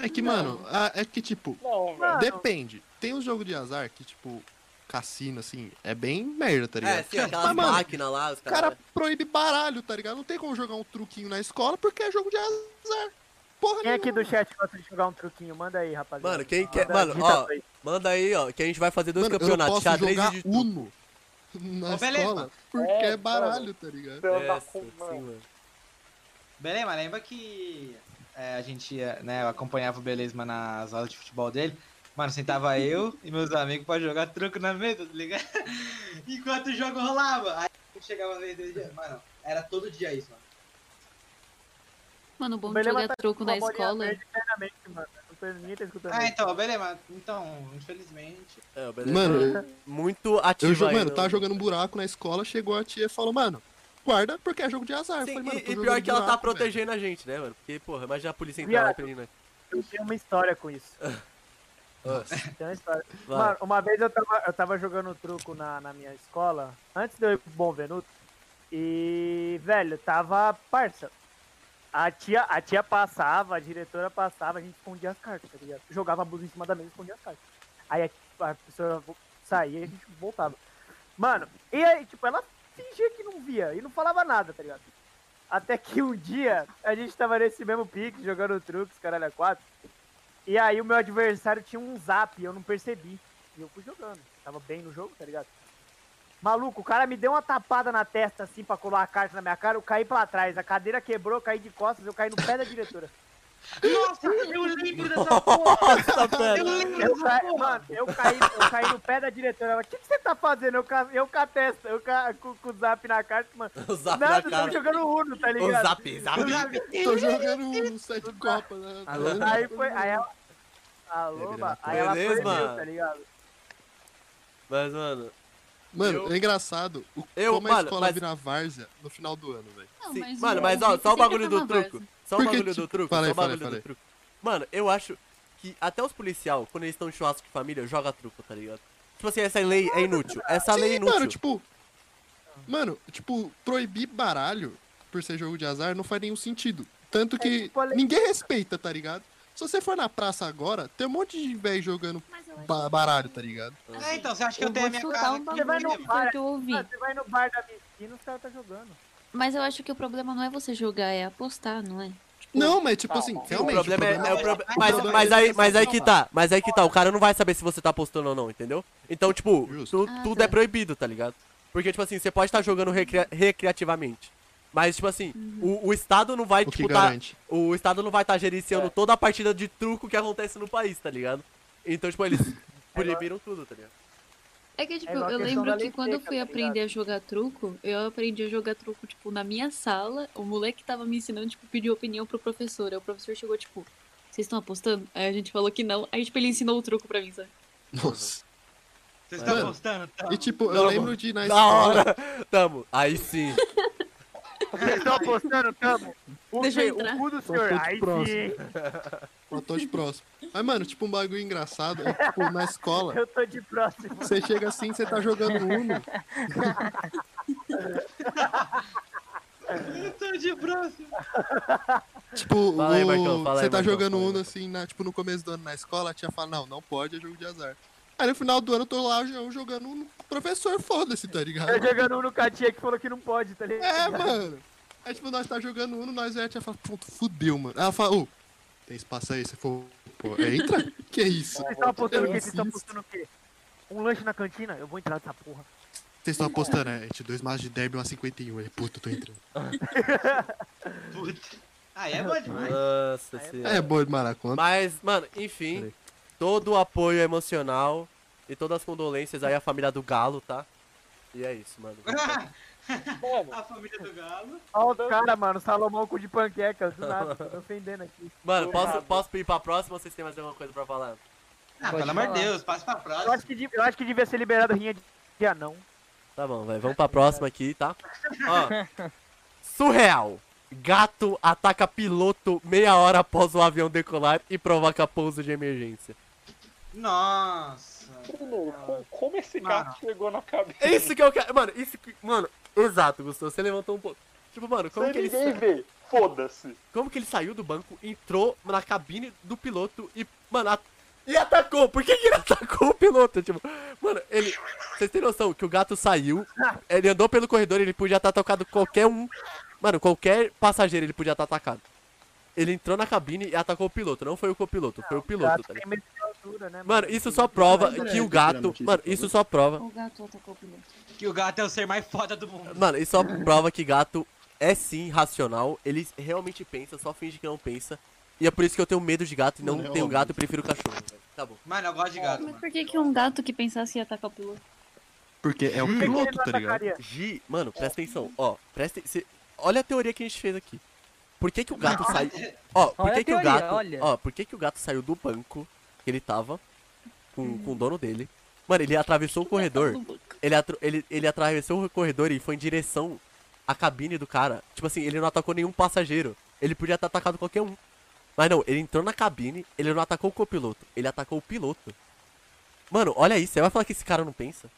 Speaker 5: É que, mano, a- é que, tipo,
Speaker 4: Não, velho.
Speaker 6: Mano.
Speaker 5: depende. Tem um jogo de azar que, tipo, cassino, assim, é bem merda, tá ligado?
Speaker 2: É, sim, aquelas
Speaker 5: Mas, mano,
Speaker 2: máquinas lá, os
Speaker 5: O cara
Speaker 2: caras.
Speaker 5: proíbe baralho, tá ligado? Não tem como jogar um truquinho na escola porque é jogo de azar. Porra
Speaker 6: Quem é aqui
Speaker 5: nenhuma.
Speaker 6: do chat gosta de jogar um truquinho? Manda aí, rapaziada.
Speaker 2: Mano, quem quer.
Speaker 6: Manda,
Speaker 2: Mano,
Speaker 6: digita
Speaker 2: ó,
Speaker 6: pra aí.
Speaker 2: manda aí, ó, que a gente vai fazer dois
Speaker 5: Mano, eu não
Speaker 2: campeonatos,
Speaker 5: posso
Speaker 2: xadrez
Speaker 5: jogar
Speaker 2: e de truco.
Speaker 5: Uno na
Speaker 3: Ô, beleza.
Speaker 5: escola porque
Speaker 4: É,
Speaker 5: é baralho, tá ligado?
Speaker 4: Você
Speaker 2: É,
Speaker 4: anda
Speaker 2: sim,
Speaker 4: com. Mano.
Speaker 2: mano.
Speaker 3: Beleza, mas lembra que é, a gente ia, né, eu acompanhava o Beleza nas aulas de futebol dele. Mano, sentava eu e meus amigos pra jogar truco na mesa, tá ligado? Enquanto o jogo rolava. Aí chegava a vez dele, já- mano, era todo dia isso, mano.
Speaker 7: Mano, o bom
Speaker 6: O
Speaker 7: de
Speaker 6: Belema
Speaker 7: jogar
Speaker 6: tá
Speaker 7: truco
Speaker 6: com
Speaker 7: na
Speaker 6: uma bolinha
Speaker 7: escola.
Speaker 6: verde plenamente, mano. Não tô- Ninguém tá escutando.
Speaker 3: Ah,
Speaker 6: isso.
Speaker 3: então, beleza, então, infelizmente.
Speaker 2: É, o Beleza
Speaker 5: Mano, eu-
Speaker 2: muito ativo
Speaker 5: eu jo-
Speaker 2: aí,
Speaker 5: mano,
Speaker 2: né?
Speaker 5: tava jogando um buraco na escola, chegou a tia e falou, mano, guarda porque é jogo de azar. Eu
Speaker 2: Sim,
Speaker 5: falei, mano,
Speaker 2: e,
Speaker 5: eu tô
Speaker 2: e pior
Speaker 5: jogando
Speaker 2: que ela tá
Speaker 5: buraco, velho.
Speaker 2: protegendo a gente, né, mano? Porque, porra, imagina a polícia entrar lá
Speaker 6: Viado.
Speaker 2: pedindo.
Speaker 6: Eu tenho uma história com isso. Tem uma história. Mano, uma vez eu tava, eu tava jogando truco na, na minha escola, antes de eu ir pro Bonvenuto, e, velho, tava parça. A tia, a tia passava, a diretora passava, a gente escondia as cartas, tá ligado? Jogava a blusa em cima da mesa e escondia as cartas. Aí a, a pessoa vo- saía e a gente voltava. Mano, e aí, tipo, ela fingia que não via e não falava nada, tá ligado? Até que um dia a gente tava nesse mesmo pique, jogando truques, caralho, a quatro. E aí o meu adversário tinha um zap e eu não percebi. E eu fui jogando. Tava bem no jogo, tá ligado? Maluco, o cara me deu uma tapada na testa assim pra colar a carta na minha cara, eu caí pra trás, a cadeira quebrou, eu caí de costas, eu caí no pé da diretora.
Speaker 3: Nossa, eu lembro dessa porra!
Speaker 2: Nossa,
Speaker 3: Eu
Speaker 2: velho.
Speaker 3: lembro
Speaker 6: Eu
Speaker 3: dessa
Speaker 6: caí,
Speaker 3: porra!
Speaker 6: mano, eu caí, eu caí no pé da diretora. Ela, o que, que você tá fazendo? Eu, ca- eu com a testa, eu ca- com, com o zap na carta, mano.
Speaker 2: O zap
Speaker 6: Nada,
Speaker 2: na
Speaker 6: tô
Speaker 2: cara.
Speaker 6: jogando Uno, tá
Speaker 2: O
Speaker 6: ligado?
Speaker 2: zap, zap.
Speaker 5: Tô jogando um sete copas, né?
Speaker 6: Aí foi, aí ela. Alô, mano. Aí ela
Speaker 2: Beleza,
Speaker 6: perdeu,
Speaker 2: mano.
Speaker 6: tá ligado?
Speaker 2: Mas, mano,
Speaker 5: Mano,
Speaker 2: Eu-
Speaker 5: é engraçado o,
Speaker 2: Eu,
Speaker 5: como a
Speaker 2: mano,
Speaker 5: escola
Speaker 2: mas-
Speaker 5: vira várzea no final do ano, velho.
Speaker 7: Não,
Speaker 2: sim.
Speaker 7: mas
Speaker 2: mano,
Speaker 7: o-
Speaker 2: mas ó,
Speaker 7: você
Speaker 2: só o
Speaker 7: sempre
Speaker 2: bagulho
Speaker 7: tá
Speaker 2: do
Speaker 7: uma
Speaker 2: truco.
Speaker 7: várzea.
Speaker 2: Só o
Speaker 5: Porque,
Speaker 2: bagulho do
Speaker 5: tipo,
Speaker 2: truco,
Speaker 5: fala
Speaker 2: só
Speaker 5: aí,
Speaker 2: o bagulho
Speaker 5: fala aí,
Speaker 2: do truco. Mano, eu acho que até os policial, quando eles estão em churrasco de família, joga truco, tá ligado? Tipo assim, essa lei é inútil.
Speaker 6: Tá
Speaker 2: Essa lei é
Speaker 5: Sim, mano,
Speaker 2: inútil.
Speaker 5: tipo. Mano, tipo, proibir baralho por ser jogo de azar não faz nenhum sentido. Tanto que
Speaker 6: tipo a lei-
Speaker 5: ninguém respeita, tá ligado? Se você for na praça agora, tem um monte de velho jogando
Speaker 7: Mas eu acho
Speaker 5: ba- baralho, tá ligado?
Speaker 3: É, então, você acha que eu,
Speaker 7: eu
Speaker 3: tenho a
Speaker 7: vou
Speaker 3: minha
Speaker 7: chutar
Speaker 3: casa
Speaker 7: um
Speaker 3: aqui?
Speaker 6: Você vai no
Speaker 7: bagulho que foi
Speaker 6: bar,
Speaker 7: o que eu ouvi.
Speaker 6: Mano, você vai no bar da minha esquina, os caras tá jogando.
Speaker 7: Mas eu acho que o problema não é você jogar, é apostar, não é? Tipo,
Speaker 5: Não, mas
Speaker 6: tá
Speaker 5: tipo assim,
Speaker 4: Calma.
Speaker 2: O
Speaker 5: realmente.
Speaker 2: problema é, é o
Speaker 3: problema-
Speaker 2: prob- mas,
Speaker 5: problema
Speaker 2: mas
Speaker 5: é
Speaker 2: aí,
Speaker 5: essa
Speaker 2: mas aí
Speaker 5: situação,
Speaker 2: que tá, mas aí que tá, o cara não vai saber se você tá apostando ou não, entendeu? Então, tipo,
Speaker 5: Justo.
Speaker 2: tu-
Speaker 7: Ah,
Speaker 2: tudo
Speaker 7: tá.
Speaker 2: é proibido, tá ligado? Porque, tipo assim, você pode estar jogando recria- recreativamente. Mas, tipo assim,
Speaker 7: Uhum.
Speaker 2: o, o Estado não vai,
Speaker 5: O que
Speaker 2: tipo, tá,
Speaker 5: garante.
Speaker 2: o Estado não vai estar gerenciando
Speaker 4: É.
Speaker 2: toda a partida de truco que acontece no país, tá ligado? Então, tipo, eles proibiram tudo, tá ligado?
Speaker 7: É que, tipo,
Speaker 6: igual a
Speaker 7: eu
Speaker 6: questão
Speaker 7: lembro
Speaker 6: da
Speaker 7: que
Speaker 6: lei
Speaker 7: quando eu
Speaker 6: seca,
Speaker 7: fui
Speaker 6: tá
Speaker 7: aprender a jogar truco, eu aprendi a jogar truco, tipo, na minha sala. O moleque tava me ensinando, tipo, pediu opinião pro professor. Aí o professor chegou, tipo, vocês estão apostando? Aí a gente falou que não. Aí, tipo, ele ensinou o truco pra mim, sabe?
Speaker 5: Nossa.
Speaker 3: Vocês
Speaker 2: Mano.
Speaker 3: estão postando? Tá?
Speaker 5: E tipo,
Speaker 2: Não,
Speaker 5: eu lembro de ir na
Speaker 2: Da
Speaker 5: escola.
Speaker 2: hora! Tamo! Aí sim!
Speaker 6: Vocês estão apostando, tamo? O
Speaker 7: Deixa
Speaker 6: que-
Speaker 7: eu entrar.
Speaker 6: O cu do senhor.
Speaker 5: todos
Speaker 6: Aí
Speaker 5: próximos.
Speaker 6: sim,
Speaker 5: Faltou de próximo. Mas, mano, tipo, um bagulho engraçado é que, tipo, na escola,
Speaker 6: eu tô de próximo.
Speaker 5: você chega assim, você tá jogando Uno.
Speaker 3: Eu tô de próximo.
Speaker 5: Tipo,
Speaker 2: Fala aí,
Speaker 5: o-
Speaker 2: Marcão, fala
Speaker 5: você
Speaker 2: aí,
Speaker 5: tá
Speaker 2: Marcão,
Speaker 5: jogando
Speaker 2: fala aí,
Speaker 5: Uno
Speaker 2: Marcão.
Speaker 5: assim, na- tipo, no começo do ano na escola, a tia fala, não, não pode, é jogo de azar. Aí no final do ano eu tô lá eu jogando Uno com o professor, foda-se, tá ligado?
Speaker 6: Eu jogando um no Catinha que falou que não pode, tá ligado?
Speaker 5: É, mano. Aí, tipo, nós tá jogando Uno, nós é, a tia fala, pronto, fudeu, mano. Ela fala, ô, tem espaço aí, você for, pô, entra? Que isso?
Speaker 6: Vocês estão apostando o quê?
Speaker 5: Eu
Speaker 6: Vocês estão
Speaker 5: assisto.
Speaker 6: apostando o quê? Um lanche na cantina? Eu vou entrar nessa porra.
Speaker 5: Vocês estão apostando, é, gente, dois mais de derby, uma 51. Aí, puta, um. eu tô entrando.
Speaker 3: Puta. Aí é bom demais.
Speaker 2: Nossa
Speaker 6: Aí é
Speaker 2: senhora.
Speaker 5: É, boa de maracona.
Speaker 2: Mas, mano, enfim. todo o apoio emocional e todas as condolências aí à família do Galo, tá? E é isso, mano.
Speaker 4: Mano,
Speaker 3: A família do galo.
Speaker 6: Olha o cara, mano, Salomão cu de panqueca, do nada, tô me ofendendo aqui.
Speaker 2: Mano,
Speaker 4: Do
Speaker 2: posso,
Speaker 4: nada.
Speaker 2: posso ir pra próxima ou vocês têm mais alguma coisa pra falar?
Speaker 3: Ah,
Speaker 6: Pode
Speaker 3: pelo amor
Speaker 6: falar.
Speaker 3: de Deus, passa pra
Speaker 6: Eu
Speaker 3: próxima.
Speaker 6: acho que, de- eu acho que devia ser liberado rinha de, de anão.
Speaker 2: Tá bom, velho. Vamos pra próxima aqui, tá? Ó. Surreal. Gato ataca piloto meia hora após o avião decolar e provoca pouso de emergência.
Speaker 3: Nossa.
Speaker 4: Bruno, como, como esse gato chegou na cabeça?
Speaker 2: É isso que eu quero. Mano, isso que. Mano, exato, Gustavo. Você levantou um pouco. Tipo, mano, como
Speaker 4: Sem
Speaker 2: que ele.
Speaker 4: ninguém vê. Foda-se.
Speaker 2: Como que ele saiu do banco, entrou na cabine do piloto e. Mano, a- e atacou! Por que, que ele atacou o piloto? Tipo, mano, ele. Vocês têm noção que o gato saiu, ele andou pelo corredor, ele podia estar atacado qualquer um. Mano, qualquer passageiro ele podia estar atacado. Ele entrou na cabine e atacou o piloto, não foi o copiloto, foi o piloto,
Speaker 6: Gato
Speaker 2: tá
Speaker 6: tem
Speaker 2: ligado?
Speaker 6: medo de altura, né,
Speaker 2: Mano, isso só prova
Speaker 5: Não, não,
Speaker 2: que o
Speaker 5: não, tira a
Speaker 2: gato.
Speaker 5: notícia,
Speaker 2: Mano,
Speaker 5: por
Speaker 2: isso
Speaker 5: favor.
Speaker 2: só prova.
Speaker 7: O gato atacou o piloto.
Speaker 3: Que o gato é o ser mais foda do mundo.
Speaker 2: Mano, isso só prova que gato é sim racional. Ele realmente pensa, só finge que não pensa. E é por isso que eu tenho medo de gato e não
Speaker 5: Mano, é
Speaker 2: tenho
Speaker 5: óbvio.
Speaker 2: gato e prefiro cachorro. velho. Tá bom.
Speaker 3: Mano, eu gosto de gato,
Speaker 7: Mas
Speaker 3: mano.
Speaker 7: por que, que um gato que pensasse em atacar o piloto?
Speaker 5: Porque é o
Speaker 6: Por que ele
Speaker 5: piloto,
Speaker 6: não
Speaker 5: tá ligado?
Speaker 6: atacaria?
Speaker 2: Gi, mano, presta atenção. Ó, presta cê- Olha a teoria que a gente fez aqui. Por que, que o gato saiu. Ó, por
Speaker 1: Olha
Speaker 2: que,
Speaker 1: a
Speaker 2: que o
Speaker 1: teoria,
Speaker 2: gato.
Speaker 1: olha.
Speaker 2: Ó, por que, que o gato saiu do banco que ele tava com, com o dono dele? Mano, ele atravessou o corredor.
Speaker 8: tá
Speaker 2: ele, atro- ele, ele atravessou o corredor e foi em direção à cabine do cara. Tipo assim, ele não atacou nenhum passageiro. Ele podia ter atacado qualquer um. Mas não, ele entrou na cabine, ele não atacou o copiloto, ele atacou o piloto. Mano, olha isso, você vai falar que esse cara não pensa?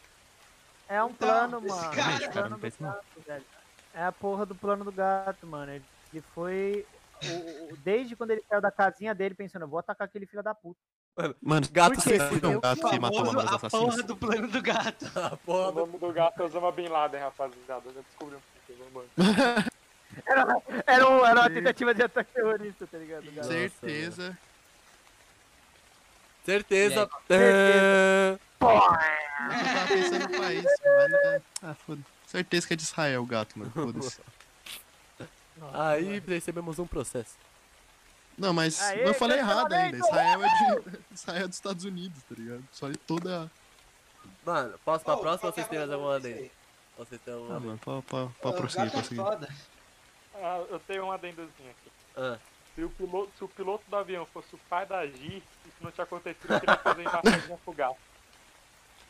Speaker 6: É um
Speaker 3: Então,
Speaker 6: plano,
Speaker 3: esse
Speaker 6: mano.
Speaker 3: cara-
Speaker 6: é,
Speaker 3: Esse
Speaker 6: um
Speaker 8: cara
Speaker 6: plano
Speaker 8: não
Speaker 6: do
Speaker 8: pensa não.
Speaker 6: gato, velho. é a porra do plano do gato, mano. Ele ele foi. o- o- desde quando ele saiu da casinha dele pensando, eu vou atacar aquele filho da puta.
Speaker 5: Mano,
Speaker 2: Gato
Speaker 5: vocês
Speaker 2: suicida.
Speaker 5: viram um gato que matou uma
Speaker 3: Famoso,
Speaker 5: mão dos
Speaker 3: a porra
Speaker 5: assassinos?
Speaker 3: do plano do gato.
Speaker 2: Ah,
Speaker 4: O
Speaker 2: porra,
Speaker 4: nome do gato é Osama Bin Laden, rapaziada. Já descobri um pouquinho, mano.
Speaker 6: Era, um- era uma tentativa de ataque terrorista, tá ligado? gato?
Speaker 2: Sim.
Speaker 5: Certeza.
Speaker 2: certeza.
Speaker 6: Certeza.
Speaker 5: Eu tava pensando no país, mas não. Ah, foda Certeza que é de Israel o gato, mano. Foda-se.
Speaker 2: Aí recebemos um processo.
Speaker 5: Não, mas
Speaker 6: Aê,
Speaker 5: eu falei
Speaker 6: cara,
Speaker 5: errado
Speaker 6: parabéns,
Speaker 5: ainda. Israel é, de... Israel é dos Estados Unidos, tá ligado? Só de toda.
Speaker 2: Mano, posso pra
Speaker 3: Ô,
Speaker 2: próxima
Speaker 3: qual
Speaker 2: ou vocês
Speaker 3: que
Speaker 2: têm
Speaker 3: é a
Speaker 2: mais alguma
Speaker 3: dele?
Speaker 2: dele? Vocês têm
Speaker 5: Ah,
Speaker 2: alguma
Speaker 5: mano, pra, pra, pra
Speaker 3: O
Speaker 5: prosseguir,
Speaker 3: gato é
Speaker 5: prosseguir.
Speaker 3: foda.
Speaker 4: Ah, eu tenho um adendozinho aqui.
Speaker 2: Ah.
Speaker 4: Se o, piloto, se o piloto do avião fosse o pai da Gi, isso não tinha acontecido, porque ele ia fazer embaixadinha pro gato.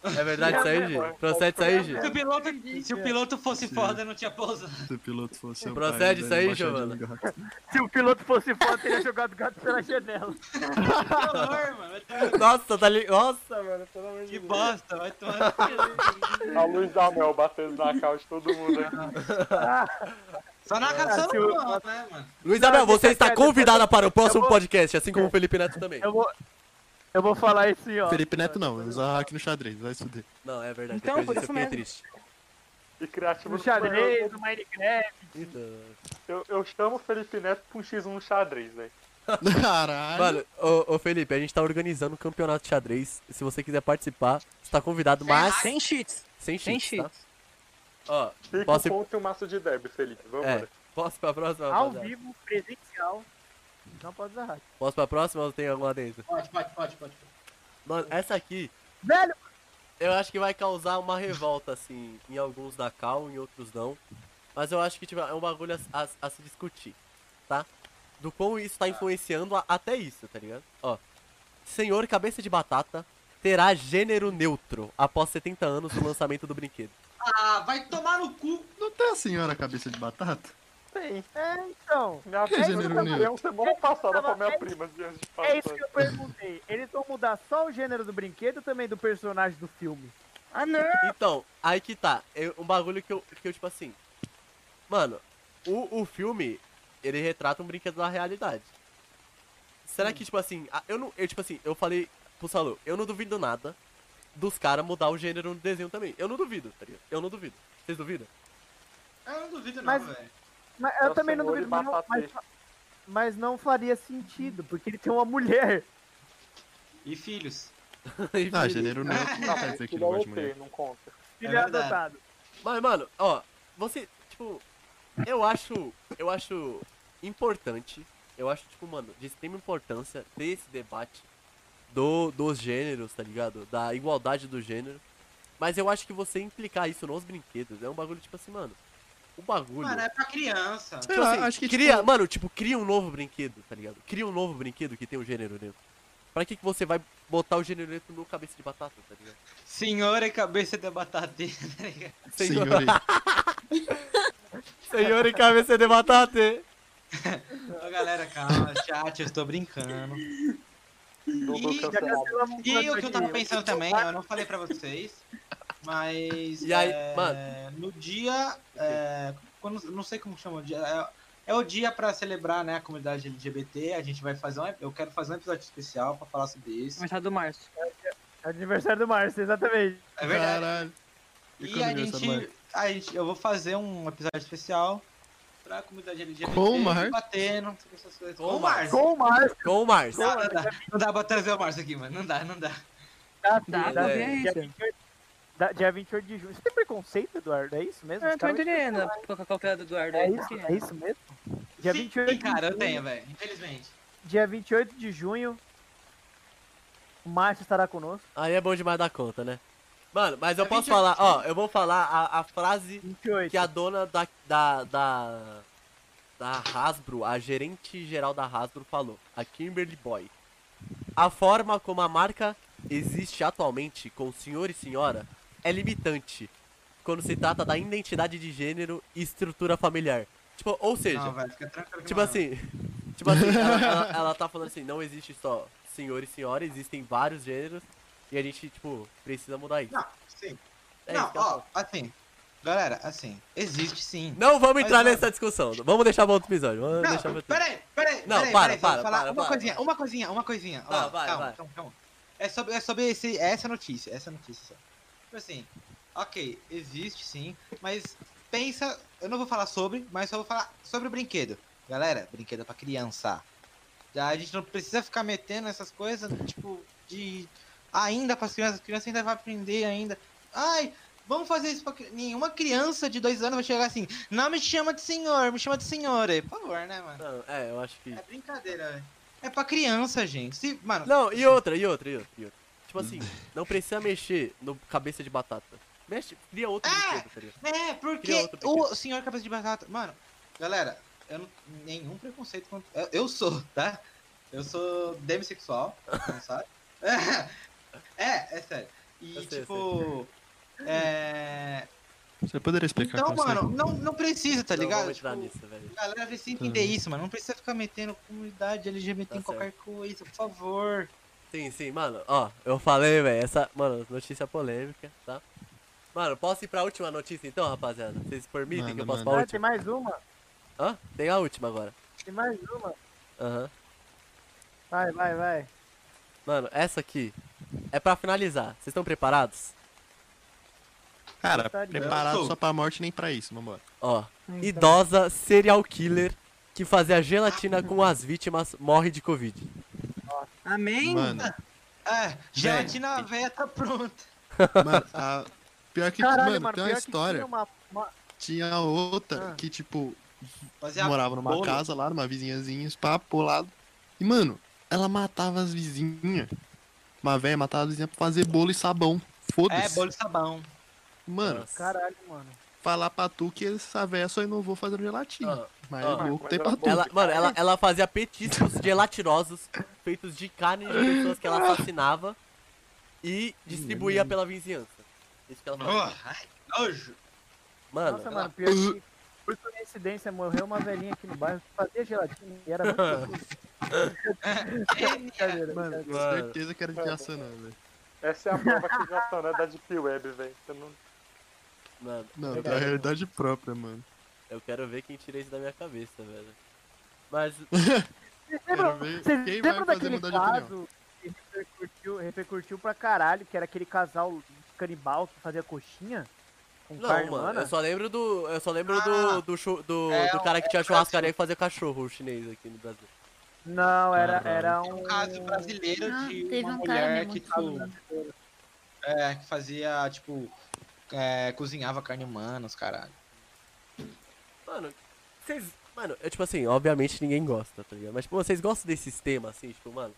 Speaker 2: É verdade isso aí, Gi? Procede isso aí, Gi?
Speaker 3: Se o piloto, se o piloto fosse foda, eu não tinha pousado.
Speaker 5: Se o piloto fosse o
Speaker 2: Procede
Speaker 5: pai,
Speaker 2: isso
Speaker 5: né,
Speaker 2: aí,
Speaker 5: embaixadinha
Speaker 2: Giovana?
Speaker 5: do gato.
Speaker 6: Se o piloto fosse foda, teria jogado o gato pela janela.
Speaker 3: Que horror, mano. Vai tomar-
Speaker 2: Nossa, tá ligado? Nossa, mano, pelo amor de
Speaker 3: Que
Speaker 2: Deus.
Speaker 3: bosta. Vai tomar. no cu.
Speaker 4: A luz da mel batendo na calça de todo mundo. né?
Speaker 3: Só na casa do Salomão, né, mano?
Speaker 2: Luiz Abel,
Speaker 6: Não,
Speaker 2: você
Speaker 6: deixa
Speaker 2: está
Speaker 6: quieto,
Speaker 2: convidada para o próximo
Speaker 6: vou- É.
Speaker 2: podcast, assim como o Felipe Neto também.
Speaker 6: Eu vou. Eu vou falar isso, ó.
Speaker 5: Felipe Neto não, usar hack no xadrez, vai se fuder.
Speaker 2: Não, é verdade.
Speaker 1: Então, por
Speaker 2: depois
Speaker 1: isso
Speaker 2: disso eu fiquei
Speaker 1: mesmo.
Speaker 2: triste.
Speaker 4: E criativo
Speaker 6: No
Speaker 5: Um
Speaker 4: não sou eu,
Speaker 6: xadrez, no Minecraft. Então,
Speaker 4: Eu, eu chamo o Felipe Neto pra um X1 no xadrez, velho.
Speaker 5: Caralho.
Speaker 2: Mano, ô, ô, Felipe, a gente tá organizando um campeonato de xadrez. Se você quiser participar, você tá convidado, mas
Speaker 1: Sem cheats.
Speaker 2: sem
Speaker 1: Sem
Speaker 2: cheats, tá?
Speaker 1: cheats.
Speaker 2: Ó,
Speaker 4: Fica
Speaker 2: Posso-
Speaker 4: o ponto e o maço de derby, Felipe. Vamos
Speaker 2: é. Posso pra próxima?
Speaker 6: Ao
Speaker 2: rapaziada?
Speaker 6: vivo, presencial. Não pode usar hack.
Speaker 2: Posso pra próxima ou tem alguma dentro?
Speaker 3: Pode, pode, pode, pode.
Speaker 2: Mano, essa aqui,
Speaker 6: Velho!
Speaker 2: eu acho que vai causar uma revolta, assim, em alguns da Cal, em outros não. Mas eu acho que tipo, é um bagulho a, a- a se discutir, tá? Do quão isso tá influenciando a- até isso, tá ligado? Ó. Senhor Cabeça de Batata terá gênero neutro após 70 anos do lançamento do brinquedo.
Speaker 3: Ah, vai tomar no cu.
Speaker 5: Não tem a senhora cabeça de batata?
Speaker 6: É, então.
Speaker 4: Minha
Speaker 5: Que
Speaker 4: prima
Speaker 5: gênero
Speaker 4: eu
Speaker 5: neutro?
Speaker 4: deu semana passada pra minha
Speaker 6: É-
Speaker 4: prima, dias de
Speaker 6: É isso
Speaker 4: passagem.
Speaker 6: que eu perguntei. Eles vão mudar só o gênero do brinquedo ou também do personagem do filme?
Speaker 1: Ah, não.
Speaker 2: Então, aí que tá. É um bagulho que eu, que eu tipo assim. Mano, o, o filme, ele retrata um brinquedo da realidade. Será que, tipo assim, a- eu não. Eu, tipo assim, eu falei pro Salu, eu não duvido nada dos caras mudar o gênero no desenho também. Eu não duvido, tá ligado? Eu não duvido. Vocês duvidam?
Speaker 3: Eu não duvido, não,
Speaker 6: Mas-
Speaker 3: velho.
Speaker 6: Mas
Speaker 4: É
Speaker 6: eu
Speaker 4: o
Speaker 6: também não
Speaker 4: senhor
Speaker 6: duvido,
Speaker 4: de
Speaker 6: mas não,
Speaker 4: batata
Speaker 6: mas, mas não faria sentido, porque ele tem uma mulher.
Speaker 3: É E filhos.
Speaker 5: Ah, gênero neutro não quer dizer que
Speaker 4: Filho
Speaker 5: não
Speaker 4: é
Speaker 5: gosta de
Speaker 4: ET,
Speaker 5: mulher.
Speaker 4: não conta.
Speaker 6: Filho
Speaker 3: verdade.
Speaker 6: adotado.
Speaker 2: Mas, mano, ó, você, tipo, eu acho, eu acho importante, eu acho, tipo, mano, de extrema importância ter esse debate do, dos gêneros, tá ligado? Da igualdade do gênero. Mas eu acho que você implicar isso nos brinquedos é um bagulho tipo assim, mano. O bagulho.
Speaker 3: Mano, é pra criança.
Speaker 5: Sei
Speaker 2: Tipo
Speaker 5: lá,
Speaker 2: assim,
Speaker 5: acho que
Speaker 2: cria,
Speaker 5: tipo,
Speaker 2: mano, tipo, cria um novo brinquedo, tá ligado? Cria um novo brinquedo que tem um gênero dentro. Pra que que você vai botar o gênero dentro no cabeça de batata, tá ligado?
Speaker 3: Senhora e cabeça da batateira, tá ligado?
Speaker 5: senhor aí.
Speaker 2: Senhor em cabeça de batata.
Speaker 3: Ô, galera, calma, chat, eu estou brincando.
Speaker 4: Dudu
Speaker 3: Ih,
Speaker 4: cancelado.
Speaker 3: E o que eu tava
Speaker 6: assim,
Speaker 3: pensando também, eu não falei pra vocês, mas.
Speaker 2: E aí,
Speaker 3: é,
Speaker 2: mano?
Speaker 3: No dia. é, quando, não sei como chama o dia. É, é o dia pra celebrar né, a comunidade LGBT. A gente vai fazer um. Eu quero fazer um episódio especial pra falar sobre isso.
Speaker 1: Começado do março.
Speaker 6: Ah, Aniversário do Márcio, exatamente.
Speaker 3: É verdade.
Speaker 5: Caralho. E
Speaker 3: E
Speaker 5: quando
Speaker 3: a
Speaker 5: é aniversário
Speaker 3: gente, a gente. Eu vou fazer um episódio especial pra comunidade LGBT.
Speaker 5: Com o Márcio?
Speaker 3: Batendo, sobre essas coisas.
Speaker 2: Com
Speaker 3: Com o
Speaker 2: o Márcio.
Speaker 3: Márcio.
Speaker 6: Com
Speaker 2: Com o
Speaker 6: o Márcio,
Speaker 2: Mars.
Speaker 3: Não, não dá, não dá pra trazer o Márcio aqui, mano. Não dá, não dá.
Speaker 1: Dá
Speaker 6: tá? filho, dá,
Speaker 1: pra ver
Speaker 2: velho.
Speaker 6: dia,
Speaker 1: isso.
Speaker 6: 28, da- dia 28 de junho. Você tem preconceito, Eduardo? É isso mesmo?
Speaker 1: Eu
Speaker 6: Os
Speaker 1: não tô
Speaker 6: caras-
Speaker 1: entendendo qual qual que é do Eduardo
Speaker 6: É
Speaker 1: aí.
Speaker 6: isso, é isso mesmo? Dia
Speaker 3: Sim,
Speaker 6: 28
Speaker 3: cara,
Speaker 6: de
Speaker 3: eu
Speaker 6: junho.
Speaker 3: tenho, velho. Infelizmente.
Speaker 6: Dia 28 de junho, o Márcio estará conosco.
Speaker 2: Aí é bom demais da conta, né? Mano, mas eu
Speaker 3: É
Speaker 2: posso
Speaker 3: 28.
Speaker 2: falar, ó, eu vou falar a, a frase
Speaker 6: 28.
Speaker 2: que a dona da, da, da, da Hasbro, a gerente geral da Hasbro falou, a Kimberly Boy. A forma como a marca existe atualmente com senhor e senhora é limitante quando se trata da identidade de gênero e estrutura familiar. Tipo, ou seja,
Speaker 3: Não, velho, fica tranquilo. que
Speaker 2: Tipo
Speaker 3: não.
Speaker 2: assim, tipo assim, ela, ela- ela tá falando assim, não existe só senhor e senhora, existem vários gêneros e a gente, tipo, precisa mudar isso.
Speaker 3: Não, sim.
Speaker 2: É
Speaker 3: não,
Speaker 2: isso que ela
Speaker 3: ó,
Speaker 2: falou.
Speaker 3: assim. Galera, assim, existe sim.
Speaker 2: Não vamos
Speaker 3: Mas,
Speaker 2: entrar
Speaker 3: mano-
Speaker 2: nessa discussão, vamos deixar pra outro episódio, vamos
Speaker 3: Não,
Speaker 2: deixar pra outro
Speaker 3: peraí, peraí,
Speaker 2: Não,
Speaker 3: peraí,
Speaker 2: para,
Speaker 3: peraí,
Speaker 2: para,
Speaker 3: vou falar
Speaker 2: para,
Speaker 3: uma
Speaker 2: para.
Speaker 3: coisinha, uma coisinha, uma coisinha. Ó,
Speaker 2: Tá, vai,
Speaker 3: calma,
Speaker 2: vai.
Speaker 3: calma, calma. É sobre, é sobre esse, essa notícia, é essa notícia só. Tipo assim, ok, existe sim, mas pensa, eu não vou falar sobre, mas só vou falar sobre o brinquedo. Galera, brinquedo é pra criança. Já a gente não precisa ficar metendo essas coisas, tipo, de ainda pras crianças, as crianças ainda vai aprender ainda. Ai, vamos fazer isso pra cri- nenhuma criança de dois anos vai chegar assim, não me chama de senhor, me chama de senhora, por favor, né, mano?
Speaker 2: Não, é, eu acho que...
Speaker 3: É brincadeira, velho. É pra criança, gente. Se, mano,
Speaker 2: Não, e outra, e outra, e outra, e outra. Tipo assim, não precisa mexer no cabeça de batata. Mexe, cria outro
Speaker 3: É!
Speaker 2: brinquedo, tá ligado?
Speaker 3: é
Speaker 2: Cria
Speaker 3: porque
Speaker 2: outro brinquedo.
Speaker 3: o senhor cabeça de batata. Mano, galera, eu não nenhum preconceito contra. Eu, eu sou, tá? Eu sou demissexual, não sabe? É, é sério. E
Speaker 2: Eu sei, eu
Speaker 3: tipo. É.
Speaker 5: Você poderia explicar
Speaker 3: Então,
Speaker 5: como
Speaker 3: mano, não, não precisa, tá
Speaker 2: Não
Speaker 3: ligado?
Speaker 2: vamos entrar
Speaker 3: Tipo,
Speaker 2: nisso, velho.
Speaker 3: a galera
Speaker 5: Tá.
Speaker 3: precisa entender isso, mano. Não precisa ficar metendo comunidade LGBT
Speaker 2: Tá
Speaker 3: em qualquer coisa, por favor.
Speaker 2: Sim, sim, mano, ó, eu falei, velho, essa, mano, notícia polêmica, tá? Mano, posso ir pra última notícia então, rapaziada? Vocês permitem
Speaker 5: Manda,
Speaker 2: que eu possa
Speaker 5: manda.
Speaker 2: pra
Speaker 6: Ah,
Speaker 2: última?
Speaker 6: tem mais uma,
Speaker 2: Hã? Tem a última agora.
Speaker 6: tem mais uma.
Speaker 2: Aham.
Speaker 6: Vai, vai, vai.
Speaker 2: Mano, essa aqui é pra finalizar. Vocês estão preparados?
Speaker 5: Cara,
Speaker 6: Gostaria.
Speaker 3: Eu
Speaker 5: preparado
Speaker 3: sou.
Speaker 5: só pra morte nem pra isso, vambora.
Speaker 2: Ó, idosa serial killer que fazia gelatina com as vítimas morre de Covid.
Speaker 1: Amém?
Speaker 5: Mano,
Speaker 3: É, gelatina véia tá pronta.
Speaker 5: mano, a- pior que, mano, tem uma
Speaker 6: pior é que
Speaker 5: história.
Speaker 6: tinha uma- uma-
Speaker 5: Tinha outra
Speaker 6: Ah.
Speaker 5: que, tipo,
Speaker 3: Fazia
Speaker 5: morava numa
Speaker 3: bolo.
Speaker 5: casa lá, numa vizinhazinha, pá, pro lado. E, mano, ela matava as vizinhas. Uma velha matava as vizinhas pra fazer bolo e sabão.
Speaker 3: É,
Speaker 5: Foda-se.
Speaker 3: bolo de sabão.
Speaker 5: Mano,
Speaker 2: Nossa.
Speaker 6: Caralho, mano.
Speaker 5: falar pra tu que essa véia só inovou fazendo gelatina.
Speaker 2: Ó,
Speaker 5: mas
Speaker 2: ó.
Speaker 5: louco tem
Speaker 4: Mas
Speaker 5: pra
Speaker 4: ela-
Speaker 2: ela,
Speaker 5: tu.
Speaker 2: mano, ela, ela fazia petiscos gelatinosos feitos de carne de pessoas que ela assassinava e distribuía pela vizinhança. Isso que ela fazia.
Speaker 3: Oh, ai, que nojo.
Speaker 2: Mano,
Speaker 6: Nossa, mano, pior que por coincidência morreu uma velhinha aqui no bairro que fazia gelatina e era muito brincadeira.
Speaker 5: Mano,
Speaker 6: Mano,
Speaker 5: com
Speaker 2: Mano.
Speaker 5: certeza que era de Jaçanã, velho.
Speaker 4: Essa é a prova que já são, né, da Deep Web, velho. Você não
Speaker 2: mano,
Speaker 5: Não, da realidade própria, mano.
Speaker 2: eu quero ver quem tira isso da minha cabeça, velho. Mas,
Speaker 6: vocês
Speaker 5: Quero
Speaker 6: lembram,
Speaker 5: ver
Speaker 6: vocês
Speaker 5: quem vai
Speaker 6: lembram
Speaker 5: fazer
Speaker 6: daquele
Speaker 5: mudar de opinião.
Speaker 6: caso que repercutiu, repercutiu pra caralho, que era aquele casal canibal que fazia coxinha com
Speaker 2: não,
Speaker 6: carne
Speaker 2: mano,
Speaker 6: humana?
Speaker 2: eu só lembro do. Eu só lembro
Speaker 3: Ah.
Speaker 2: do. Do, chu- do,
Speaker 3: É,
Speaker 2: do cara que tinha churrascaria que fazia cachorro chinês aqui no Brasil.
Speaker 6: Não, era,
Speaker 5: Caralho.
Speaker 6: era
Speaker 3: É um
Speaker 6: um...
Speaker 3: caso brasileiro
Speaker 7: Ah,
Speaker 3: de
Speaker 7: teve
Speaker 3: uma
Speaker 7: um cara
Speaker 3: mulher
Speaker 7: mesmo
Speaker 3: que,
Speaker 7: que
Speaker 3: tipo, é, que fazia, tipo, é, cozinhava carne humana, os caralho.
Speaker 2: Mano, vocês. Mano, eu, tipo assim, obviamente ninguém gosta, tá ligado? Mas, tipo, vocês gostam desses temas, assim, tipo, mano.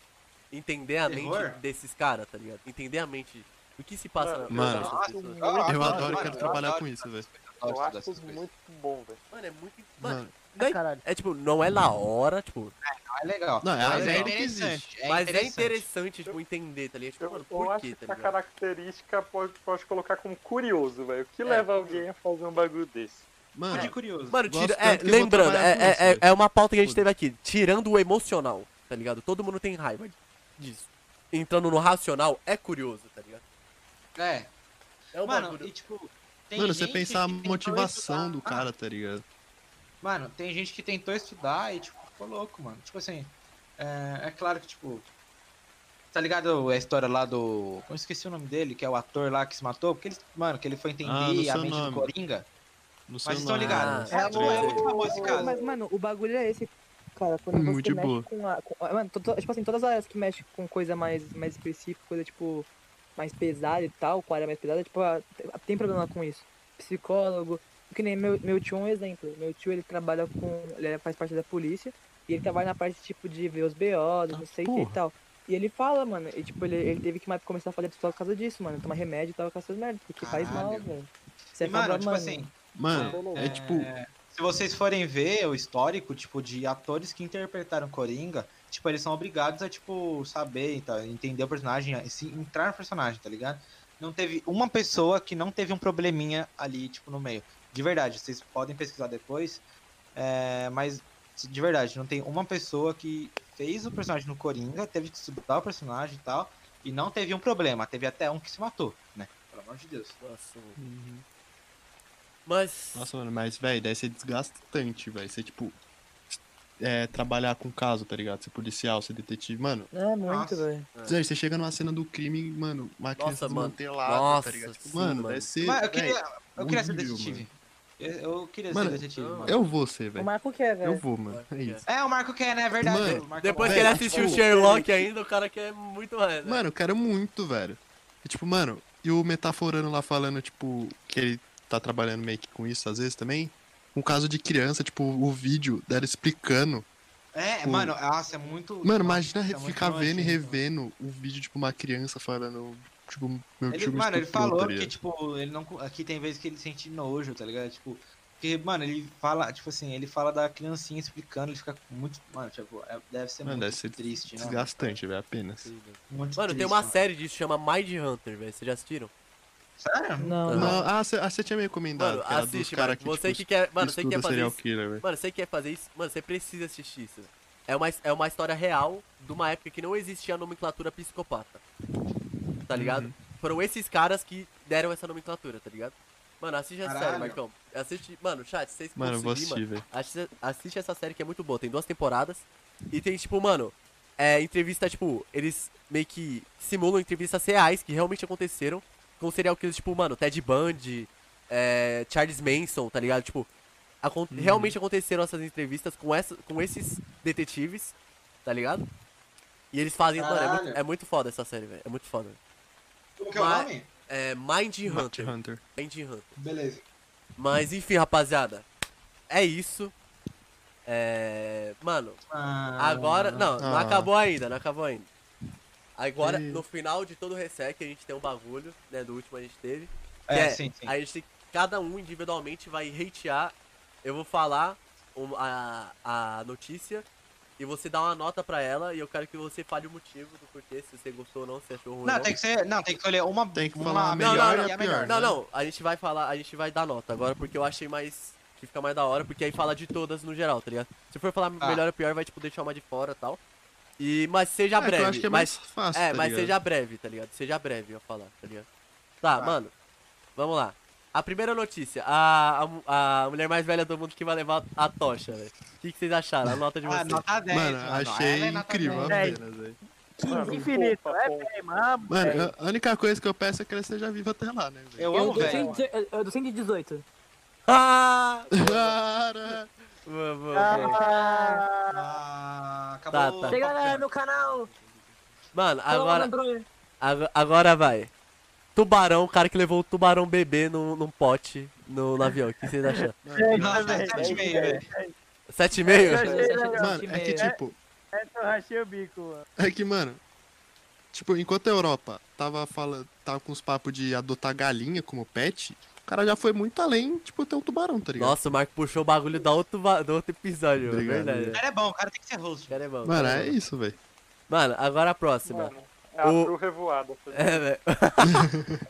Speaker 2: entender a
Speaker 3: Terror?
Speaker 2: mente desses caras, tá ligado? Entender a mente. O que se passa na
Speaker 5: Mano,
Speaker 2: cabeça
Speaker 4: acho
Speaker 2: dessas pessoas.
Speaker 4: muito-
Speaker 5: Ah, Eu adoro e
Speaker 3: mano,
Speaker 5: quero
Speaker 3: eu
Speaker 5: trabalhar
Speaker 3: adoro
Speaker 5: com isso, velho.
Speaker 3: Gosto
Speaker 4: Eu acho
Speaker 3: dessas
Speaker 4: isso
Speaker 3: coisas.
Speaker 4: muito bom, velho.
Speaker 2: Mano, é muito. Mano,
Speaker 5: Mano,
Speaker 2: não
Speaker 6: Ah,
Speaker 2: é,
Speaker 6: caralho.
Speaker 2: é tipo, não é na hora, tipo.
Speaker 3: Ah, é legal.
Speaker 5: Não, é a
Speaker 3: Mas
Speaker 5: ideia que
Speaker 3: interessante.
Speaker 2: mas é interessante, tipo, entender, tá ligado? Tipo,
Speaker 4: Eu,
Speaker 2: mano,
Speaker 4: eu
Speaker 2: por
Speaker 4: acho
Speaker 2: quê,
Speaker 4: que
Speaker 2: tá
Speaker 4: essa
Speaker 2: ligado?
Speaker 4: característica pode, pode colocar como curioso, velho.
Speaker 2: É.
Speaker 4: O que leva alguém a fazer um bagulho desse?
Speaker 5: Mano,
Speaker 3: Tô de curioso.
Speaker 2: Mano,
Speaker 5: Gosto
Speaker 2: tira,
Speaker 5: tanto
Speaker 2: é,
Speaker 5: que eu vou
Speaker 2: lembrando, é,
Speaker 5: trabalhar com isso,
Speaker 2: é, é,
Speaker 5: velho.
Speaker 2: é uma pauta que a gente
Speaker 5: Foda.
Speaker 2: teve aqui. Tirando o emocional, tá ligado? Todo mundo tem raiva disso. Entrando no racional é curioso, tá ligado?
Speaker 3: É.
Speaker 2: É um
Speaker 3: Mano,
Speaker 2: bagulho.
Speaker 3: e tipo. tem
Speaker 5: mano você
Speaker 3: gente
Speaker 5: pensar a
Speaker 3: que tentou
Speaker 5: motivação do
Speaker 3: estudar.
Speaker 5: cara, tá ligado?
Speaker 3: Mano, tem gente que tentou estudar e, tipo, ficou louco, mano. Tipo assim, é, é claro que, tipo. Tá ligado a história lá do. Eu esqueci o nome dele, que é o ator lá que se matou, porque ele, mano, que ele foi entender
Speaker 5: Ah, não sei
Speaker 3: a
Speaker 5: o
Speaker 3: mente do
Speaker 5: nome.
Speaker 3: Coringa.
Speaker 5: Não sei
Speaker 3: Mas
Speaker 5: o
Speaker 3: estão
Speaker 5: nome,
Speaker 3: ligados.
Speaker 2: Ah,
Speaker 3: É, tipo, é
Speaker 5: sei.
Speaker 3: muito famoso esse
Speaker 1: Não,
Speaker 3: caso.
Speaker 1: Mas, mano, o bagulho é esse, cara. Quando
Speaker 5: Hum,
Speaker 1: você
Speaker 5: de
Speaker 1: mexe
Speaker 5: boa.
Speaker 1: com a. com- mano, to- to- tipo assim, todas as áreas que mexem com coisa mais, mais específica, coisa tipo. mais pesada e tal, com área mais pesada, tipo, a- tem problema com isso. Psicólogo. Que nem meu, meu tio é um exemplo. Meu tio ele trabalha com. Ele é, faz parte da polícia. E ele trabalha na parte, tipo, de ver os BOs, não sei o que e
Speaker 5: Ah, porra.
Speaker 1: tal. E ele fala, mano, e tipo, ele, ele teve que mais começar a fazer psicólogo por causa disso, mano. Tomar remédio e tal, com essas merdas, porque faz mal,
Speaker 3: Caralho.
Speaker 1: velho. Você
Speaker 3: E, mano,
Speaker 1: acaba,
Speaker 3: tipo assim,
Speaker 2: Tá
Speaker 5: Mano, é tipo.
Speaker 3: Se vocês forem ver o histórico, tipo, de atores que interpretaram Coringa, tipo, eles são obrigados a, tipo, saber, tá, entender o personagem, a- se entrar no personagem, tá ligado? Não teve uma pessoa que não teve um probleminha ali, tipo, no meio. De verdade, vocês podem pesquisar depois, é, mas, de verdade, não tem uma pessoa que fez o personagem no Coringa, teve que estudar o personagem e tal, e não teve um problema, teve até um que se matou, né? Pelo amor de Deus.
Speaker 2: Nossa, mano. Mas.
Speaker 5: Uhum. Nossa, mano, mas, velho, deve ser desgastante, velho. Você, tipo. É, trabalhar com caso, tá ligado? Ser policial, ser detetive. Mano,
Speaker 1: É muito,
Speaker 3: Nossa.
Speaker 1: velho.
Speaker 5: Zé, você chega numa cena do crime, mano, uma criança
Speaker 2: mano.
Speaker 5: desmantelada,
Speaker 2: Nossa,
Speaker 5: tá ligado? Tipo,
Speaker 2: sim,
Speaker 5: mano,
Speaker 2: mano.
Speaker 5: deve ser.
Speaker 3: Mas eu
Speaker 5: véi,
Speaker 3: queria, eu queria ser
Speaker 5: horrível,
Speaker 3: detetive. Eu, eu queria
Speaker 5: Mano,
Speaker 3: ser detetive, mano.
Speaker 5: Eu vou ser,
Speaker 1: O
Speaker 5: velho.
Speaker 1: Marco quer, velho.
Speaker 5: Eu vou, mano. É isso.
Speaker 3: É, o Marco quer, né? É verdade.
Speaker 5: Mano,
Speaker 3: o Marco
Speaker 2: Depois
Speaker 3: é
Speaker 2: que ele
Speaker 5: Velho,
Speaker 2: assistiu o
Speaker 5: tipo,
Speaker 2: Sherlock ainda, o cara quer muito mais. né?
Speaker 5: Mano, eu quero muito, velho. E, tipo, mano, e o metaforando lá falando, tipo, que ele tá trabalhando meio que com isso às vezes também. Um caso de criança, tipo, o vídeo dela explicando.
Speaker 3: É,
Speaker 5: tipo-
Speaker 3: mano, nossa, é muito.
Speaker 5: Mano, imagina
Speaker 3: Nossa, é muito
Speaker 5: ficar vendo e
Speaker 3: nojento.
Speaker 5: revendo o vídeo de tipo, uma criança falando, tipo, meu
Speaker 3: Ele,
Speaker 5: tio me
Speaker 3: mano, ele
Speaker 5: estuprou,
Speaker 3: falou
Speaker 5: tá
Speaker 3: que,
Speaker 5: ligado?
Speaker 3: tipo, ele não. Aqui tem vezes que ele sente nojo, tá ligado? Tipo. Porque, mano, ele fala, tipo assim, ele fala da criancinha explicando, ele fica muito. Mano, tipo, é- deve ser
Speaker 5: Mano,
Speaker 3: muito
Speaker 5: deve ser
Speaker 3: triste, né?
Speaker 5: desgastante, velho, apenas.
Speaker 3: Muito
Speaker 2: Mano, tem
Speaker 3: triste,
Speaker 2: uma série disso, chama Mind Hunter, velho. Vocês já assistiram?
Speaker 3: Sério?
Speaker 1: Não,
Speaker 2: Não.
Speaker 1: não.
Speaker 5: Não, ah, você- ah, você tinha me recomendado,
Speaker 2: Mano,
Speaker 5: que era dos
Speaker 2: assiste, mano.
Speaker 5: caras que,
Speaker 2: Você
Speaker 5: tipo,
Speaker 2: que quer. Mano, você que
Speaker 5: estuda
Speaker 2: quer fazer
Speaker 5: serial
Speaker 2: isso.
Speaker 5: killer, velho.
Speaker 2: Mano, você quer fazer isso? Mano, você precisa assistir isso. velho. É uma, é uma história real de uma época que não existia a nomenclatura psicopata. Tá
Speaker 5: Uhum.
Speaker 2: ligado? Foram esses caras que deram essa nomenclatura, tá ligado? Mano, assiste essa série,
Speaker 3: Caralho.
Speaker 2: Marcão. Assiste. Mano, chat, vocês
Speaker 5: Mano, eu vou
Speaker 2: conseguirem, mano,
Speaker 5: assistir, velho.
Speaker 2: Assi- Assiste essa série que é muito boa, tem duas temporadas. E tem, tipo, mano, é, entrevista, tipo, eles meio que simulam entrevistas reais que realmente aconteceram com serial killers, tipo, mano, Ted Bundy, é, Charles Manson, tá ligado? Tipo, acon- realmente aconteceram essas entrevistas com, essa, com esses detetives, tá ligado? E eles fazem, mano, é muito,
Speaker 3: Caralho.
Speaker 2: é muito foda essa série, velho, é muito foda.
Speaker 3: Como
Speaker 2: que é o Mas- nome? É Mind Hunter,
Speaker 5: Hunter.
Speaker 2: Mind Hunter.
Speaker 3: Beleza.
Speaker 2: Mas enfim, rapaziada, é isso. É... Mano, Agora, não, não
Speaker 5: Ah.
Speaker 2: acabou ainda, não acabou ainda. Agora,
Speaker 5: Ih.
Speaker 2: no final de todo o Resec, a gente tem um bagulho, né? Do último a gente teve. que
Speaker 3: É, sim, sim.
Speaker 2: A gente, cada um individualmente vai hatear. Eu vou falar um- a, a notícia e você dá uma nota pra ela e eu quero que você fale o motivo do porquê, se você gostou ou não, se achou ruim. ou
Speaker 3: Não, tem que ser. Não, tem que escolher uma.
Speaker 5: Tem que
Speaker 3: uma
Speaker 5: falar a
Speaker 2: Não,
Speaker 5: melhor né?
Speaker 2: não,
Speaker 5: e a pior.
Speaker 2: Não, não, a gente vai falar, a gente vai dar nota agora porque eu achei mais. que fica mais da hora, porque aí fala de todas no geral, tá ligado? Se for falar
Speaker 3: Ah.
Speaker 2: melhor ou pior, vai tipo deixar uma de fora e tal. E, mas seja
Speaker 5: É, que
Speaker 2: Tá breve.
Speaker 5: eu acho que é
Speaker 2: mas
Speaker 5: mais fácil,
Speaker 2: é,
Speaker 5: tá
Speaker 2: mas
Speaker 5: ligado?
Speaker 2: seja breve, tá ligado? Seja breve, eu ia falar, tá ligado? Tá,
Speaker 3: Tá.
Speaker 2: mano. Vamos lá. A primeira notícia. A, a mu- a, mulher mais velha do mundo que vai levar a tocha, velho. O que, que vocês acharam? A nota de
Speaker 3: Ah,
Speaker 2: vocês.
Speaker 3: nota 10.
Speaker 5: Mano,
Speaker 3: mano,
Speaker 5: achei
Speaker 3: ela é nota 10.
Speaker 5: incrível
Speaker 6: dez.
Speaker 5: apenas, velho.
Speaker 4: Mano,
Speaker 6: Infinito,
Speaker 4: poupa,
Speaker 6: é
Speaker 4: poupa.
Speaker 6: bem, mano.
Speaker 5: Mano, a única coisa que eu peço é que ela esteja viva até lá, né, velho?
Speaker 3: Eu amo, velho.
Speaker 1: 118.
Speaker 2: Ah!
Speaker 5: Cara!
Speaker 2: Boa, boa, boa.
Speaker 6: Ah,
Speaker 3: Ah,
Speaker 2: Tá,
Speaker 3: acabou.
Speaker 2: tá.
Speaker 3: o
Speaker 2: Chega
Speaker 3: papo.
Speaker 1: meu canal.
Speaker 2: Mano, agora, ago- agora vai. Tubarão, o cara que levou o tubarão bebê num, num pote no, no avião. O que vocês acharam?
Speaker 5: é
Speaker 6: gente,
Speaker 3: Nossa,
Speaker 6: também.
Speaker 3: sete e meio, velho. é
Speaker 2: Sete e
Speaker 6: Eu
Speaker 2: meio?
Speaker 6: achei legal.
Speaker 5: Mano, é que tipo,
Speaker 6: Essa eu rachei o bico, mano.
Speaker 5: é que, mano, Tipo, enquanto a Europa tava falando, tava com os papos de adotar galinha como pet, o cara já foi muito além, tipo, ter um tubarão, tá ligado?
Speaker 2: Nossa, o Marco puxou o bagulho da outro, va- do outro episódio, é
Speaker 5: Obrigado.
Speaker 2: verdade.
Speaker 3: O cara é bom, o cara tem que ser host.
Speaker 2: O cara é bom, o
Speaker 5: Mano,
Speaker 2: cara
Speaker 5: é
Speaker 2: é bom.
Speaker 5: isso, velho.
Speaker 2: Mano, agora a próxima.
Speaker 4: Mano, é a
Speaker 2: O-
Speaker 4: Tru revoada. tá essa
Speaker 2: É, velho.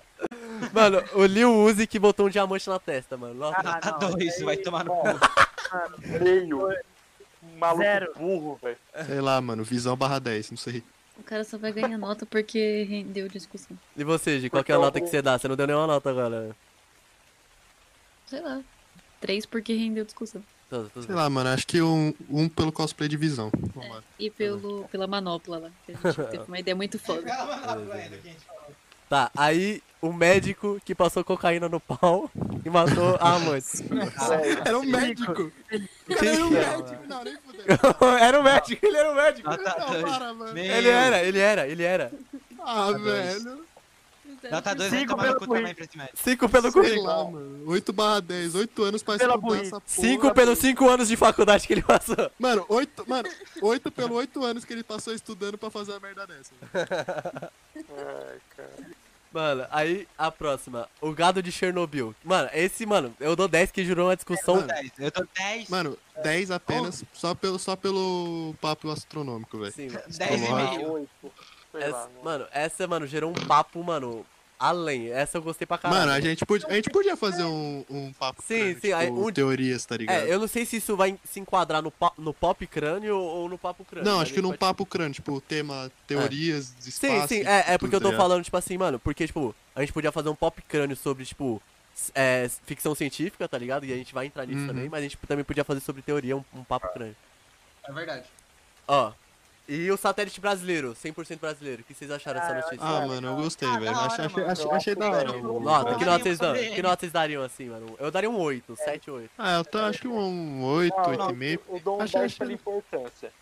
Speaker 2: mano, o Lil Uzi que botou um diamante na testa, mano. Nossa,
Speaker 6: Ah, não,
Speaker 3: Tá dois, vai tomar no
Speaker 4: Bom,
Speaker 3: cu.
Speaker 4: meio. Maluco
Speaker 6: Zero.
Speaker 4: burro, velho.
Speaker 5: Sei lá, mano, visão barra 10, não sei.
Speaker 8: O cara só vai ganhar nota porque rendeu discussão.
Speaker 2: E você, Gi, qual que é a
Speaker 4: Porque
Speaker 2: nota
Speaker 4: eu-
Speaker 2: que você dá? Você não deu nenhuma nota agora. né?
Speaker 8: Sei lá. Três porque rendeu discussão.
Speaker 2: Tô- tô-
Speaker 5: Sei lá, mano, acho que um, um pelo cosplay de visão. Vambora.
Speaker 8: E pelo, pela manopla lá. Que a gente teve uma ideia muito foda.
Speaker 2: Tá, aí o médico que passou cocaína no pau e matou a amante. é?
Speaker 5: Era um médico. O cara era um médico. Não, nem fudeu.
Speaker 2: era um médico, ele era um médico.
Speaker 3: Nota
Speaker 5: Não,
Speaker 3: dois.
Speaker 5: para, mano.
Speaker 3: Nem-
Speaker 2: Ele era, ele era, ele era.
Speaker 5: Ah,
Speaker 3: Nota dois.
Speaker 5: velho.
Speaker 3: Nota 2 vai
Speaker 6: Cinco
Speaker 3: tomar no
Speaker 6: pelo
Speaker 3: cu
Speaker 6: Corinthians.
Speaker 3: também pra esse médico.
Speaker 2: Cinco pelo
Speaker 5: Sei
Speaker 2: currículo.
Speaker 5: lá, mano. 8 barra 10, 8 anos pra
Speaker 6: Pela
Speaker 5: estudar
Speaker 6: burrice.
Speaker 5: essa porra.
Speaker 2: Cinco pelos cinco anos de faculdade que ele passou.
Speaker 5: Mano, 8, mano, 8 pelo 8 anos que ele passou estudando pra fazer a merda dessa.
Speaker 4: Ai, cara.
Speaker 2: Mano, aí a próxima. O gado de Chernobyl. Mano, esse, mano, eu dou 10 que jurou uma discussão.
Speaker 5: Mano,
Speaker 3: Dez. Eu tô 10,
Speaker 5: Mano, 10 apenas, só pelo, só pelo papo astronômico, velho.
Speaker 2: Sim, assim, mano.
Speaker 3: 10 e
Speaker 5: Lógico.
Speaker 3: meio.
Speaker 4: Oito. Sei lá,
Speaker 2: Essa,
Speaker 4: mano.
Speaker 2: mano, essa, mano, gerou um papo, mano, além. Essa eu gostei pra caralho.
Speaker 5: Mano, a gente, podia, a gente podia fazer um, um papo
Speaker 2: Sim,
Speaker 5: crânio,
Speaker 2: sim, aí
Speaker 5: tipo,
Speaker 2: um-
Speaker 5: teorias, tá ligado?
Speaker 2: É, eu não sei se isso vai se enquadrar no, pa- no pop crânio ou no papo crânio.
Speaker 5: Não,
Speaker 2: mas
Speaker 5: acho
Speaker 2: a
Speaker 5: que
Speaker 2: gente
Speaker 5: num
Speaker 2: pode-
Speaker 5: papo crânio, tipo, o tema teorias, de
Speaker 2: Sim,
Speaker 5: espaço...
Speaker 2: sim,
Speaker 5: e
Speaker 2: é, é
Speaker 5: tudo,
Speaker 2: porque eu
Speaker 5: tá
Speaker 2: tô
Speaker 5: ligado?
Speaker 2: falando, tipo assim, mano, porque, tipo, a gente podia fazer um pop crânio sobre, tipo, s- é, ficção científica, tá ligado? E a gente vai entrar nisso
Speaker 5: Uhum.
Speaker 2: também, mas a gente também podia fazer sobre teoria um, um papo crânio.
Speaker 3: É verdade.
Speaker 2: Ó, e o satélite brasileiro, 100% brasileiro, o que vocês acharam dessa notícia?
Speaker 5: Ah, mano, eu gostei,
Speaker 3: Ah,
Speaker 5: velho.
Speaker 3: da hora,
Speaker 5: Achei, achei,
Speaker 3: mano.
Speaker 5: achei, achei da hora. o-
Speaker 2: Nota, que nota
Speaker 3: Falarinho
Speaker 2: vocês dão?
Speaker 3: sobre
Speaker 2: Que
Speaker 3: ele.
Speaker 2: nota vocês dariam assim, mano? Eu daria um 8, 7, 8.
Speaker 5: Ah, eu tô, acho que um 8,
Speaker 4: Ah,
Speaker 5: 8,5.
Speaker 4: O Dom
Speaker 5: Achei-
Speaker 4: 10 pela
Speaker 5: achei-
Speaker 4: importância.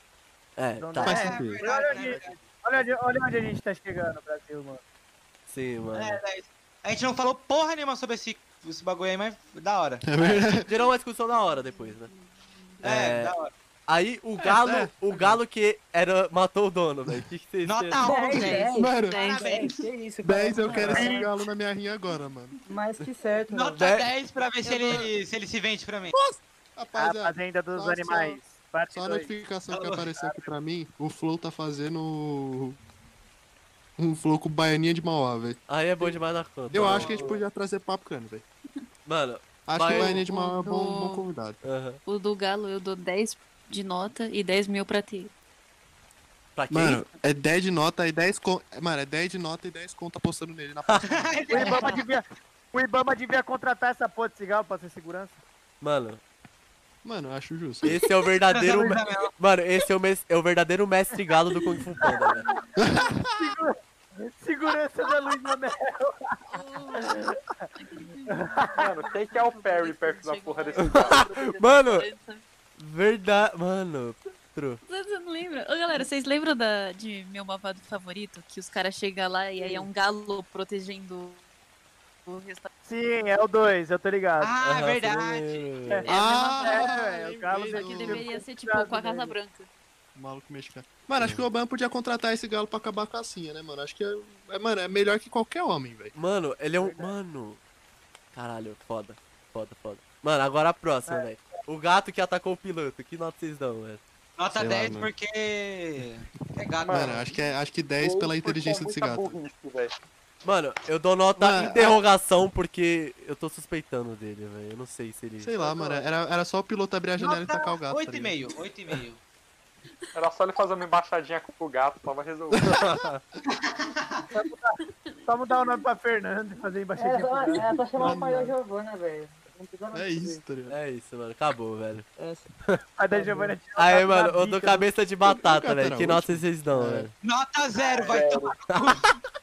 Speaker 2: É,
Speaker 6: Então
Speaker 2: tá.
Speaker 5: Faz
Speaker 3: É,
Speaker 5: sentido.
Speaker 3: verdade, né, velho?
Speaker 6: Olha onde, olha onde a gente tá chegando, Brasil, mano.
Speaker 2: Sim, mano.
Speaker 3: É, 10. A gente não falou porra nenhuma sobre esse, esse bagulho aí, mas da hora.
Speaker 5: É verdade.
Speaker 2: Gerou uma discussão na hora depois, né?
Speaker 3: É,
Speaker 2: É.
Speaker 3: da hora.
Speaker 2: Aí o galo,
Speaker 5: é.
Speaker 2: o galo que era, matou o dono, velho. Que que vocês
Speaker 3: Nota 11.
Speaker 5: Mano,
Speaker 3: Parabéns.
Speaker 1: Que isso, cara.
Speaker 5: 10 eu quero esse galo na minha rinha agora, mano.
Speaker 1: Mas que certo, mano.
Speaker 2: Dez.
Speaker 3: Nota 10 pra ver se ele, se ele se vende pra mim.
Speaker 6: A
Speaker 5: Rapaziada,
Speaker 6: Fazenda dos
Speaker 5: só- só-
Speaker 6: Animais. Parte
Speaker 5: só a
Speaker 6: 2.
Speaker 5: notificação que
Speaker 3: Alô.
Speaker 5: apareceu aqui pra mim, o Flow tá fazendo um Flow com baianinha de Mauá, velho.
Speaker 2: Aí é bom demais na conta.
Speaker 5: Eu
Speaker 2: mano.
Speaker 5: acho que a gente podia trazer papo crânio, velho.
Speaker 2: Mano,
Speaker 5: Acho
Speaker 2: Baiano-
Speaker 5: que baianinha de Mauá é um bom,
Speaker 8: Não.
Speaker 5: bom convidado.
Speaker 2: aham.
Speaker 8: O do Galo eu dou 10 de nota e 10 mil pra ti.
Speaker 2: pra quem?
Speaker 5: Mano, é 10 de nota e 10 conta. Mano, é 10 de nota e 10 conta postando nele na página.
Speaker 6: O Ibama, devia, o Ibama devia contratar essa porra de cigarro pra ser segurança.
Speaker 2: Mano,
Speaker 5: Mano, eu acho justo.
Speaker 2: esse é o verdadeiro. me- Mano, esse é o, mes- é o verdadeiro mestre galo do Kung Fu Panda, né? velho.
Speaker 6: Segurança da Luiz Manoel.
Speaker 4: Mano, quem que é o Perry perto da porra desse cara?
Speaker 2: Mano, verdade. Mano, true.
Speaker 8: Você não lembra? Ô, galera, vocês lembram da, de meu malvado favorito? Que os caras chegam lá e aí é um galo protegendo o restaurante.
Speaker 6: Sim, é o 2, eu tô ligado.
Speaker 3: Ah, é
Speaker 2: Aham,
Speaker 3: verdade.
Speaker 2: primeiro.
Speaker 8: É a mesma
Speaker 4: Ah,
Speaker 5: Ah,
Speaker 8: vibe,
Speaker 6: é, o galo
Speaker 5: lembrei
Speaker 8: só que
Speaker 5: do
Speaker 8: deveria ser tipo com a Casa Branca.
Speaker 5: Maluco mexicano. Hum. Mano, acho que o Obama podia contratar esse galo pra acabar com a cassinha, né, mano? Acho que é, é, mano, é melhor que qualquer homem, velho.
Speaker 2: Mano, ele é um. Mano. Caralho, foda. Foda, foda. Mano, agora a próxima, velho. O gato que atacou o piloto. Que nota vocês dão, velho?
Speaker 3: Nota
Speaker 5: Sei lá,
Speaker 3: 10
Speaker 5: mano.
Speaker 3: porque. É gato.
Speaker 5: Mano,
Speaker 4: Mano,
Speaker 5: acho que, é, acho que 10 pela inteligência desse gato.
Speaker 2: Mano, eu dou nota
Speaker 5: Mano,
Speaker 2: interrogação porque eu tô suspeitando dele, velho. Eu não sei se ele.
Speaker 5: Sei lá, mano, era, era só o piloto abrir a janela e tacar o gato. tá ligado?
Speaker 3: 8,5, 8,5.
Speaker 4: Era só ele fazer uma embaixadinha com o gato, tava resolvido.
Speaker 6: Só mudar o nome pra Fernando e fazer
Speaker 1: É,
Speaker 6: embaixadinha. pro
Speaker 1: só,
Speaker 6: Fernando.
Speaker 1: é só chamar
Speaker 5: Mano.
Speaker 1: o Mario Giovanna, velho. Não precisa
Speaker 5: É isso, tá ligado?
Speaker 2: É isso, mano. Acabou, velho.
Speaker 6: A da Giovanna tinha
Speaker 2: Aí,
Speaker 6: dado
Speaker 2: mano,
Speaker 6: na
Speaker 2: eu dou
Speaker 3: né?
Speaker 6: bica.
Speaker 2: cabeça de
Speaker 5: Eu
Speaker 2: batata,
Speaker 5: nunca
Speaker 2: velho.
Speaker 5: era
Speaker 2: Que nota vocês dão,
Speaker 5: É.
Speaker 2: velho?
Speaker 3: Nota 0, vai
Speaker 4: Sério.
Speaker 3: tomar.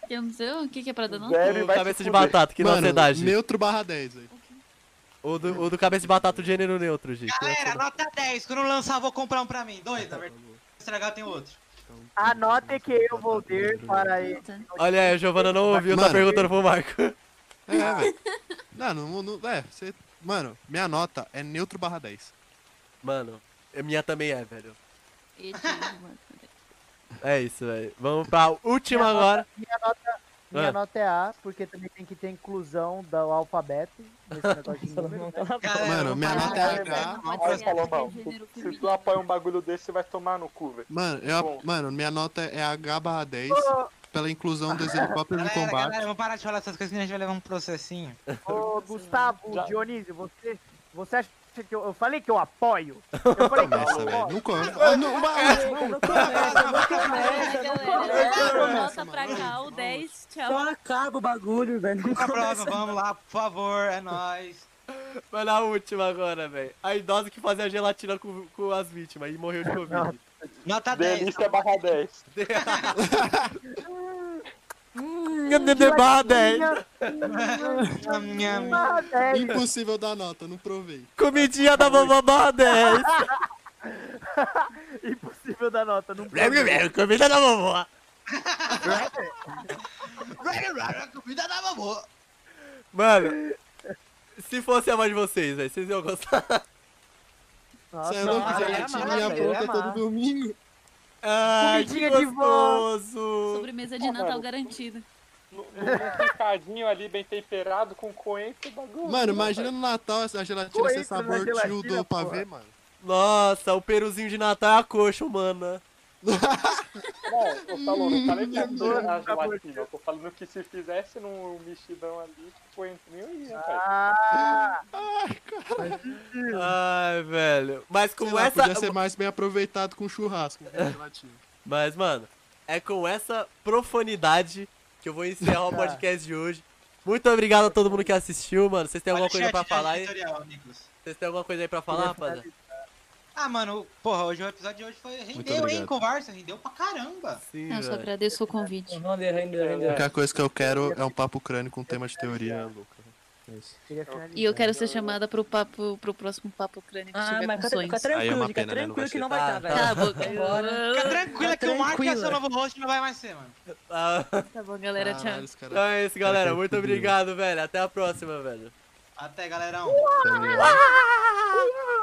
Speaker 8: Que Eu não sei o que, que é pra dar nota.
Speaker 4: Zero e
Speaker 2: O
Speaker 4: vai
Speaker 2: cabeça
Speaker 4: se
Speaker 2: de
Speaker 4: fuder.
Speaker 2: batata, que nota
Speaker 5: mano,
Speaker 2: você dá, Gi?
Speaker 5: neutro barra 10, velho.
Speaker 2: O, do, o do cabeça de batata, o gênero neutro, Gi.
Speaker 6: Ah,
Speaker 2: que nota você
Speaker 3: Galera,
Speaker 2: dá?
Speaker 3: nota 10. Quando lançar, vou comprar um pra mim. Dois, na verdade. Se Estragar, tem outro.
Speaker 6: Anote que eu vou ter para ele.
Speaker 8: Eita.
Speaker 2: Olha aí, a Giovana não ouviu, tá
Speaker 5: Mano.
Speaker 2: perguntando pro Marco.
Speaker 5: É, velho. Não, não, não, é, você... Mano, minha nota é neutro barra 10.
Speaker 2: Mano, a minha também é, velho.
Speaker 8: Eita, mano.
Speaker 2: É isso, velho. Vamos pra última agora.
Speaker 6: Minha nota, minha
Speaker 2: Ah.
Speaker 6: nota é A, porque também tem que ter inclusão do alfabeto nesse negócio de número. né?
Speaker 3: Cara,
Speaker 5: Mano, minha nota é H.
Speaker 4: Não pode
Speaker 8: ser
Speaker 4: falar
Speaker 8: ataque
Speaker 4: mal.
Speaker 8: de gênero
Speaker 4: Se tu
Speaker 8: feminino.
Speaker 4: apoia um bagulho desse, você vai tomar no cu, velho.
Speaker 5: Mano, eu-
Speaker 4: Bom.
Speaker 5: mano, minha nota é H barra 10
Speaker 6: Ô,
Speaker 5: pela inclusão dos helicópteros no
Speaker 3: Galera,
Speaker 5: combate.
Speaker 3: galera, vamos parar de falar essas coisas que a gente vai levar um processinho.
Speaker 6: ô, Gustavo,
Speaker 4: Já-
Speaker 6: Dionísio, você, você acha que eu, eu falei que eu apoio? Eu falei que eu
Speaker 5: Começa, velho.
Speaker 6: apoio.
Speaker 5: Não come. Ah, não, mas-
Speaker 8: Ai, galera, nota pra cá, o 10, tchau.
Speaker 9: Só acaba o bagulho, velho. Não
Speaker 3: Vamos pra
Speaker 9: começa.
Speaker 3: próxima, vamos lá, por favor, é nóis.
Speaker 2: Vai na última agora, velho. A idosa que fazia gelatina com, com as vítimas e morreu de Covid.
Speaker 3: Nota 10.
Speaker 4: Delícia barra 10.
Speaker 2: Comidinha,
Speaker 3: Nham, nham.
Speaker 6: Ah, dez.
Speaker 5: Impossível dar nota, não provei.
Speaker 2: Comidinha da vovó 10.
Speaker 6: Impossível dar nota. Não
Speaker 2: Comida da vovó.
Speaker 3: Comida da vovó.
Speaker 2: Mano, se fosse a mãe de vocês, velho, vocês iam gostar.
Speaker 6: Nossa,
Speaker 5: Você é louco,
Speaker 3: ele é
Speaker 5: gelatina
Speaker 3: massa,
Speaker 5: minha
Speaker 3: ele é
Speaker 5: boca todo domingo.
Speaker 2: Ai, que
Speaker 6: Comidinha de vó.
Speaker 2: gostoso.
Speaker 8: Sobremesa de Natal garantida.
Speaker 4: No- Num picadinho ali, bem temperado, com coentro, bagulho.
Speaker 5: Mano, imagina no Natal essa gelatina
Speaker 6: Coentro
Speaker 5: sem
Speaker 6: na
Speaker 5: sabor
Speaker 6: gelatina,
Speaker 5: tio do
Speaker 6: porra.
Speaker 5: pavê, mano.
Speaker 2: Nossa, o peruzinho de Natal é a coxa humana.
Speaker 4: Não, ô, Salô, não falei que é ia
Speaker 6: Hum,
Speaker 4: na
Speaker 6: tá bom.
Speaker 4: gelatina. Eu tô falando que se fizesse num mexidão ali, coentrinho ia, velho.
Speaker 6: Ah,
Speaker 2: Ai, velho. Mas com
Speaker 5: Sei lá,
Speaker 2: essa.
Speaker 5: Podia ser mais bem aproveitado com churrasco. né, gelatina.
Speaker 2: Mas, mano, é com essa profanidade que eu vou encerrar o podcast de hoje. Muito obrigado a todo mundo que assistiu, mano. Vocês têm alguma
Speaker 3: Olha o
Speaker 2: coisa
Speaker 3: chat
Speaker 2: pra
Speaker 3: de
Speaker 2: falar aí?
Speaker 3: editorial, Nicolas.
Speaker 2: Vocês têm alguma coisa aí pra falar, rapaziada?
Speaker 3: Ah, mano, porra, hoje o episódio de hoje foi. Rendeu, hein,
Speaker 5: obrigado.
Speaker 3: conversa, rendeu pra caramba.
Speaker 2: Sim,
Speaker 8: Eu só
Speaker 2: velho.
Speaker 8: agradeço o convite.
Speaker 9: Render, render,
Speaker 5: A
Speaker 9: render.
Speaker 5: única coisa que eu quero é um papo crânio com tema de teoria, né, Luca.
Speaker 6: queria finalizar.
Speaker 8: E eu quero ser chamada pro papo, pro próximo papo crânio que
Speaker 9: Ah,
Speaker 8: tiver com
Speaker 9: mas fica,
Speaker 8: sonhos.
Speaker 9: fica
Speaker 5: Aí é
Speaker 9: tranquilo,
Speaker 5: uma
Speaker 9: fica
Speaker 5: pena, né? Não vai
Speaker 9: tranquilo que
Speaker 5: ser.
Speaker 9: não vai
Speaker 2: Ah,
Speaker 9: estar, velho.
Speaker 8: Tá, boca.
Speaker 7: Ah,
Speaker 9: Bora.
Speaker 3: Fica tranquila que o Marco é
Speaker 9: tranquila.
Speaker 3: seu novo host não vai mais ser, mano.
Speaker 2: Ah,
Speaker 8: Tá bom, galera, tchau.
Speaker 5: Caralho, os caras-
Speaker 2: então é isso, galera. Muito obrigado, velho. Até a próxima, velho.
Speaker 3: Até, galerão.
Speaker 5: Tá ligado?
Speaker 6: Ah!